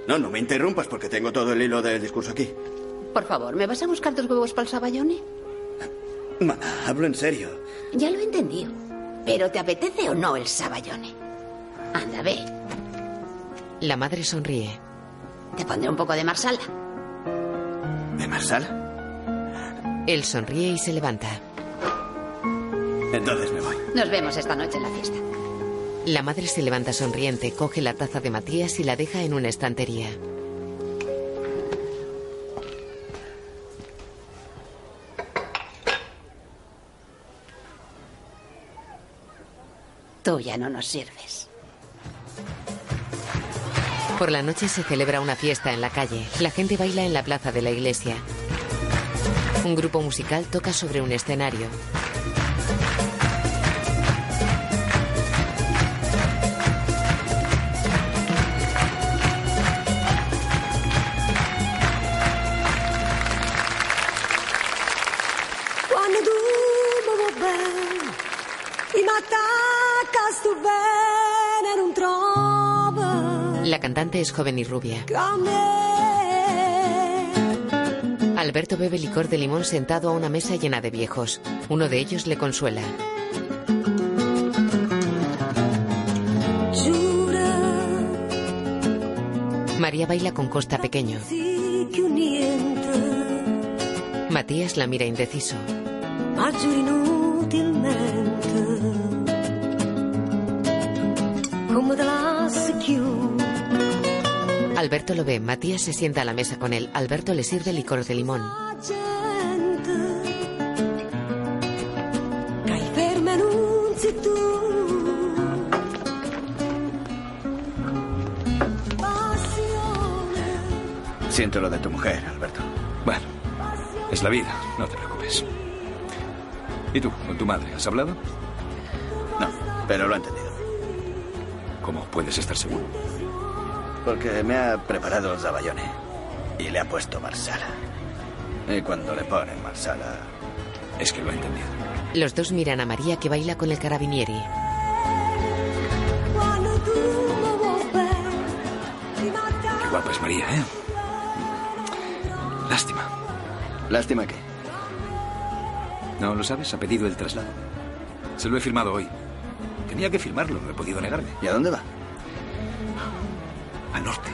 Speaker 12: No, no me interrumpas porque tengo todo el hilo del discurso aquí.
Speaker 7: Por favor, ¿me vas a buscar dos huevos para el sabayone?
Speaker 12: Mamá, hablo en serio.
Speaker 7: Ya lo he entendido. Pero ¿te apetece o no el sabayone? Anda, ve.
Speaker 2: La madre sonríe.
Speaker 7: Te pondré un poco de marsala.
Speaker 12: ¿De Marsala?
Speaker 2: Él sonríe y se levanta.
Speaker 12: Entonces me voy.
Speaker 7: Nos vemos esta noche en la fiesta.
Speaker 2: La madre se levanta sonriente, coge la taza de Matías y la deja en una estantería.
Speaker 7: Tú ya no nos sirves.
Speaker 2: Por la noche se celebra una fiesta en la calle. La gente baila en la plaza de la iglesia. Un grupo musical toca sobre un escenario.
Speaker 4: Quando dormono bene, i mattacca sto bene, non trovo
Speaker 2: La cantante es joven y rubia.
Speaker 4: come
Speaker 2: Alberto bebe licor de limón sentado a una mesa llena de viejos. Uno de ellos le consuela.
Speaker 4: giura
Speaker 2: María baila con Costa Pequeño.
Speaker 4: sì che niente,
Speaker 2: Matías la mira indeciso.
Speaker 4: ma giuro inutilmente. Come della chiude
Speaker 2: Alberto lo ve. Matías se sienta a la mesa con él. Alberto le sirve licor de limón.
Speaker 4: gente, che ferma non si tu.
Speaker 12: Siento lo de tu mujer, Alberto.
Speaker 3: Bueno, es la vida, no te preocupes. ¿Y tú, con tu madre, has hablado?
Speaker 12: No, pero lo he entendido.
Speaker 3: ¿Cómo puedes estar seguro?
Speaker 12: Porque me ha preparado el zabayone y le ha puesto marsala. Y cuando le ponen marsala...
Speaker 3: Es que lo he entendido.
Speaker 2: Los dos miran a María que baila con el carabinieri.
Speaker 3: Qué guapa es María, ¿eh? Lástima.
Speaker 12: Lástima que...
Speaker 3: ¿No lo sabes? Ha pedido el traslado. Se lo he firmado hoy. Tenía que firmarlo, no he podido negarme.
Speaker 12: ¿Y a dónde va?
Speaker 3: Al norte.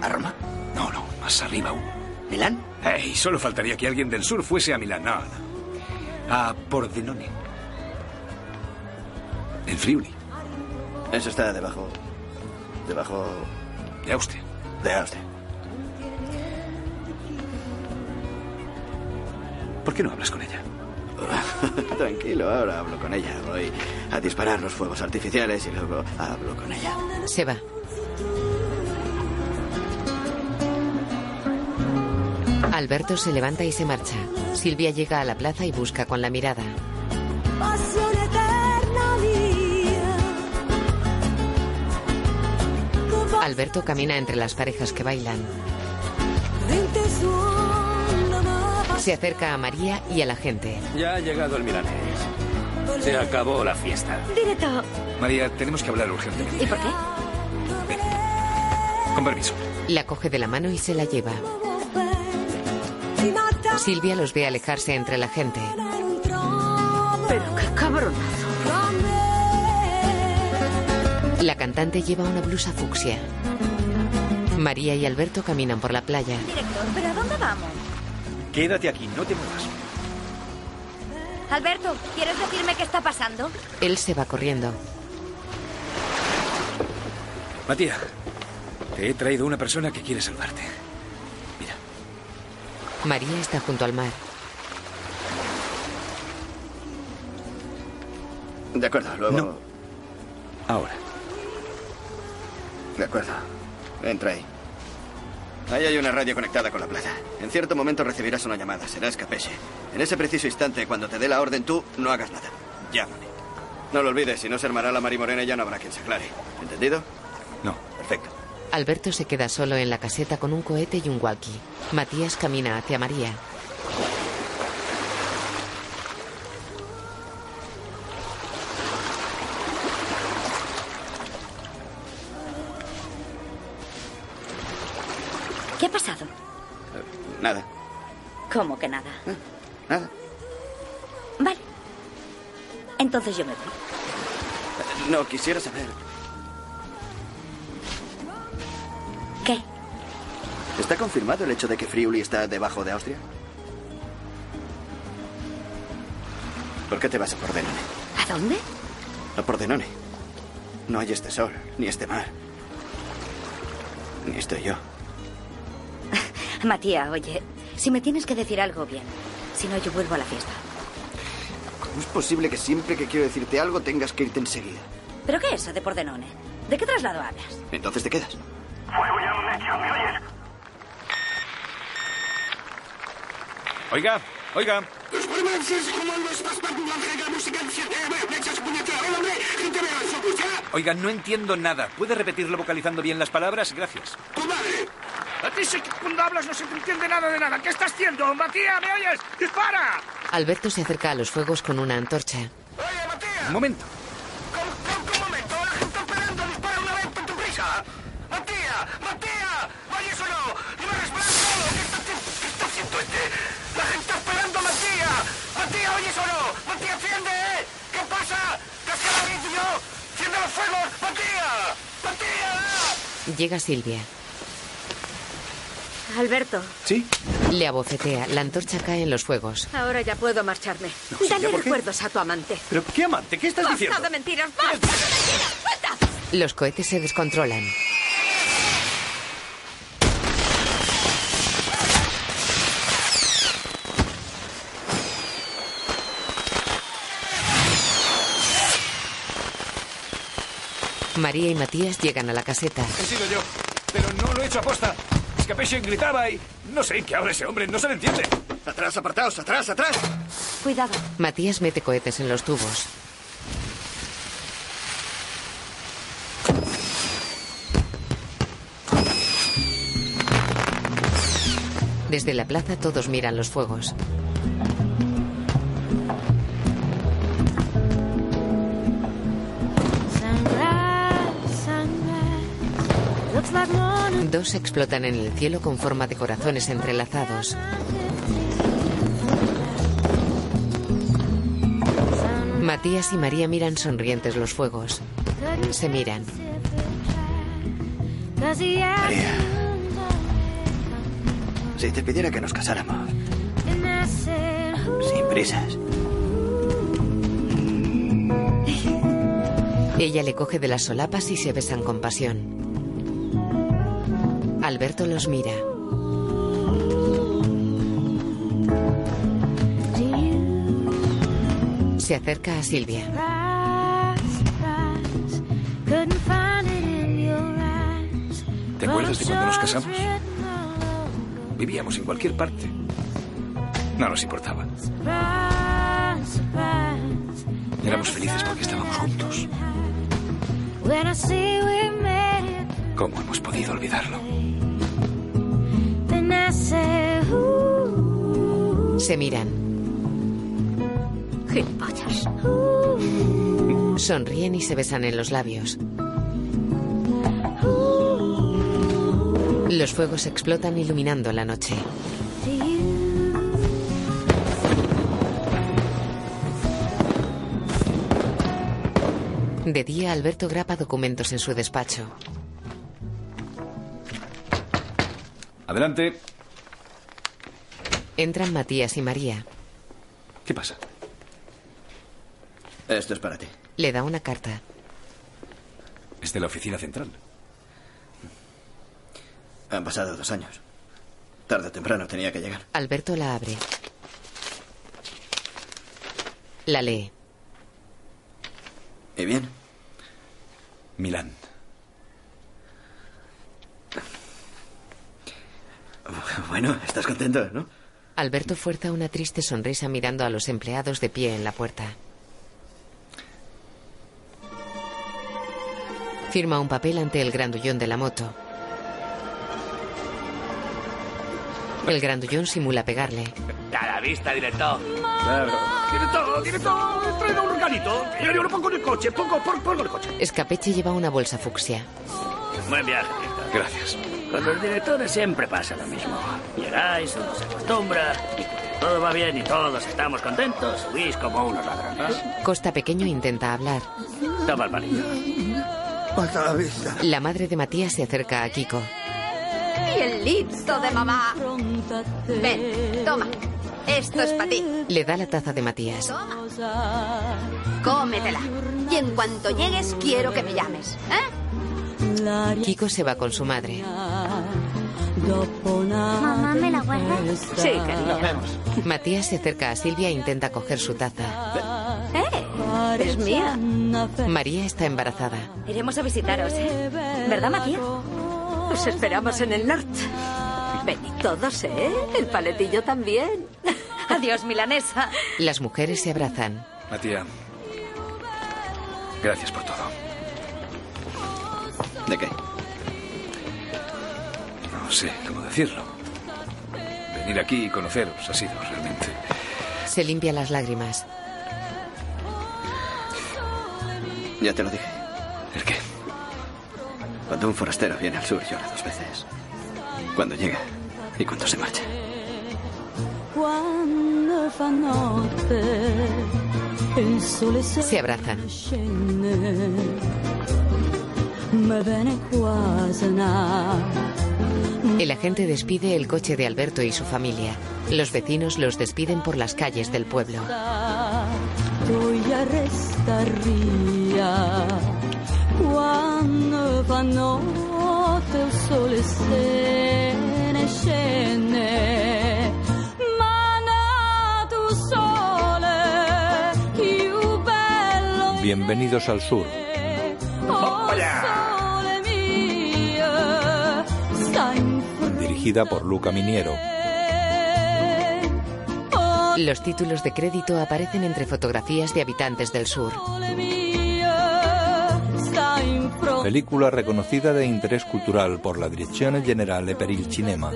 Speaker 12: ¿A Roma?
Speaker 3: No, no, más arriba aún.
Speaker 12: ¿Milán?
Speaker 3: ¡Ey! Solo faltaría que alguien del sur fuese a Milán. No, no. A Pordenone. En Friuli,
Speaker 12: Eso está debajo... Debajo
Speaker 3: de Austria.
Speaker 12: de Austria.
Speaker 3: ¿Por qué no hablas con ella?
Speaker 12: Tranquilo, ahora hablo con ella. Voy a disparar los fuegos artificiales y luego hablo con ella.
Speaker 2: Se va. Alberto se levanta y se marcha. Silvia llega a la plaza y busca con la mirada.
Speaker 4: Passione eterna mia,
Speaker 2: Alberto camina entre las parejas que bailan.
Speaker 4: vente suona,
Speaker 2: Se acerca a María y a la gente.
Speaker 43: Ya ha llegado el milanés. Se acabó la fiesta.
Speaker 44: Directo.
Speaker 3: María, tenemos que hablar urgentemente.
Speaker 44: ¿Y por qué?
Speaker 3: Con permiso.
Speaker 2: La coge de la mano y se la lleva. Silvia los ve alejarse entre la gente.
Speaker 44: Pero qué cabronazo.
Speaker 2: La cantante lleva una blusa fucsia. María y Alberto caminan por la playa.
Speaker 20: Director, ¿pero a dónde vamos?
Speaker 3: Quédate aquí, no te muevas.
Speaker 20: Alberto, ¿quieres decirme qué está pasando?
Speaker 2: Él se va corriendo.
Speaker 3: Matías, te he traído una persona que quiere salvarte.
Speaker 2: María está junto al mar.
Speaker 12: De acuerdo, luego.
Speaker 3: No. Ahora.
Speaker 12: De acuerdo. Entra ahí. Ahí hay una radio conectada con la plaza. En cierto momento recibirás una llamada. Será escapeche. En ese preciso instante, cuando te dé la orden, tú no hagas nada. Llámame. No lo olvides, si no se armará la marimorena y ya no habrá quien se aclare. ¿Entendido?
Speaker 3: No.
Speaker 12: Perfecto.
Speaker 2: Alberto se queda solo en la caseta con un cohete y un walkie. Matías camina hacia María.
Speaker 20: ¿Qué ha pasado?
Speaker 12: Eh, Nada.
Speaker 20: ¿Cómo que nada?
Speaker 12: Nada.
Speaker 20: Vale. Entonces yo me voy.
Speaker 12: No, quisiera saber.
Speaker 20: ¿Qué?
Speaker 12: ¿Está confirmado el hecho de que Friuli está debajo de Austria? ¿Por qué te vas a Pordenone?
Speaker 20: ¿A dónde?
Speaker 12: A Pordenone. No hay este sol, ni este mar. Ni estoy yo.
Speaker 20: Matías, oye, si me tienes que decir algo bien, si no yo vuelvo a la fiesta.
Speaker 12: ¿Cómo es posible que siempre que quiero decirte algo tengas que irte enseguida?
Speaker 20: ¿Pero qué es eso de Pordenone? ¿De qué traslado hablas?
Speaker 12: Entonces te quedas.
Speaker 3: Oiga, oiga. Oiga, no entiendo nada. ¿Puede repetirlo vocalizando bien las palabras? Gracias.
Speaker 45: ¡Tu madre! A ti sí que cuando hablas no se te entiende nada de nada. ¿Qué estás haciendo, Matías? ¿Me oyes? ¡Dispara!
Speaker 2: Alberto se acerca a los fuegos con una antorcha.
Speaker 3: Un momento.
Speaker 11: este? ¡La gente esperando a Matías! ¡Matías, oyes o no! ¡Matías, enciende! eh! ¿Qué pasa? ¿Qué hace la vida yo? ¡Enciende los fuegos! ¡Matías!
Speaker 2: Llega Silvia.
Speaker 5: Alberto,
Speaker 3: ¿Sí?
Speaker 2: Le abofetea. La antorcha cae en los fuegos.
Speaker 5: ahora ya puedo marcharme. Dale recuerdos a tu amante.
Speaker 3: ¿Pero qué amante? ¿Qué
Speaker 5: basta de mentiras, basta de mentiras, basta.
Speaker 2: Los cohetes se descontrolan. María y Matías llegan a la caseta.
Speaker 3: He sido yo, pero no lo he hecho aposta. Escapeche gritaba y... No sé, ¿qué habla ese hombre? No se le entiende.
Speaker 12: Atrás, apartaos, atrás, atrás.
Speaker 20: Cuidado.
Speaker 2: Matías mete cohetes en los tubos. Desde la plaza todos miran los fuegos.
Speaker 14: Sunrise, sunrise. Looks like morning.
Speaker 2: Dos explotan en el cielo con forma de corazones entrelazados. Matías y María miran sonrientes los fuegos. Se miran.
Speaker 14: Cause the afternoon's
Speaker 12: Si te pidiera que nos casáramos,
Speaker 14: up and I said,
Speaker 12: sin prisas.
Speaker 2: Ella le coge de las solapas y se besan con pasión. Alberto los mira. Se acerca a Silvia.
Speaker 14: "Rise, rise." Couldn't find it in your eyes.
Speaker 3: ¿Te acuerdas de cuando nos casamos? Vivíamos en cualquier parte. No nos importaba.
Speaker 14: Rise, rise.
Speaker 3: Éramos felices porque estábamos juntos.
Speaker 14: When I see we made it,
Speaker 3: ¿Cómo hemos podido olvidarlo?
Speaker 14: then I say, "Ooh, uh,
Speaker 2: Se miran.
Speaker 5: Gilipollas.
Speaker 2: Sonríen y se besan en los labios.
Speaker 4: Uh,
Speaker 2: Los fuegos explotan iluminando la noche. De día, Alberto graba documentos en su despacho.
Speaker 3: Adelante.
Speaker 2: Entran Matías y María.
Speaker 3: ¿Qué pasa?
Speaker 12: Esto es para ti.
Speaker 2: Le da una carta.
Speaker 3: Es de la oficina central.
Speaker 12: Han pasado dos años. Tarde o temprano tenía que llegar.
Speaker 2: Alberto la abre. La lee.
Speaker 12: ¿Y bien?
Speaker 3: Milán.
Speaker 12: Bueno, estás contento, ¿no?
Speaker 2: Alberto fuerza una triste sonrisa mirando a los empleados de pie en la puerta. Firma un papel ante el grandullón de la moto. El grandullón simula pegarle.
Speaker 17: A la vista, director.
Speaker 12: Claro.
Speaker 11: Director, director, trae un organito. Mira, yo lo pongo en el coche. Pongo, pongo, pongo en el coche.
Speaker 2: Escapeche lleva una bolsa fucsia.
Speaker 17: Buen viaje, director.
Speaker 3: Gracias.
Speaker 17: Con los directores siempre pasa lo mismo. Llegáis, uno se acostumbra, y todo va bien y todos estamos contentos. Subís como unos ladrones.
Speaker 2: Costa Pequeño intenta hablar.
Speaker 17: Toma el palillo.
Speaker 2: La madre de Matías se acerca a Kiko.
Speaker 7: Y el listo de mamá. Ven, toma. Esto es para ti.
Speaker 2: Le da la taza de Matías.
Speaker 7: Toma. Cómetela. Y en cuanto llegues, quiero que me llames. ¿eh?
Speaker 2: Kiko se va con su madre.
Speaker 4: Mamá, ¿me la guardas?
Speaker 7: Sí, cariño. Nos vemos.
Speaker 2: Matías se acerca a Silvia e intenta coger su taza.
Speaker 5: ¡Eh! Es mía.
Speaker 2: María está embarazada.
Speaker 5: Iremos a visitaros, ¿eh? ¿Verdad, Matías?
Speaker 7: Os esperamos en el norte. Venid todos, ¿eh? El paletillo también.
Speaker 5: Adiós, milanesa.
Speaker 2: Las mujeres se abrazan.
Speaker 3: Matías, gracias por todo.
Speaker 12: ¿De qué?
Speaker 3: No sé cómo decirlo. Venir aquí y conoceros ha sido realmente.
Speaker 2: Se limpia las lágrimas.
Speaker 12: Ya te lo dije.
Speaker 3: ¿El qué?
Speaker 12: Cuando un forastero viene al sur llora dos veces. Cuando llega y cuando se marcha.
Speaker 2: Si abrazan. El agente despide el coche de Alberto y su familia. Los vecinos los despiden por las calles del pueblo.
Speaker 1: Bienvenidos al sur.
Speaker 14: oh,
Speaker 1: Dirigida por Luca Miniero.
Speaker 2: Los títulos de crédito aparecen entre fotografías de habitantes del sur.
Speaker 1: Película reconocida de interés cultural por la Dirección Generale per il Cinema.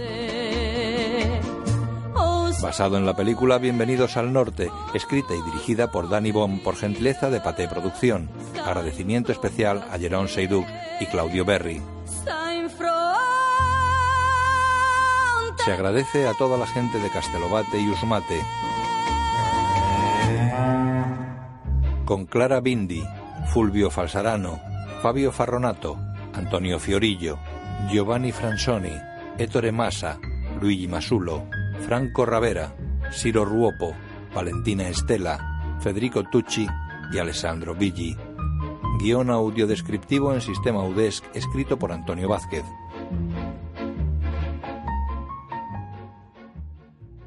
Speaker 1: Basado en la película Bienvenidos al Norte, escrita y dirigida por Danny Bohm por gentileza de Paté Producción. Agradecimiento especial a Jerón Seydoux y Claudio Berry. Se agradece a toda la gente de Castelobate y Usmate. Con Clara Bindi, Fulvio Falsarano, Fabio Farronato, Antonio Fiorillo, Giovanni Fransoni, Ettore Massa, Luigi Masulo, Franco Ravera, Ciro Ruopo, Valentina Estela, Federico Tucci y Alessandro Villi. Guión audiodescriptivo en sistema UDESC escrito por Antonio Vázquez.